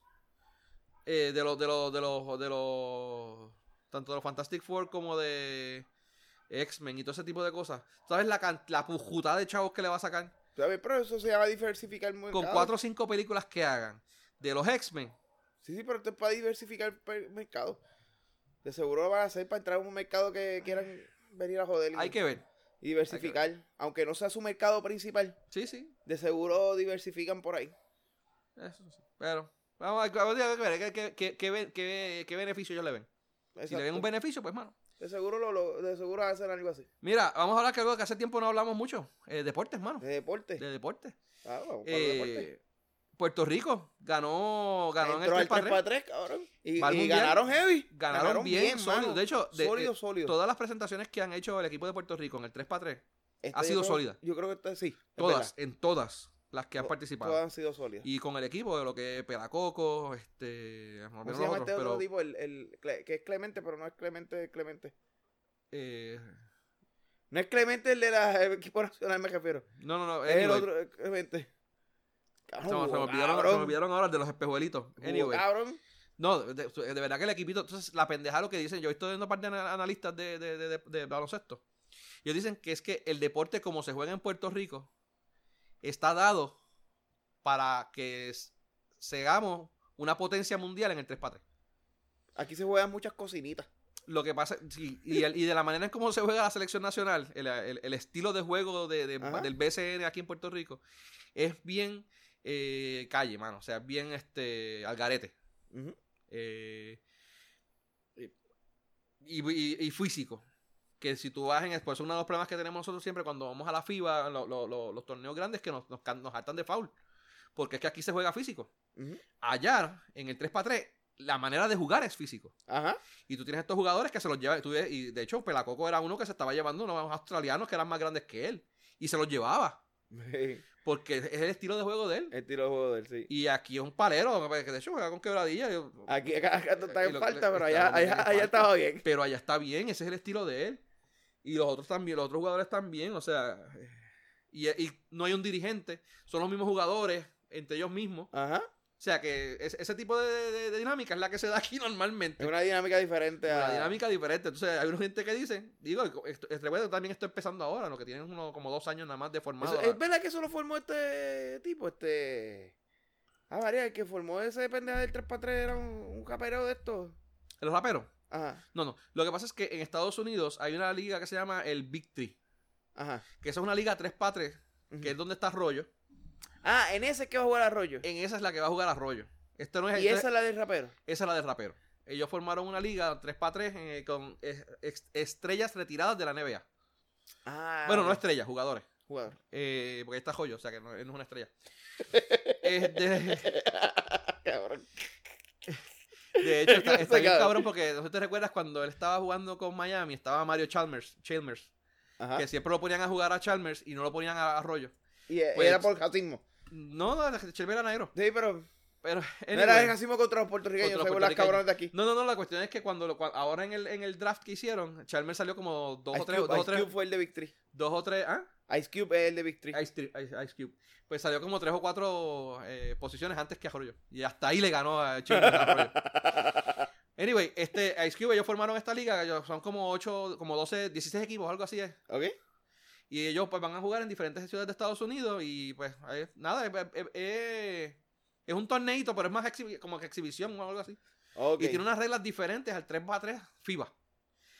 eh, de los, de los, de los, de los, tanto de los Fantastic Four como de X-Men y todo ese tipo de cosas. ¿Sabes la, can- la pujutada de chavos que le va a sacar? ¿Sabes? Pero eso se llama diversificar el mercado. Con cuatro o cinco películas que hagan de los X-Men. Sí, sí, pero esto es para diversificar el per- mercado. De seguro lo van a hacer para entrar a un mercado que quieran venir a joder y, Hay que ver. y diversificar. Aunque no sea su mercado principal, Sí, sí. de seguro diversifican por ahí. Eso sí. Pero vamos a vamos a ver qué- qué- qué- qué ben- qué- qué beneficio ellos le ven. Si le ven Exacto. un beneficio, pues mano. de seguro lo, lo- de seguro hacen algo así. Mira, vamos a hablar que algo que hace tiempo no hablamos mucho. eh, deportes, mano. De deporte. De deportes. Ah, vamos para los deportes. Eh, Puerto Rico ganó, ganó en el Entró al 3 para 3. 3 para 3, cabrón. Y, Va al y mundial. ganaron heavy. Ganaron, bien, sólido. mano. De hecho, de- de sólido, sólido. todas las presentaciones que han hecho el equipo de Puerto Rico en el 3 para 3, Esta ha Este sido yo creo- sólida. Yo creo que esta sí. es todas, verdad. en todas las que han To- participado. Todas han sido sólidas. Y con el equipo de lo que es Pelacoco, este. no ¿Cómo olvido se llama los otros, este pero, otro tipo? El, el, Cle- que es Clemente, pero no es Clemente, es Clemente. eh, No es Clemente el de la el equipo nacional, me refiero. no, no, no. Es el anyway. otro Oh, eh, Clemente. Cabrón, Se me- se me jugó olvidaron, se me olvidaron ahora el de los espejuelitos. Jugó Anyway. cabrón. No, de, de- de verdad que el equipito. Entonces, la pendeja lo que dicen. Yo estoy viendo un par de ana- analistas de, de, de, de- de baloncesto. Ellos dicen que es que el deporte, como se juega en Puerto Rico, está dado para que s- seamos una potencia mundial en el 3 x 3. Aquí se juegan muchas cocinitas. Lo que pasa, sí, y, el- y de la manera en cómo se juega la selección nacional, el, el- el estilo de juego de- de- Ajá. del BCN aquí en Puerto Rico, es bien eh, calle, mano. O sea, bien este, al garete. Ujú. eh, y, y- y físico. Que si tú vas en por eso es uno de los problemas que tenemos nosotros siempre cuando vamos a la FIBA, lo- lo- lo- los torneos grandes que nos, nos, can- nos hartan de foul. Porque es que aquí se juega físico. Ujú. Allá, en el 3x3, la manera de jugar es físico. Ajá. Y tú tienes estos jugadores que se los llevan. tú ves- y de hecho, Pelacoco era uno que se estaba llevando unos australianos que eran más grandes que él. Y se los llevaba. Porque es el estilo de juego de él. Estilo de juego del sí. Y aquí es un palero, que de hecho juega con quebradilla. yo- Aquí, acá, acá no está Aquí en lo- falta, lo- pero está allá, lo que allá, tiene allá falta. estaba bien. Pero allá está bien, ese es el estilo de él. Y los otros también, los otros jugadores también, o sea. eh, Y, y no hay un dirigente, son los mismos jugadores entre ellos mismos. Ajá. O sea que es- ese tipo de, de- de dinámica es la que se da aquí normalmente. Es una dinámica diferente a. Una dinámica diferente. Entonces, hay una gente que dice, digo, esto- este bueno, también está empezando ahora, lo que tienen uno como dos años nada más de Eso- eh, formado. la- es verdad que eso lo formó este tipo, este. Ah, María, el que formó ese pendejo del 3x3 era un, un capereo de estos. ¿El rapero? Ajá, No, no. Lo que pasa es que en Estados Unidos hay una liga que se llama el Big Three, ajá. que esa es una liga 3x3, que es Ujú. donde está Arroyo. Ah, en ese es que va a jugar Arroyo. En esa es la que va a jugar Arroyo. Esta no es, Y esta- esa es la del rapero. esa es la del rapero. Ellos formaron una liga 3x3 eh, con eh, ex- estrellas retiradas de la NBA. Ah, bueno, no ok. estrellas, jugadores. Jugador. Eh, porque ahí está Joyo, o sea que no, él no es una estrella. Este- Ah, Cabrón. De hecho, está, Ese está bien cabrón. cabrón porque no sé si te recuerdas cuando él estaba jugando con Miami, estaba Mario Chalmers, Chalmers, Ajá. que siempre lo ponían a jugar a Chalmers y no lo ponían a Arroyo. Y eh, pues- era por racismo. No, no, Chalmers era negro. Sí, pero. Pero No era el anyway. racismo contra los puertorriqueños, Contra los según las puertorriqueños. cabronas de aquí. no, no, no, la cuestión es que cuando, lo- cua- ahora en el, en el draft que hicieron, Chalmers salió como dos Ice o tres, Cube, dos o Ice tres, Cube fue el de Victory. dos o tres, ¿ah? Ice Cube es el de Victory. Ice, Tri- Ice- Ice Cube. Pues salió como tres o cuatro eh, posiciones antes que Arroyo. Y hasta ahí le ganó a Chambers a Arroyo. Anyway, este Ice Cube, ellos formaron esta liga, ellos son como ocho, como 12, 16 equipos, algo así es. ¿Ok? Y ellos pues van a jugar en diferentes ciudades de Estados Unidos y pues eh, nada, eh, eh, eh, eh, es un torneito, pero es más exhibi- como que exhibición o algo así. Ok. Y tiene unas reglas diferentes al 3x3 FIBA.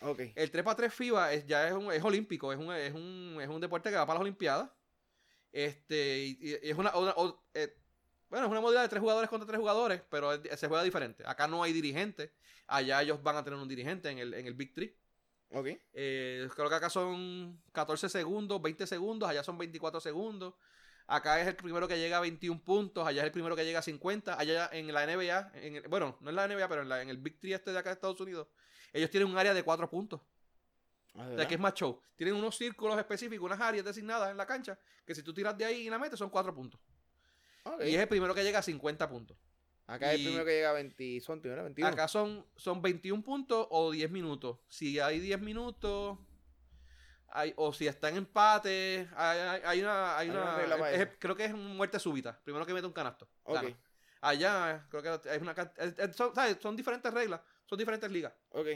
Ok. El 3x3 FIBA es, ya es, un- es olímpico, es un, es, un, es un deporte que va para las Olimpiadas. Este, y, y es una, una- o- eh, bueno, es una modalidad de tres jugadores contra tres jugadores, pero es- se juega diferente. Acá no hay dirigente, allá ellos van a tener un dirigente en el, en el Big Three. Ok. Eh, creo que acá son 14 segundos, 20 segundos, allá son 24 segundos. Acá es el primero que llega a 21 puntos, allá es el primero que llega a 50. Allá en la NBA, en el- bueno, no en la NBA, pero en, la- en el Big Three este de acá de Estados Unidos, ellos tienen un área de 4 puntos. O Ah, ¿verdad? sea, que es más show. Tienen unos círculos específicos, unas áreas designadas en la cancha, que si tú tiras de ahí y la metes son 4 puntos. Ok. Y es el primero que llega a 50 puntos. Acá es Y- el primero que llega a 20, son, ¿no? 21. Acá son, son 21 puntos o 10 minutos. Si hay 10 minutos, hay- o si está en empate, hay, hay- hay una... Hay Hay una- una regla para es- eso. creo que es muerte súbita. Primero que mete un canasto. Ok, gana. Allá creo que hay una... can- eh, eh, Son, ¿sabes? son diferentes reglas, son diferentes ligas. ok.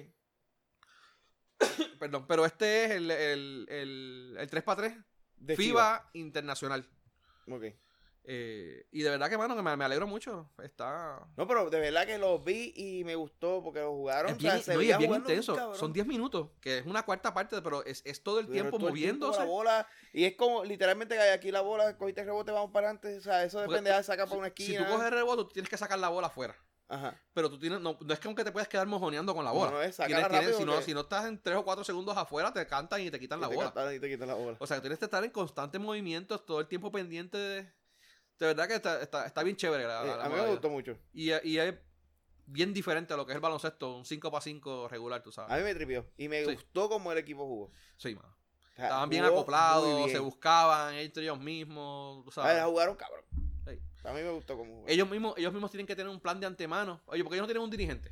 Perdón, pero este es el, el, el, el 3x3 De FIBA Internacional. FIBA. Ok. Eh, y de verdad que, mano, que me, me alegro mucho. Está... No, pero de verdad que los vi y me gustó porque los jugaron. Es bien, o sea, se no, y veía es bien jugando intenso. cabrón. Son 10 minutos, que es una cuarta parte, pero es, es todo el Pero tiempo todo el moviéndose. la bola, y es como literalmente que aquí la bola, cogiste el rebote, vamos para adelante. O sea, eso Porque depende de sacar si- para una Pues, Si esquina. tú coges el rebote, tú tienes que sacar la bola afuera. Ajá. Pero tú tienes, no, no es que aunque te puedas quedar mojoneando con la No, bola. no, es sacarla Tienes- tienes- rápido si, no, porque- si no estás en 3 o 4 segundos afuera, te cantan y te quitan Y la te bola. cantaron y te quitan la bola. O sea, que tienes que estar en constante movimiento, todo el tiempo pendiente de... De verdad que está, está, está bien chévere la, Eh, la- la a mí me modalidad. gustó mucho. Y, y es bien diferente a lo que es el baloncesto, un 5x5 regular, tú A sabes. mí me tripió. Y me Sí. gustó cómo el equipo jugó. O Sí, mano. sea, Estaban bien Ah, jugó acoplados, muy se bien. buscaban entre ellos mismos, tú A ver, sabes. la jugaron cabrón. Sí. A mí me gustó cómo jugó. Ellos mismos, ellos mismos tienen que tener un plan de antemano. Oye, porque ellos no tienen un dirigente.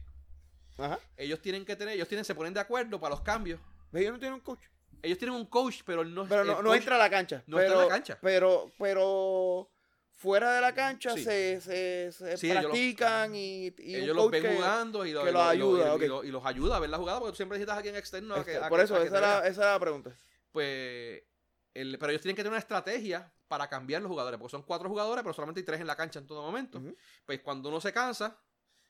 Ajá. Ellos tienen que tener, ellos tienen, se ponen de acuerdo para los cambios. Ellos no tienen un coach. Ellos tienen un coach, pero él no Pero el no, no coach- entra a la cancha. no pero, entra a la cancha. Pero, pero fuera de la cancha Sí. se, se, se Sí, ellos los- practican y, y un ellos los coach ven que- jugando y, lo- que y los lo- y lo- ayuda, y ok. lo- y los ayuda a ver la jugada, porque tú siempre necesitas a alguien externo a que- Este, a por que- eso, a que te esa, era, vea. esa era la pregunta. pues el- pero ellos tienen que tener una estrategia para cambiar los jugadores, porque son cuatro jugadores, pero solamente hay tres en la cancha en todo momento. Ujú. Pues cuando uno se cansa,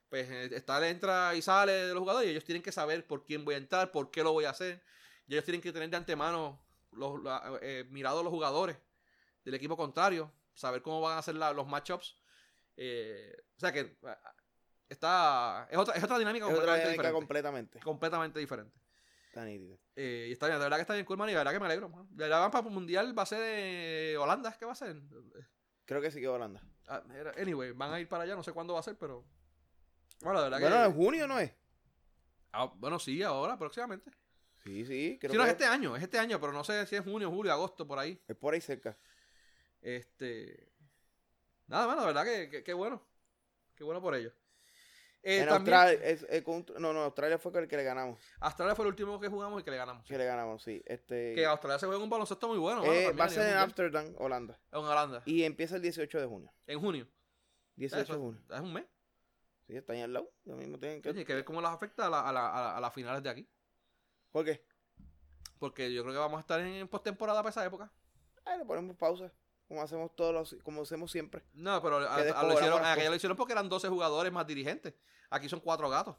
pues eh, está, entra y sale de los jugadores y ellos tienen que saber por quién voy a entrar, por qué lo voy a hacer. Y ellos tienen que tener de antemano los, la- eh, mirados los jugadores del equipo contrario, saber cómo van a hacer la- los matchups. Eh, o sea que eh, está es otra, es otra dinámica Es otra completamente dinámica diferente. completamente. completamente diferente. Está nítido. Eh, y está bien, de verdad que está bien cool, mano, y de verdad que me alegro, mano. De verdad, para el mundial va a ser eh, Holanda, ¿es que va a ser? Eh, Creo que sí que Holanda. ah, era- Anyway, van a ir para allá, no sé cuándo va a ser, pero... Bueno, de verdad Bueno, en que... junio no es. Ah, bueno, sí, ahora, próximamente. Sí, sí, creo Si no, que es este año, es este año, pero no sé si es junio, julio, agosto, por ahí. es por ahí cerca. Este... Nada, mano, de verdad que, que, que bueno. Qué bueno por ellos. Eh, en también, Australia, es- es contra- no, no, Australia fue con el que le ganamos. Australia fue el último que jugamos y que le ganamos. Que le ganamos, sí. Este, Que Australia se juega un baloncesto muy bueno, eh, mano, también, va a en ser el en mundial. Amsterdam, Holanda. en Holanda, Y empieza el 18 de junio. en junio. 18 Eso- de junio. Es un mes. Sí, está ahí al lado. Lo mismo tienen que... Tiene que ver cómo las afecta a, la- a la- a la- a las finales de aquí. ¿Por qué? Porque yo creo que vamos a estar en postemporada para esa época. Ah, le ponemos pausa. Como hacemos todos los, como hacemos siempre. No, pero a, a- lo descobramos hicieron, las a aquella cosas. lo hicieron porque eran 12 jugadores más dirigentes. Aquí son cuatro gatos.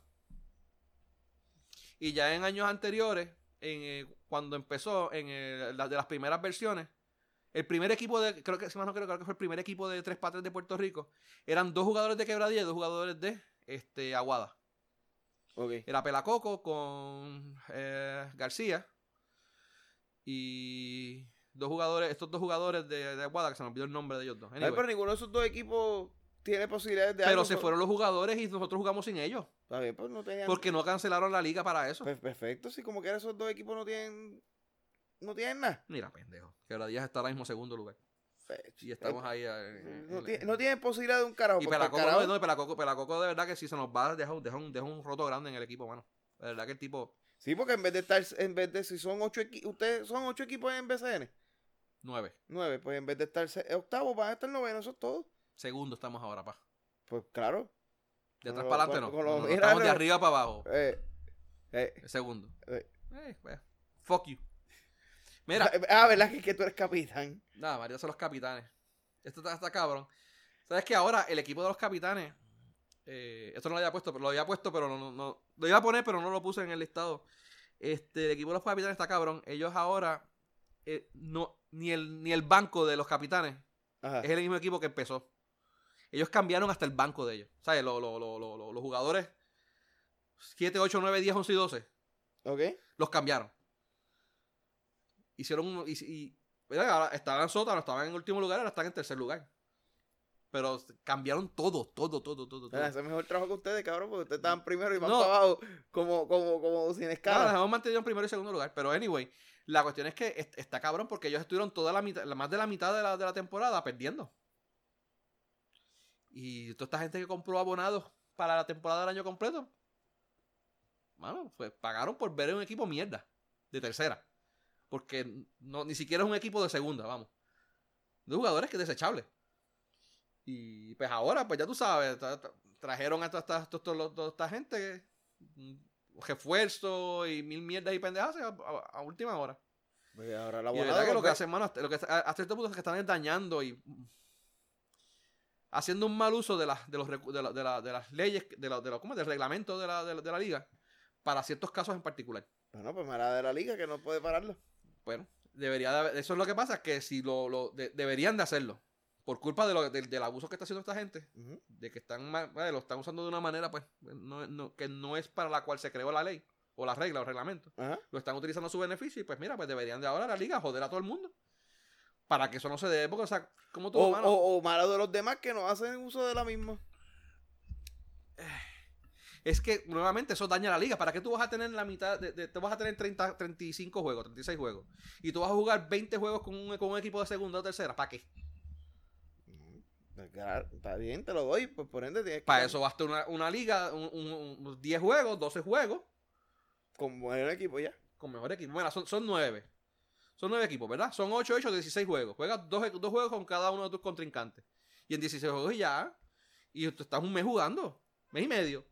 Y ya en años anteriores, en, eh, cuando empezó, en eh, la- de las primeras versiones, el primer equipo de, creo que, si más no creo, creo que fue el primer equipo de Tres Patres de Puerto Rico, eran dos jugadores de Quebradilla y dos jugadores de este, Aguada. Ok. Era Pelacoco con eh, García y dos jugadores, estos dos jugadores de, de Aguada, que se me olvidó el nombre de ellos dos. No, Anyway. pero ninguno de esos dos equipos tiene posibilidades de pero algo, se so- fueron los jugadores y nosotros jugamos sin ellos. Está bien, pues no tenían. Porque no cancelaron la liga para eso. Pues perfecto, si como que esos dos equipos no tienen. No tienen nada. Pues, Mira, pendejo. Que ahora ya está ahora mismo en segundo lugar. Y estamos ahí. eh, en- No, en- tiene, no tienen posibilidad de un carajo. Y porque el Pelacoco, carajo- no, Pelacoco, Pelacoco de verdad que si se nos va, deja, un- deja un, deja un roto grande en el equipo, mano. De verdad que el tipo Sí, porque en vez de estar. En vez de si son ocho equipos. Ustedes son ocho equipos en BCN. nueve. Nueve. Pues en vez de estar se- octavo, van a estar noveno. Eso es todo. Segundo estamos ahora, pa. Pues claro. De Con atrás lo- para adelante con- no. con No, lo- no, no, era- Estamos de arriba para abajo. Eh, eh. El segundo. Eh. Eh, bueno, fuck you. Mira, Ah, ¿verdad que, que tú eres capitán? nada, María son los capitanes. Esto está, está cabrón. ¿Sabes que ahora el equipo de los capitanes? eh, esto no lo había puesto, pero lo había puesto, pero no, no, no- Lo iba a poner, pero no lo puse en el listado. Este, el equipo de los capitanes está cabrón. Ellos ahora. eh, no, ni el, ni el banco de los capitanes Ajá. es el mismo equipo que empezó. Ellos cambiaron hasta el banco de ellos. ¿Sabes? Lo- lo- lo- lo- lo- los jugadores 7, 8, 9, 10, 11 y 12. ¿Ok? los cambiaron. Hicieron un. Y, y- ¿verdad? Ahora estaban en sótano, estaban en último lugar, ahora están en tercer lugar. Pero s- cambiaron todo, todo, todo, todo. todo. Mira, Ese es mejor trabajo que ustedes, cabrón, porque ustedes estaban primero y más No. para abajo, como, como, como sin Claro, nos escala. hemos mantenido en primero y segundo lugar. Pero anyway, la cuestión es que est- está cabrón porque ellos estuvieron toda la mitad, la- más de la mitad de la, de la temporada perdiendo. Y toda esta gente que compró abonados para la temporada del año completo, mano, pues pagaron por ver un equipo mierda de tercera. Porque no, ni siquiera es un equipo de segunda, vamos. De jugadores que es desechable. Y pues ahora, pues ya tú sabes, tra- tra- trajeron a toda esta, to- to- toda esta gente, que- mm, refuerzo y mil mierdas y pendejadas a- a- a última hora. Pues ahora la Y de abonada verdad que lo que volver- hacen, mano, hasta, lo que, hasta cierto punto es que están dañando y mm, haciendo un mal uso de, las de, los, recu- de, la- de la- de las leyes, de la, de la- ¿cómo es? del reglamento de la, de, la, de la liga, para ciertos casos en particular. Bueno, pues mala de la liga que no puede pararlo. Bueno, debería de haber- eso es lo que pasa, es que si lo, lo- de- deberían de hacerlo, por culpa de lo- del- del abuso que está haciendo esta gente, Ujú. de que están ma- vale, lo están usando de una manera pues no- no- que no es para la cual se creó la ley, o la regla, o el reglamento. Ajá. lo están utilizando a su beneficio y pues mira, pues deberían de ahora la liga joder a todo el mundo. Para que eso no se dé, porque o sea, como todo O, mano, o, o mala de los demás que no hacen uso de la misma. es que nuevamente eso daña a la liga. ¿Para qué tú vas a tener la mitad, de, de- tú vas a tener 30, 35 juegos, 36 juegos? Y tú vas a jugar 20 juegos con un, con un equipo de segunda o tercera, ¿para qué? Claro, Está bien, te lo doy, pues por ende tienes que. Para eso basta una, una liga, un, un- un- 10 juegos, 12 juegos, Con buen equipo ya. con mejor equipo. Mira, son, son 9. Son 9 equipos, ¿verdad? Son 8, 8, 16 juegos. Juegas 2, juegos con cada uno de tus contrincantes. Y en 16 juegos ya. Y tú estás un mes jugando. Mes y medio.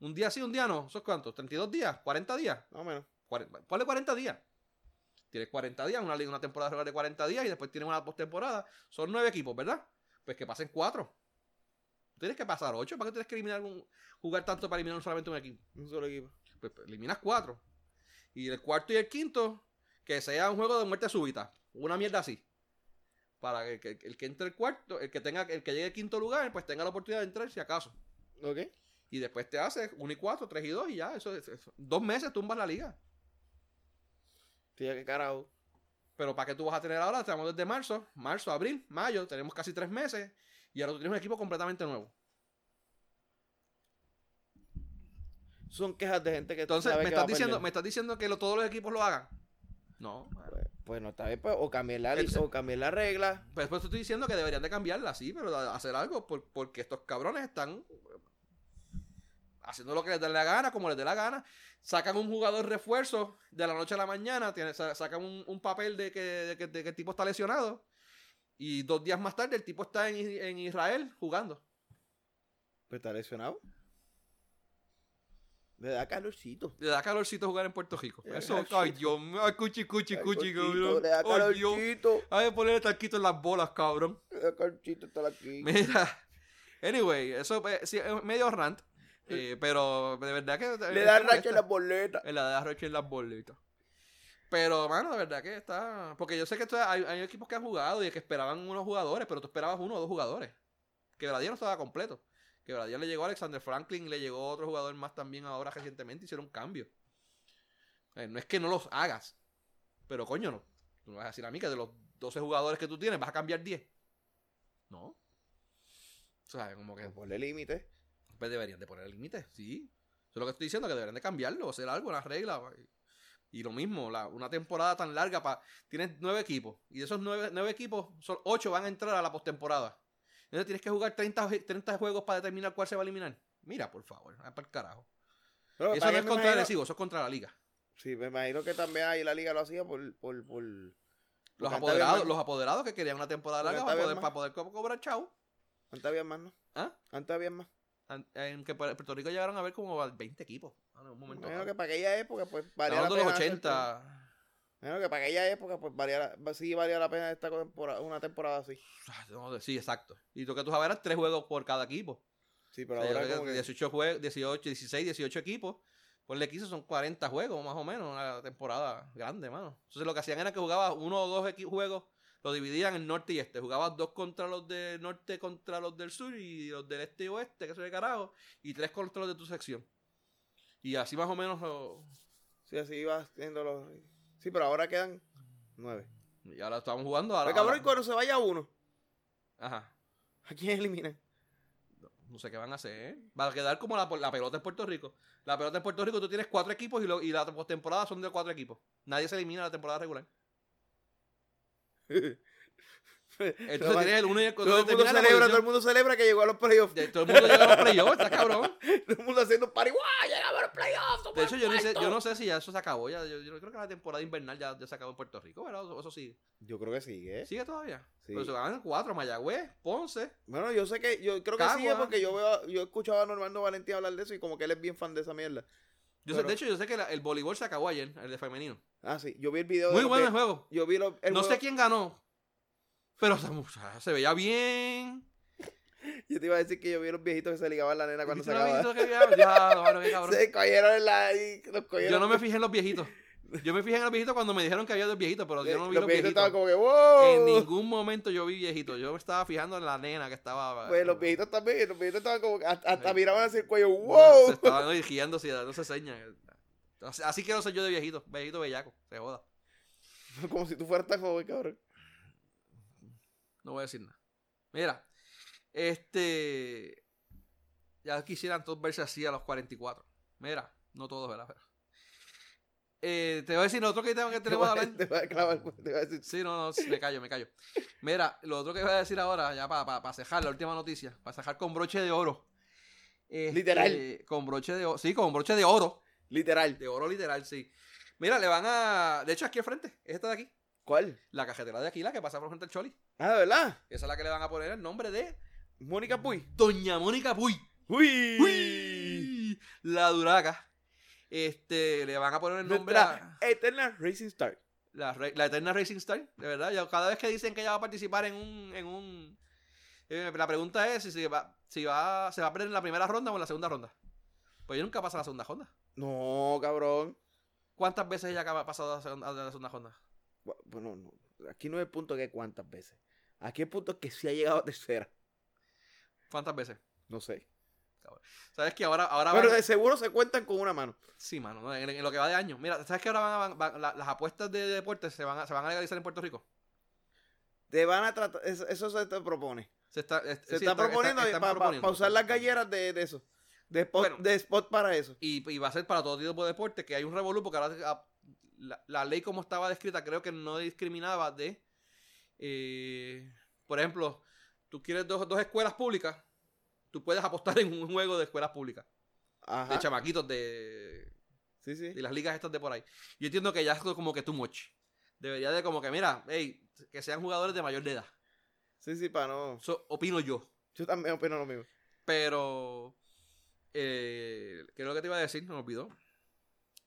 Un día sí, un día no. ¿Eso es cuánto? ¿32 días? ¿40 días? Más o menos. Cuaren- Ponle 40 días. Tienes 40 días, una, liga- una temporada regular de 40 días y después tienes una postemporada. Son 9 equipos, ¿verdad? Pues que pasen 4. Tienes que pasar 8. ¿Para qué tienes que eliminar un, jugar tanto para eliminar solamente un equipo? Un solo equipo. pues, pues, eliminas cuatro. Y el cuarto y el quinto, que sea un juego de muerte súbita. Una mierda así. Para que, que- que el que entre el cuarto, el que tenga, el que llegue al quinto lugar, pues tenga la oportunidad de entrar si acaso. ¿Ok? Y después te haces 1 y 4, 3 y 2 y ya, eso, es- eso- dos meses tumbas la liga. Tía, qué carajo. Pero ¿para qué tú vas a tener ahora? Estamos desde marzo, marzo, abril, mayo, tenemos casi tres meses y ahora tú tienes un equipo completamente nuevo. Son quejas de gente que Entonces, sabe me que va estás, a perder. diciendo, me estás diciendo que lo- todos los equipos lo hagan. No, Pues, pues no está bien, pues, o cambiar la, Entonces- o cambiar la regla. Pues por eso estoy diciendo que deberían de cambiarla, sí, pero a- hacer algo, por- porque estos cabrones están haciendo lo que les dé la gana, como les dé la gana. Sacan un jugador refuerzo de la noche a la mañana, tiene- sa- sacan un, un papel de que, de que- de que el tipo está lesionado, y dos días más tarde el tipo está en, I- en Israel jugando. Pues está lesionado. Le da calorcito. Le da calorcito jugar en Puerto Rico. Le da Eso, ay, calorcito. Dios mío, ay, cuchi, cuchi, cuchi, Calorcito, cabrón. Le da Ay, Dios. calorcito. Ay, ponerle talquito en las bolas, cabrón. Le da calorcito, está aquí. Mira, anyway, eso pues, sí, es medio rant, eh, pero de verdad que... Le da racha racha en las boletas. Le da racha en las bolitas. Pero, mano, de verdad que está... Porque yo sé que esto- hay, hay equipos que han jugado y que esperaban unos jugadores, pero tú esperabas uno o dos jugadores. Quebradía no estaba completo. Quebradía le llegó a Alexander Franklin, le llegó otro jugador más también ahora recientemente, hicieron un cambio. Eh, no es que no los hagas, pero coño, no. Tú me vas a decir a mí que de los 12 jugadores que tú tienes vas a cambiar 10. No. O sea, como que Ponle límite. pues deberían de poner el límite, sí. Eso es lo que estoy diciendo, que deberían de cambiarlo, hacer algo, una regla. Y lo mismo, la- una temporada tan larga, para tienes nueve equipos, y de esos nueve, nueve equipos, son ocho van a entrar a la postemporada. Entonces tienes que jugar 30, jue- 30 juegos para determinar cuál se va a eliminar. Mira, por favor, para el carajo. Pero eso para no que es me contra el imagino- Arecibo, eso es contra la liga. Sí, me imagino que también ahí la liga lo hacía por... por, por... Los Porque antes había apoderados, más- los apoderados que querían una temporada Porque larga para antes había poder, más. para poder co- cobrar chau. Antes había más, ¿no? ¿Ah? Antes había más. An- En que Puerto Puerto Rico llegaron a ver como a 20 equipos. Ah, no, un momento. Me imagino dado. que para aquella época, pues, valía la Hablando de pena los hacer- 80. Me imagino que para aquella época, pues, valía la- sí valía la pena esta temporada, una temporada así. Ah, no, sí, exacto. Y lo que tú sabes eran tres juegos por cada equipo. Sí, pero O sea, yo ahora creo como que que... 18 juegos, 18, 16, 18 equipos. Ponle 15 son 40 juegos más o menos, una temporada grande, mano. Entonces lo que hacían era que jugabas uno o dos equi- juegos, lo dividían en norte y este. Jugabas dos contra los del norte contra los del sur y los del este y oeste, que se ve carajo, y tres contra los de tu sección. Y así más o menos lo- Sí, así ibas haciendo los... Sí, pero ahora quedan nueve. Y ahora estamos jugando ahora. Pero cabrón, y ahora- cuando se vaya uno, Ajá. ¿a quién eliminan? No sé qué van a hacer. Va a quedar como la, la pelota en Puerto Rico. La pelota en Puerto Rico, tú tienes cuatro equipos y, lo- y la postemporada son de cuatro equipos. Nadie se elimina la temporada regular. Entonces tienes el 1 y el Todo el, 4. mundo celebra, todo el mundo celebra que llegó a los playoffs. Todo el mundo llega a los playoffs, está cabrón. Todo el mundo haciendo party. ¡Guau! Llegamos a los playoffs. somos De hecho, el yo no, sé, cuarto". yo no sé si ya eso se acabó. Ya, yo, yo creo que la temporada invernal ya, ya se acabó en Puerto Rico, ¿verdad? Eso, eso sigue. Yo creo que sigue. ¿eh? ¿Sigue todavía? Sí. Pero se ganan cuatro, Mayagüez, Ponce. Bueno, yo sé que. Yo creo que Cagua. sigue porque yo veo, yo escuchaba a Normando Valentía hablar de eso y como que él es bien fan de esa mierda. Yo sé- Pero- de hecho, yo sé que la- el voleibol se acabó ayer, el de femenino. Ah, sí. Yo vi el video. de Muy los bueno de- el juego. Yo vi los- el no juego- sé quién ganó, pero o sea, o sea, se veía bien. Yo te iba a decir que yo vi los viejitos que se ligaban la nena cuando ¿Viste se lo acababa. viejito que había? Diablo, mano, qué cabrón. Se cogieron en la. y los cogieron. Yo no me fijé en los viejitos. Yo me fijé en los viejitos cuando me dijeron que había dos viejitos, pero yo no vi Eh, los los viejitos viejitos. estaban como que. ¡Wow! En ningún momento yo vi viejitos. Yo me estaba fijando en la nena que estaba. Pues los viejitos también. Los viejitos estaban como. que Hasta, hasta Sí. miraban hacia el cuello. No, ¡Wow! Se estaban dirigiéndose y dándose señas. Así- Así quiero ser yo de viejito. Viejito bellaco. Se joda. Como si tú fueras tan joven, cabrón. No voy a decir nada. Mira, este. Ya quisieran todos verse así a los 44. Mira, no todos, ¿verdad? Pero- Eh, te voy a decir lo otro que tengo que Te tenemos vas que a, hablar. te vas a clavar. Te vas a decir. Sí, no, no, sí, me callo, me callo. Mira, lo otro que voy a decir ahora, ya para cejar la última noticia, para cejar con broche de oro. Este, Literal. Con broche de oro. Sí, con broche de oro. Literal. De oro literal, sí. Mira, le van a. De hecho, aquí al frente, es esta de aquí. ¿Cuál? La cajetera de aquí, la que pasa por frente al Choli. Ah, ¿de verdad? Esa es la que le van a poner el nombre de Mónica Puy. Doña Mónica Puy. ¡Uy! Uy, La Duraca. Este, le van a poner el nombre Nuestra a Eternal Racing Star. la, re- la Eterna Racing Star, de verdad. Ya cada vez que dicen que ella va a participar en un. En un eh, la pregunta es si, se va, si va, se va a perder en la primera ronda o en la segunda ronda. Pues ella nunca pasa a la segunda ronda. No, cabrón. ¿Cuántas veces ella acaba- ha pasado a la segunda, a la segunda ronda? Bu- Bueno, no. aquí no es el punto que cuántas veces. Aquí el punto es que sí ha llegado a tercera. ¿Cuántas veces? No sé. ¿Sabes que ahora, ahora Pero van- de seguro se cuentan con una mano. Sí, mano, no, en, en lo que va de año. Mira, ¿sabes que ahora van, a- van- la- las apuestas de, deportes se van, a, se van a legalizar en Puerto Rico? Te van a tratar. Eso, eso se te propone. Se está, es- Se sí, está, está- proponiendo está- están para proponiendo. usar las galleras de, de eso. De spot, Bueno. de spot para eso. y, y va a ser para todo tipo de deporte, que hay un revolú, porque ahora ah, la, la ley como estaba descrita creo que no discriminaba de, eh, por ejemplo, tú quieres dos, dos escuelas públicas, tú puedes apostar en un juego de escuelas públicas, Ajá. de chamaquitos de, Sí, sí. de las ligas estas de por ahí. Yo entiendo que ya es como que too much. Debería de como que, mira, hey, que sean jugadores de mayor de edad. Sí, sí, para no. Eso opino yo. Yo también opino lo mismo. Pero, eh, ¿qué es lo que te iba a decir? Me olvidó.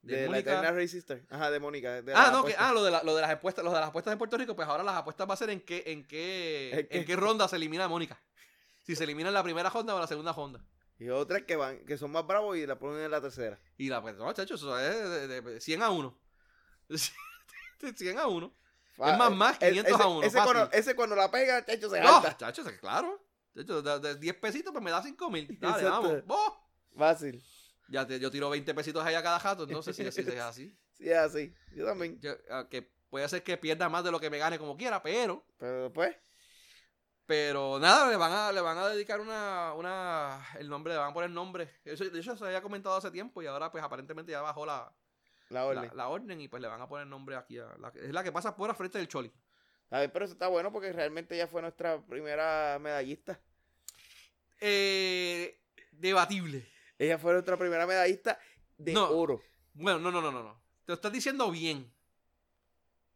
De, De la Mónica- Eternal Racing Star. Ajá, de Mónica. de Ah, la no, que, apuesta. ah, lo de, la- lo de las apuestas, lo de las apuestas en Puerto Rico, pues ahora las apuestas va a ser en qué, en ¿En qué, qué? en qué ronda se elimina a Mónica. Si se elimina en la primera ronda o en la segunda ronda. Y otras que van, que son más bravos y la ponen en la tercera. Y la pues, no, chacho, eso es de, de- de 100 a 1. 100 a 1. Es más, más, Eh, 500 ese, a uno, Ese cuando, fácil. ese cuando la pega, chacho, se No, jalta. chacho, es- claro. Chacho, de, de 10 pesitos, pues me da 5 mil. Dale, Exacto. vamos. ¡Boh! Fácil. Ya te- yo tiro 20 pesitos ahí a cada jato, entonces si así es así. Sí, es así. Yo también. Yo, ah, que puede ser que pierda más de lo que me gane como quiera, pero. Pero pues, Pero nada, le van a, le van a dedicar una, una, el nombre, le van a poner nombre. Eso, de hecho, se había comentado hace tiempo y ahora pues aparentemente ya bajó la, la la- orden. la orden y pues le van a poner nombre aquí. A la, es la que pasa por la frente del Choli. A ver, pero eso está bueno porque realmente ella fue nuestra primera medallista. Eh, debatible. Ella fue nuestra primera medallista de No. oro. Bueno, no, no, no, no, no. Te lo estás diciendo bien.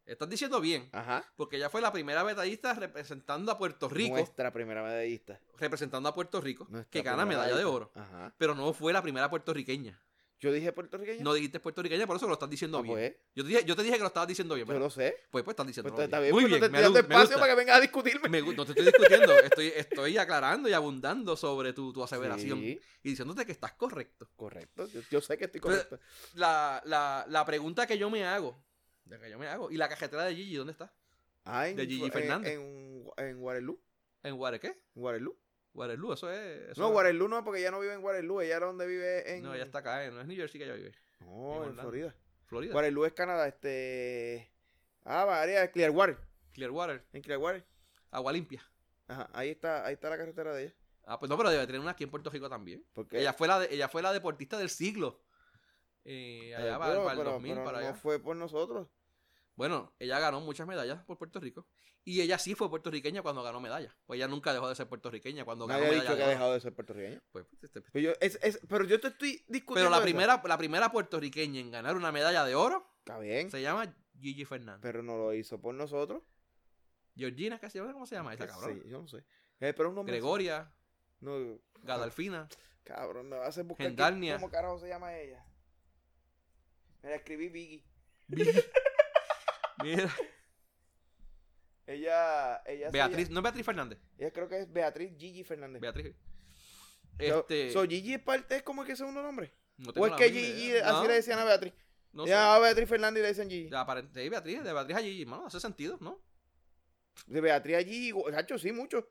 Estás diciendo bien. Ajá. Porque ella fue la primera medallista representando a Puerto Rico. Nuestra primera medallista. Representando a Puerto Rico. Nuestra que gana primera medalla de medallista. oro. Ajá. Pero no fue la primera puertorriqueña. Yo dije puertorriqueña. No dijiste puertorriqueña, por eso lo estás diciendo Ah, bien. Eh. pues, Yo te, dije, yo te dije que lo estabas diciendo bien, yo ¿verdad? lo sé. Pues, pues estás diciendo Pues, está bien, Muy pues, bien, no te me, estoy dando gu- me espacio gusta. para que vengas a discutirme. Me gu- no te estoy discutiendo, estoy, estoy aclarando y abundando sobre tu, tu aseveración Sí, y diciéndote que estás correcto. correcto. Yo, yo sé que estoy Pero- correcto. La, la, la pregunta que yo me hago, la que yo me hago, y la cajetera de Gigi, ¿dónde está? Ah, en, de Gigi en- Fernández. En, en Waterloo. ¿En Guare qué? En Waterloo. Guarelú, eso es. eso no, es- Waterloo no, porque ella no vive en Waterloo. Ella era donde vive en. No, ya está acá, eh, no es New Jersey que ella vive. en No, en, Orlando. Florida. Florida. Waterloo es Canadá. Este. Ah, María, Clearwater. Clearwater, En Clearwater. agua limpia. Ajá, ahí está, ahí está la carretera de ella. Ah, pues no, pero debe tener una aquí en Puerto Rico también. Porque Ella fue la, de- ella fue la deportista del siglo. Eh, eh, allá para, pero- para el pero- 2000, pero para no allá. fue por nosotros. Bueno, ella ganó muchas medallas por Puerto Rico. Y ella sí fue puertorriqueña cuando ganó medallas. Pues ella nunca dejó de ser puertorriqueña cuando ganó Nadie ha medallas. dicho que ha dejado de ser puertorriqueño. Pues, este, Pero yo, es, es- pero yo te estoy discutiendo. pero la eso. primera, la primera puertorriqueña en ganar una medalla de oro Está bien. se llama Gigi Fernández. Pero no lo hizo por nosotros. Georgina, casi, ¿cómo se llama esa cabrón? Sí, yo no sé. Eh, pero un nombre. Gregoria, No, Gadalfina. cabrón, me va a hacer buscar. aquí Gendarnia. ¿Cómo carajo se llama ella? Me la escribí Biggie. Mira, Ella. ella se Beatriz, llama- no es Beatriz Fernández. ella creo que es Beatriz Gigi Fernández. Beatriz. So- Este, so, Gigi es parte, es como que segundo nombre. no tengo O es la pues que mínima Gigi, idea. así No, le decían a Beatriz. no ella sé. llamaba Beatriz Fernández y le dicen Gigi. De aparente- de Beatriz, de Beatriz a Gigi, mano, hace sentido, ¿no? De Beatriz a Gigi, Sacho, sí, mucho.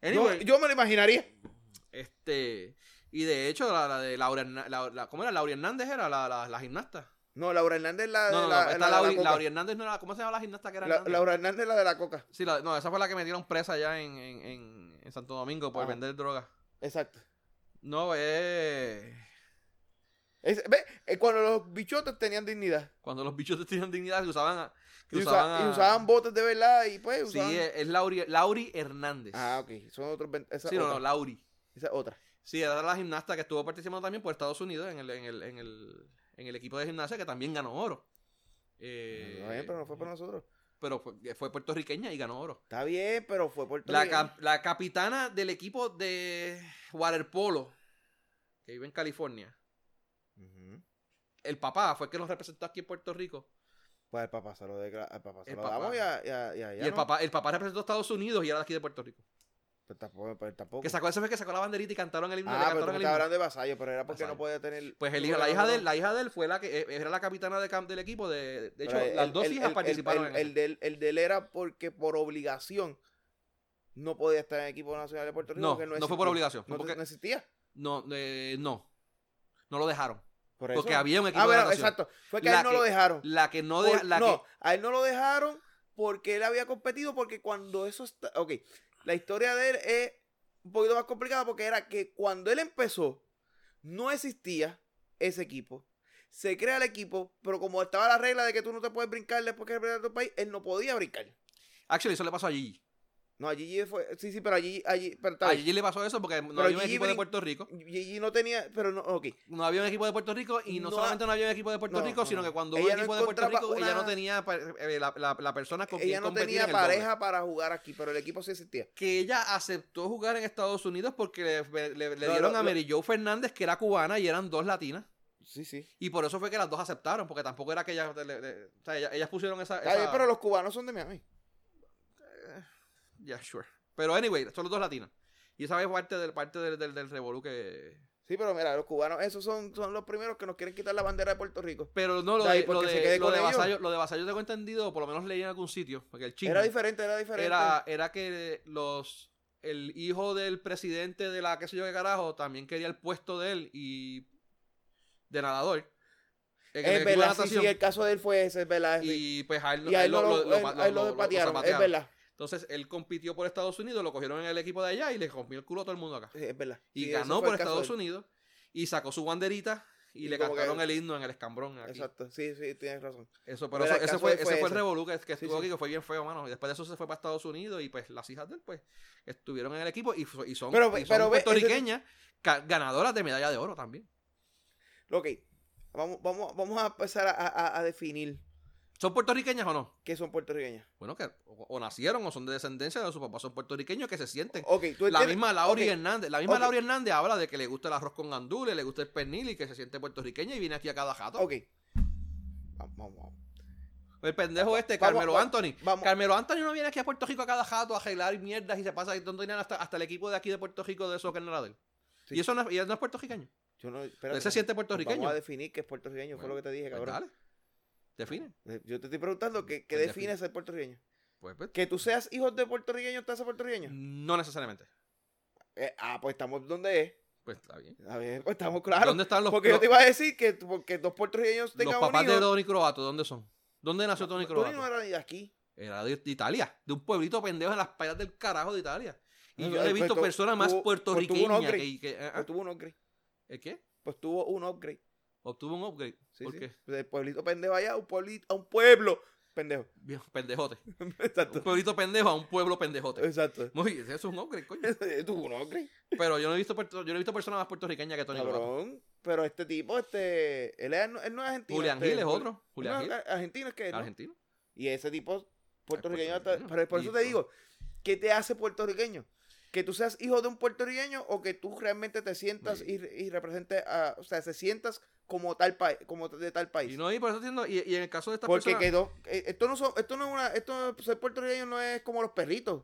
Anyway, Yo, yo me lo imaginaría. este, y de hecho, la, la de Laura, Herna- la, la- ¿cómo era? Laura Hernández era la, la, la gimnasta. No, Laura Hernández la de No, no, no, Ah, la, esta la de la Laura, coca. Laura Hernández no era, ¿cómo se llama la gimnasta que era? La- Hernández? Laura Hernández la de la coca. Sí, la- no, esa fue la que metieron presa allá en, en, en- en Santo Domingo por Ajá. vender droga. Exacto. No, eh... Es- ¿Ves? Eh, cuando los bichotes tenían dignidad. Cuando los bichos tenían dignidad que usaban a- que Y, usa- usaban, a- y usaban botes de verdad y pues Sí, usaban... es, es Lauri, Lauri Hernández. Ah, ok. Son otros... ven- Esa Sí, no, otra. no, Lauri. Esa otra. Sí, era la gimnasta que estuvo participando también por Estados Unidos en el, en el, en el, en el equipo de gimnasia que también ganó oro. Eh, Está bien, pero no fue para nosotros. pero fue, fue puertorriqueña y ganó oro. Está bien, pero fue por... La, cap- la capitana del equipo de waterpolo, que vive en California, el papá fue el que nos representó aquí en Puerto Rico. Pues el papá se lo, decla- al papá se El lo papá. damos y a, y a- y a ella y el, no. papá, el papá representó a Estados Unidos y era de aquí de Puerto Rico. Pues tampoco... Pues tampoco. Que sacó ese fue que sacó la banderita y cantaron el himno. le Ah, pero tú cantaron me el estás himno. hablando de vasallo, pero era porque Vasallo. no podía tener... Pues el hijo- la, hija de él, la hija de él fue la que eh, era la capitana de camp del equipo. De, de hecho, Pero el- las dos el- hijas el- participaron el, en el, de él- el de él era porque por obligación no podía estar en el equipo nacional de Puerto Rico. No, porque no fue por existía. obligación, fue No, te- porque- no existía. No, eh, no. No lo dejaron. Por eso. Porque había un equipo Ah, de bueno, natación. exacto. Fue que a La él no que- lo dejaron. La que no... Por- de- la no, que- a él no lo dejaron porque él había competido. Porque cuando eso está. Ok, la historia de él es un poquito más complicada porque era que cuando él empezó, no existía ese equipo. Se crea el equipo, pero como estaba la regla de que tú no te puedes brincar después que representas a tu país, él no podía brincar. Actually, eso le pasó a Gigi. No, a Gigi fue. Sí, sí, pero allí. allí pero está A bien. Gigi le pasó eso porque no Pero había un Gigi equipo de brin- Puerto Rico. Gigi no tenía. Pero no, ok. No había un equipo de Puerto Rico y no, No ha- solamente no había un equipo de Puerto no, Rico, no. sino que cuando hubo Ella un no equipo de Puerto encontraba Rico, ella no una- tenía pa- eh, la, la- la persona con Ella quien no competir en tenía el doble. pareja para jugar aquí, pero el equipo sí existía. Que ella aceptó jugar en Estados Unidos porque le, le- le No, dieron lo- a lo- Mary Jo Fernández, que era cubana, y eran dos latinas. Sí, sí. Y por eso fue que las dos aceptaron, porque tampoco era que ellas... le- le- o sea, ellas, ellas pusieron esa... Está bien, esa- pero los cubanos son de Miami. Yeah, sure. Pero anyway, son los dos latinas. Y esa es parte del, parte del, del, del revolú que... Sí, pero mira, los cubanos, esos son, son los primeros que nos quieren quitar la bandera de Puerto Rico. Pero no, lo De ahí, de, lo porque se de, quede lo con de ellos. Vasallo, lo de Vasallo tengo entendido, o por lo menos leí en algún sitio, porque el chisme Era diferente, era diferente. era, era que los el hijo del presidente de la qué sé yo qué carajo también quería el puesto de él y de nadador en el es equipo de verdad, sí, natación. sí, el caso de él fue ese, es verdad. sí. y pues a él, Y a él no lo, él- a él lo patearon, es zapatearon. verdad. Entonces él compitió por Estados Unidos, lo cogieron en el equipo de allá y le rompió el culo a todo el mundo acá. Sí, es verdad. y Sí, ese ganó fue por el caso Estados de él. Unidos y sacó su banderita y, Y le como que- cantaron el himno en el escambrón. aquí. Exacto, sí, sí, tienes razón. Eso, pero Pero eso- el ese, caso fue, fue ese fue el ese. revolú que, que Sí, estuvo sí. aquí, que fue bien feo, mano. Y después de eso se fue para Estados Unidos y pues las hijas de él, pues, estuvieron en el equipo y, so- y son, Pero ve- y son pero ve, ese- puertorriqueñas ca- ganadoras de medalla de oro también. Ok, vamos, vamos, vamos a empezar a, a- a definir ¿Son puertorriqueñas o no? qué son puertorriqueñas. Bueno, que o, o nacieron o son de descendencia de sus papás, son puertorriqueños que se sienten. Ok, tú La entiendes- misma Laura ok, Hernández, la misma ok. Laura Hernández habla de que le gusta el arroz con gandules, le gusta el pernil y que se siente puertorriqueña y viene aquí a cada jato. Ok. Vamos, vamos, vamos. El pendejo este, Vamos, Carmelo vamos, Anthony. vamos. Carmelo Anthony no viene aquí a Puerto Rico a cada jato a arreglar mierdas y se pasa no tienen hasta, hasta el equipo de aquí de Puerto Rico de soccer no era de él. Sí. Y eso no es, y él no es puertorriqueño. Yo no, Él espérate, pues, se siente puertorriqueño. Vamos a definir qué es puertorriqueño, fue Bueno, lo que te dije, Pues cabrón. dale. Define. Eh, Yo te estoy preguntando qué, qué Pues define define. ser puertorriqueño. Pues, pues, Que tú seas hijo de puertorriqueño, ¿te hace puertorriqueño? No necesariamente. Eh, ah, pues estamos donde es. Pues está bien. A ver, pues estamos claros. ¿Dónde están los, porque yo los, te iba a decir que tú- porque dos puertorriqueños los tengan papás un de hijo. pues Tony Croato? ¿Dónde son? ¿Dónde nació Tony Tony no Croato? era ni de aquí. Era de, de Italia, de un pueblito pendejo en las playas del carajo de Italia. Y Eh, yo no he eh, visto pues, personas más tuvo- pues, tuvo un puertorriqueñas upgrade. que, que- ah, Pues tuvo un upgrade. ¿El qué? Pues tuvo un upgrade. Obtuvo un upgrade. Sí, ¿Por sí. qué? Del pueblito pendejo allá a un pueblito, a un pueblo pendejo. Viejo pendejote. Un Exacto. pueblito pendejo a un pueblo pendejote. Exacto. Muy, ese es un upgrade, coño. Tú no crees. Pero yo no he visto, puerto- yo no he visto personas más puertorriqueñas que Tony Lorato. Cabrón. Pero este tipo, este. Él, es- él no es argentino. Julián este, Gil es Jul- otro. Julián No, Gil, a- argentino es que. es, ¿no? argentino. Y ese tipo puertorriqueño. puertorriqueño. hasta- pero por eso Y- te digo, ¿qué te hace puertorriqueño? Que tú seas hijo de un puertorriqueño o que tú realmente te sientas Sí. y, y representes a. O sea, se sientas como tal país, como de tal país. Y no, y por eso entiendo, y, y en el caso de esta Porque persona, quedó. eh, Esto no, son, esto no es una. Esto, ser puertorriqueño no es como los perritos.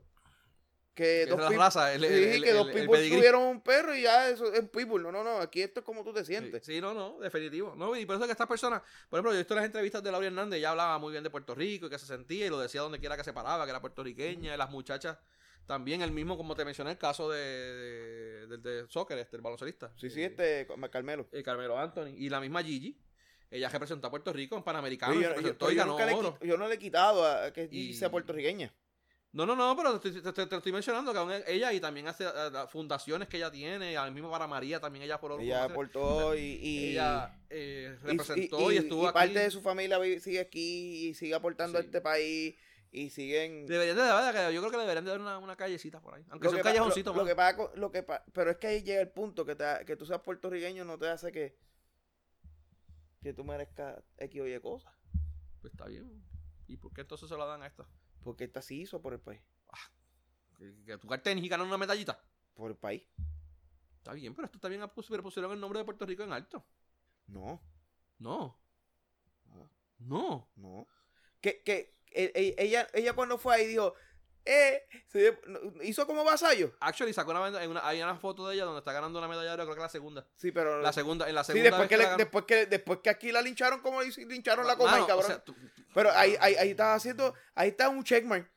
Que es dos la pit- raza, el, sí, el, el- que dos el- el pitbulls pedigrí. tuvieron un perro y ya eso es pitbull. No, no, no. Aquí esto es como tú te sientes. Sí, sí, no, no, definitivo. No, y por eso que estas personas, por ejemplo, yo he visto las entrevistas de Laura Hernández, ella hablaba muy bien de Puerto Rico y que se sentía y lo decía donde quiera que se paraba, que era puertorriqueña, y las muchachas también, el mismo, como te mencioné, el caso de, de, del de soccer, este, el baloncelista. Sí, sí, Eh, este. Carmelo. eh, Carmelo Anthony. Y la misma Gigi, ella representó a Puerto Rico en Panamericano, Oye, y yo, yo- representó y yo ganó nunca le, oro. qui- yo no le he quitado a, a que Y- sea puertorriqueña. No, no, no, pero te, te- te- te estoy mencionando que aún e-, ella y también hace eh, las fundaciones que ella tiene, al mismo para María también ella por oro. Ella fundaciones. aportó y, y ella eh, y- representó y, estuvo aquí. parte de su familia vi- sigue aquí y sigue aportando Sí. a este país y siguen Deberían de, de verdad, que yo creo que le deberían de dar una, una callecita por ahí. Aunque sea un pa- callejoncito, lo, lo mano. que pasa con- lo que pa- pero es que ahí llega el punto que, te ha- que tú seas puertorriqueño no te hace que que tú merezcas X o Y cosas, Pues está bien. ¿Y por qué entonces se la dan a esta? porque esta sí hizo por el país, Que, que tu tenis y ganar una medallita. por el país. Está bien, pero esto también apus- pero pusieron el nombre de Puerto Rico en alto. No, No. Ah. No. no. Que, que e- e- ella ella cuando fue ahí dijo, eh, se- no, hizo como vasallo. Actually, sacó una, meda- en una- hay una foto de ella donde está ganando una medalla de oro, creo que la segunda. Sí, pero La segunda, en la Sí, segunda. después vez que, la le- ganó. después, que, después que aquí la lincharon como le lincharon la coma Mano, y cabrón. o sea, tú- Pero ahí, ahí, ahí estás haciendo, ahí está un checkmark.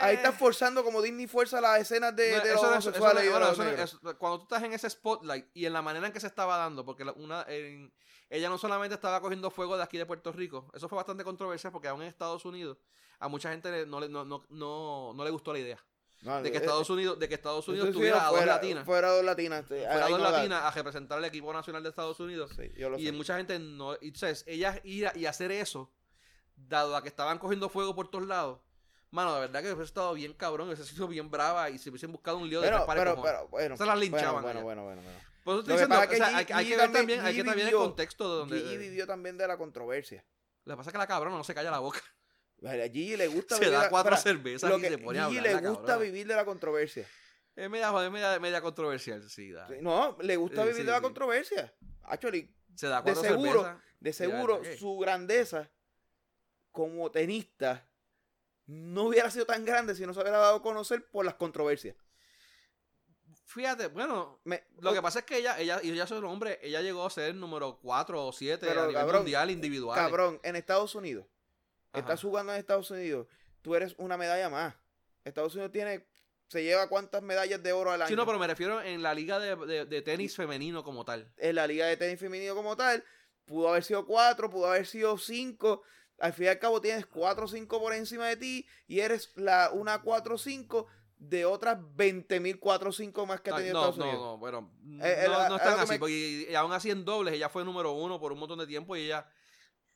Ahí Eh. estás forzando como Disney fuerza las escenas de, No, de eso los no- eso- eso no- homosexuales y de bueno, los eso no- negros. eso- Cuando tú estás en ese spotlight y en la manera en que se estaba dando, porque la- una, en- ella no solamente estaba cogiendo fuego de aquí de Puerto Rico, eso fue bastante controversial porque aún en Estados Unidos a mucha gente le- no, le- no, no, no, no le gustó la idea No, de que eh, pues Estados Unidos, de que Estados eso Unidos sí, tuviera a dos fuera- latinas, Fuera dos latinas. este, fuera ahí dos no da. latinas a representar al equipo nacional de Estados Unidos. Sí, yo lo Y sé. mucha gente no. Y, ¿sabes? Ellas ir a- y hacer eso, dado a que estaban cogiendo fuego por todos lados. Mano, la verdad que hubiese estado bien cabrón, hubiese sido bien brava y se hubiesen buscado un lío de Pero, tres pares de pero, cojones. pero, bueno. Se las linchaban Bueno, allá. bueno, bueno, bueno. Por eso estoy Lo que diciendo, pasa o es sea, que hay, Gigi hay que ver también- también, hay que Gigi ver también el vivió- contexto de donde. Gigi vivió también de la controversia. Lo que pasa es que la cabrona no se calla la boca. A Gigi le gusta se vivir da la- cuatro espera, cervezas lo y que se pone a Gigi hablar. le la gusta cabrona. vivir de la controversia. Es media, es media, media controversial, sí. da. No, le gusta Ah. Sí, vivir sí, de la sí. controversia. Actually, Se da cuatro seguro, cervezas. De Ya, seguro, ¿verdad que? su grandeza como tenista no hubiera sido tan grande si no se hubiera dado a conocer por las controversias. Fíjate, bueno, Me- oh, lo que pasa es que ella, ella, y ella es un hombre, ella llegó a ser número 4 o 7 Pero, a nivel cabrón, mundial individual. Cabrón, en Estados Unidos, Ajá. estás jugando en Estados Unidos, tú eres una medalla más. Estados Unidos tiene, se lleva cuántas medallas de oro al año. Sí, no, pero me refiero en la liga de, de- de tenis femenino como tal. En la liga de tenis femenino como tal, pudo haber sido cuatro, pudo haber sido cinco. Al fin y al cabo tienes cuatro o cinco por encima de ti y eres la una cuatro o cinco de otras 20.000 cuatro o cinco más que ha Ah, tenido no, Estados no, Unidos. no, bueno, Eh, eh, no, a- no a es tan lo que así, me- porque y- y aún así en dobles ella fue número uno por un montón de tiempo y ella,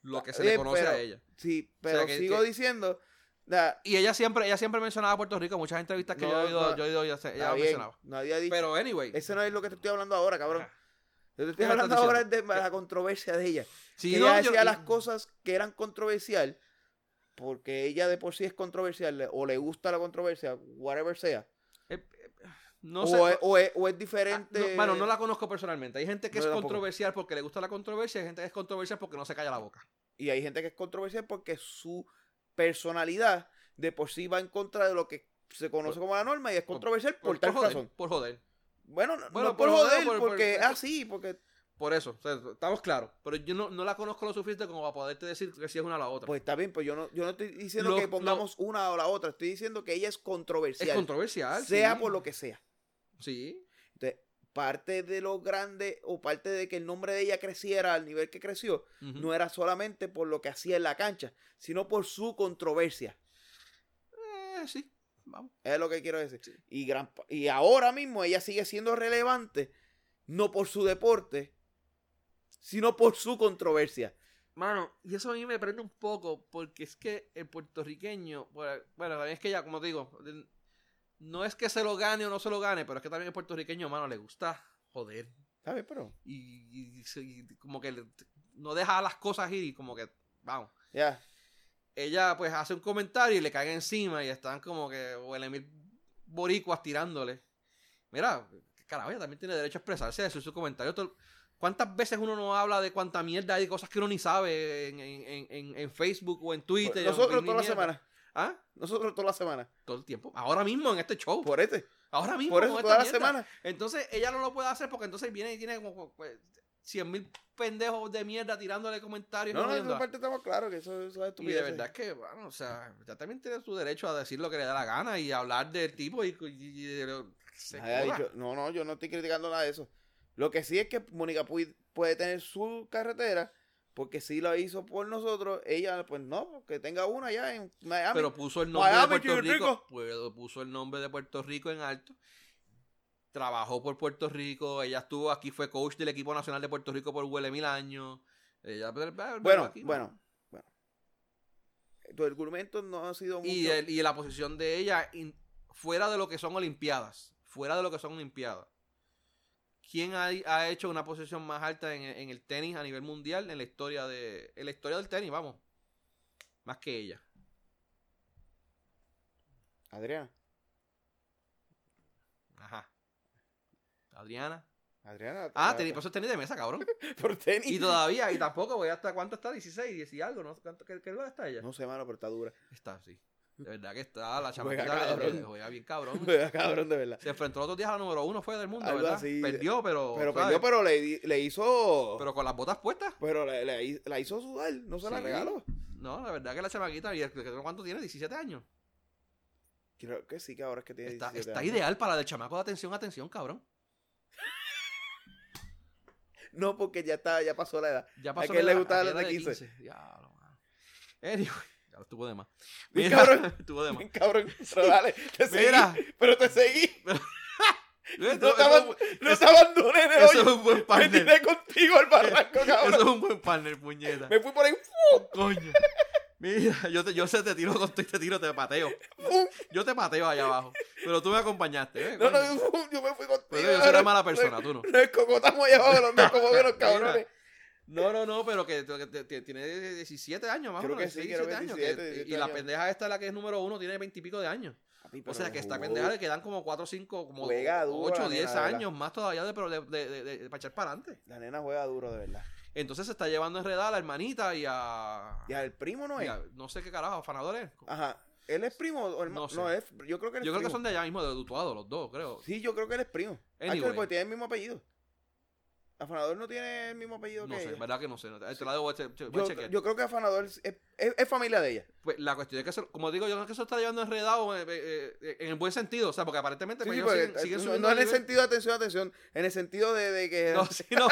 lo que se Oye, le conoce Eh, pero- a ella. Sí, sea, pero que- sigo que- diciendo. la- Y ella siempre, ella siempre mencionaba a Puerto Rico, muchas entrevistas que No, yo he oído, no, yo he oído, ella, ella está lo bien, mencionaba. nadie ha dicho. Pero anyway, Ese no es lo que te estoy hablando ahora, cabrón. Ajá. Yo te estoy ¿Qué me hablando estás ahora de la controversia de ella. si Que no, ella yo- decía las cosas que eran controversial, porque ella de por sí es controversial, le- o le gusta la controversia, whatever sea. eh, eh, no o, sé, es, o es- o es ah, diferente. no, bueno, no la conozco personalmente. Hay gente que No, es yo tampoco. controversial porque le gusta la controversia, hay gente que es controversial porque no se calla la boca. Y hay gente que es controversial porque su personalidad de por sí va en contra de lo que se conoce como la norma y es controversial por, tal joder, razón. por joder. Bueno, no, Bueno, no por por joder, joder, por- por- porque es así, porque Por eso, o sea, estamos claros. Pero yo no, no la conozco lo suficiente como para poderte decir que si es una o la otra. Pues está bien, pues yo no, yo no estoy diciendo Lo- que pongamos una o la otra, estoy diciendo que ella es controversial. es controversial. sea sí. por lo que sea. Sí. Entonces, parte de lo grande o parte de que el nombre de ella creciera al nivel que creció, Ujú. no era solamente por lo que hacía en la cancha, sino por su controversia. Eh, sí. Vamos. Es lo que quiero decir. Sí. Y, gran, pa- y ahora mismo ella sigue siendo relevante, no por su deporte, sino por su controversia. Mano, y eso a mí me prende un poco, porque es que el puertorriqueño, bueno, bueno, también es que ya, como te digo, el- no es que se lo gane o no se lo gane, pero es que también el puertorriqueño, mano, le gusta joder. Está bien, pero. Y, y se- y como que le- no deja las cosas ir y como que, vamos. Ya. Ella pues hace un comentario y le cae encima y están como que huele mil boricuas tirándole. Mira, carajo, ella también tiene derecho a expresarse, a decir su comentario. Todo- ¿Cuántas veces uno no habla de cuánta mierda hay de cosas que uno ni sabe en, en- en- en- en Facebook o en Twitter? o en Nosotros ni toda la mierda? semana. ¿Ah? Nosotros toda la semana. Todo el tiempo. Ahora mismo en este show. Por este. Ahora mismo. Por con eso esta toda la mierda. semana. Entonces ella no lo puede hacer porque entonces viene y tiene como pues, cien mil pendejos de mierda tirándole comentarios. y No, no, jodiendo. esa parte estamos claros que eso, eso es Y estupidez. de verdad es que, bueno, o sea, ya también tiene su derecho a decir lo que le da la gana y hablar del tipo y, y- y de lo- se Nadie ha joda. dicho- no, no, yo no estoy criticando nada de eso. Lo que sí es que Mónica Puig puede tener su carretera, porque si la hizo por nosotros, ella, pues no, que tenga una allá en Miami. Pero puso el nombre Miami, de Puerto Chiquitico. Rico. puedo- puso el nombre de Puerto Rico en alto. Trabajó por Puerto Rico. Ella estuvo aquí, fue coach del equipo nacional de Puerto Rico por huele mil años. Ella, bueno, aquí, ¿no? bueno, bueno. Tu argumento no ha sido mucho. Y, el- y la posición de ella in- fuera de lo que son Olimpiadas. Fuera de lo que son Olimpiadas. ¿Quién ha, ha hecho una posición más alta en, en el tenis a nivel mundial en la historia de en la historia del tenis, vamos? Más que ella. Adriana, Ajá. Adriana. Adriana. Ah, la- tenis, pues eso es tenis de mesa, cabrón. por tenis. Y todavía, y tampoco, voy hasta cuánto está, 16, 10 y algo, ¿no? ¿Cuánto, qué, ¿Qué lugar está ella? No sé, mano, pero está dura. Está, sí. De verdad que está la Juega chamaquita, eh, cabrón. eh, juega bien cabrón. Cabrón, de verdad. Se enfrentó los otros días a la número uno, fue del mundo, Algo ¿verdad? así. Perdió, pero. Pero ¿sabes? perdió, pero le, di- le hizo. Pero, Pero con las botas puestas. le, le- la hizo sudar, no se la Sí. regaló. No, la verdad que la chamaquita, ¿y el- ¿cuánto tiene? 17 años. Creo que sí, que ahora es que tiene Está, 17 está años. ideal para el chamaco de atención, atención, cabrón. No, porque ya está, ya pasó la edad. Ya pasó ¿A quién le edad- gustaba la la edad de 15? Diablo, mano. Anyway, ya lo estuvo de más. Bien, Mira, cabrón. estuvo de más. Bien, cabrón. Pero dale, te Mira. seguí. Pero te seguí. No te, aban- Eso, no te abandoné en el eso es hoyo. un buen Me partner. tiré contigo al barranco, cabrón. Eso es un buen partner, puñeta. Me fui por ahí. Coño. Mira, yo, te, yo se te tiro con te tiro, te pateo. ¡fum! Yo te pateo allá abajo. Pero tú me acompañaste, ¿eh? No, coño? no, ¡fum! yo me fui contigo. Pero yo soy cabrón. una mala persona, tú no. Nos escocotamos allá abajo, nos escocotamos los Mira. cabrones. No, no, no, pero que, que te- te- tiene 17 años, más o Creo menos. que sí, 16, creo 17 que años. 17, que- 18 y la años. pendeja esta, la que es número uno, tiene 20 y pico de años. O sea, que esta pendeja le quedan como 4, 5, como Juega duro 8, la 10 nena, de años más todavía de, pero de, de, de- de- para echar para adelante. La nena juega duro, de verdad. Entonces se está llevando enredada a la hermanita y a. Y al primo no y es. Ah, a- no sé qué carajo, afanadores. Ajá. ¿Él es primo o hermano? No No, sé. es, yo creo que él es Yo creo que primo. son de allá mismo, de Dutuado, los dos, creo. Sí, yo creo que él es primo. Actually, Anyway. porque tiene el mismo apellido. Afanador no tiene el mismo apellido No que sé, ella. verdad que no sé. no- Te la debo che- che- voy a Yo, chequear. yo creo que Afanador es, es- es familia de ella. Pues la cuestión es que, se lo- como digo, yo creo que se lo está llevando enredado eh, eh, eh, en el buen sentido. O sea, porque aparentemente Sí, pues, sí, ellos porque, siguen, siguen eh, no- subiendo no de en el nivel. sentido de atención, atención, en el sentido de, de que... No, sí, no.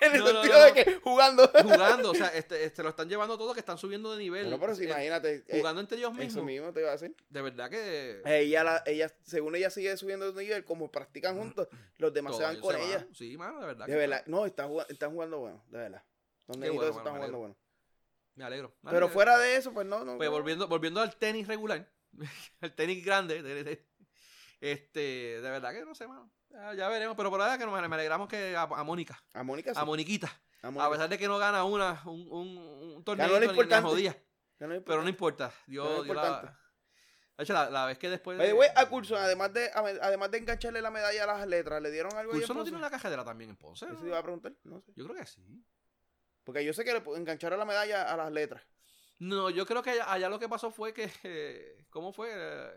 en el No, no, sentido no, de no. que jugando... jugando, o sea, este, este, lo están llevando todo, que están subiendo de nivel. Bueno, pero si eh, imagínate, eh, jugando entre ellos eso mismos. mismo te iba a decir. De verdad que. Ella, la- ella, según ella sigue subiendo de nivel, como practican juntos, los demás todos se van ellos con se ella. van. Sí, mano, de verdad. De que- verdad, no, están jugando, están jugando bueno, de verdad. Los Qué negritos bueno, esos mano, están me jugando bueno. Me alegro. me Pero alegro. fuera de eso, pues no, no. Pues no. volviendo, volviendo al tenis regular, al tenis grande, de- de- este, de verdad que no sé, mano. Ya, ya veremos, pero por ahora que nos me alegramos que a, a Mónica, A Mónica sí. a Moniquita, A a Mónica. pesar de que no gana una, un, un, un Ganó torneo lo ni ni la importante. jodía, Ya no pero hay no problema. importa, Ganó Dios, lo Dios importante. la, de hecho, la, la vez que después... By de- the way, a Curson, además de, a- además de engancharle la medalla a las letras, ¿le dieron algo ahí en Curso no Ponce? Pues tiene una cajedera también en Ponce, Eso ¿no? te iba a preguntar, no sé. Yo creo que sí. Porque yo sé que le pu- engancharon la medalla a las letras. No, yo creo que allá, allá lo que pasó fue que. eh, ¿Cómo fue? Eh,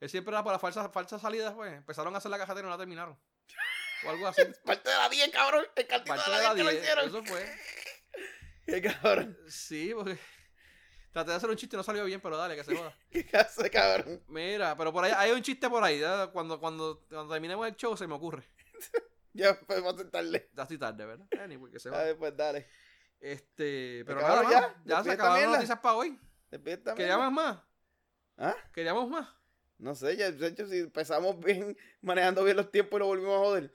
él siempre era para falsas falsas salidas, pues. Empezaron a hacer la cajetera y no la terminaron. O algo así. Parte de la 10, cabrón. El cantito Parte de la 10. hicieron. Eso fue. Qué cabrón. Sí, porque. Traté de hacer un chiste y no salió bien, pero dale, que se joda. Qué casa, cabrón. Mira, pero por ahí hay un chiste por ahí. ya, Cuando, cuando, cuando terminemos el show se me ocurre. Ya pues, vamos a sentarle. Ya estoy tarde, ¿verdad? Anyway, que se A va. ver, pues dale. Este. Pero nada, acabaron mano, ya? ya, ¿Despide se esta acabaron las mierda? noticias para hoy. Despierta, ¿Queríamos más? ¿Ah? ¿Queríamos más? No sé, ya, de hecho, si empezamos bien, manejando bien los tiempos y lo volvimos a joder.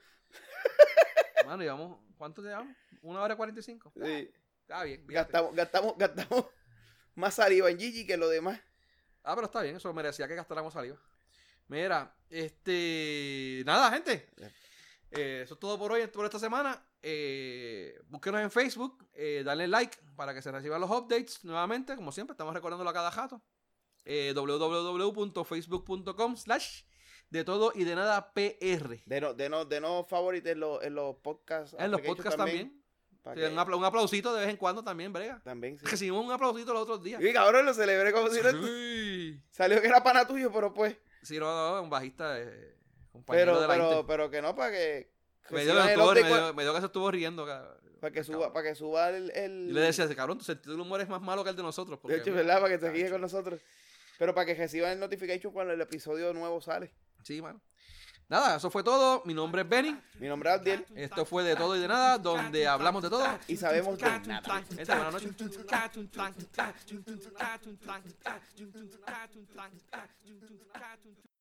Mano, llevamos. ¿cuánto? ¿Cuánto te llevamos? ¿Una hora cuarenta y cinco? Sí. Está bien. Ah, fíjate. Gastamos, gastamos, gastamos más saliva en Gigi que lo demás. Ah, pero está bien, eso merecía que gastáramos saliva. Mira, este. Nada, gente. Eh, eso es todo por hoy, por esta semana. Eh, búsquenos en Facebook, eh, dale like para que se reciban los updates nuevamente. Como siempre, estamos recordándolo a cada jato. Eh, www.facebook.com slash de todo y de nada PR. De no, de no, de no favoritos en los, en los podcasts. En los pequeños podcasts también. para Sí, que- un, apla- un aplausito de vez en cuando también, brega. también, sí. Recibimos un aplausito los otros días. Y cabrón, lo celebré como si no- Sí. Salió que era pana tuyo, pero pues. Sí, no, no, un bajista, eh, compañero Pero, de la pero, Inter. pero que no, para que. Me dio, reciban que el estuvo- update me cua- dio- me dio que se estuvo riendo. ca- Para que suba, cabrón. para que suba el. el... Y le decía, cabrón, tu sentido del humor es más malo que el de nosotros. De Porque, hecho, ¿verdad? Para que se Cacho. guíe con nosotros. Pero para que reciban el notification cuando el episodio nuevo sale. Sí, mano. Nada, eso fue todo. Mi nombre es Benny. Mi nombre es Abdiel. Esto fue de todo y de nada, donde hablamos de todo. Y sabemos de nada. Gente, buenas noches. noches.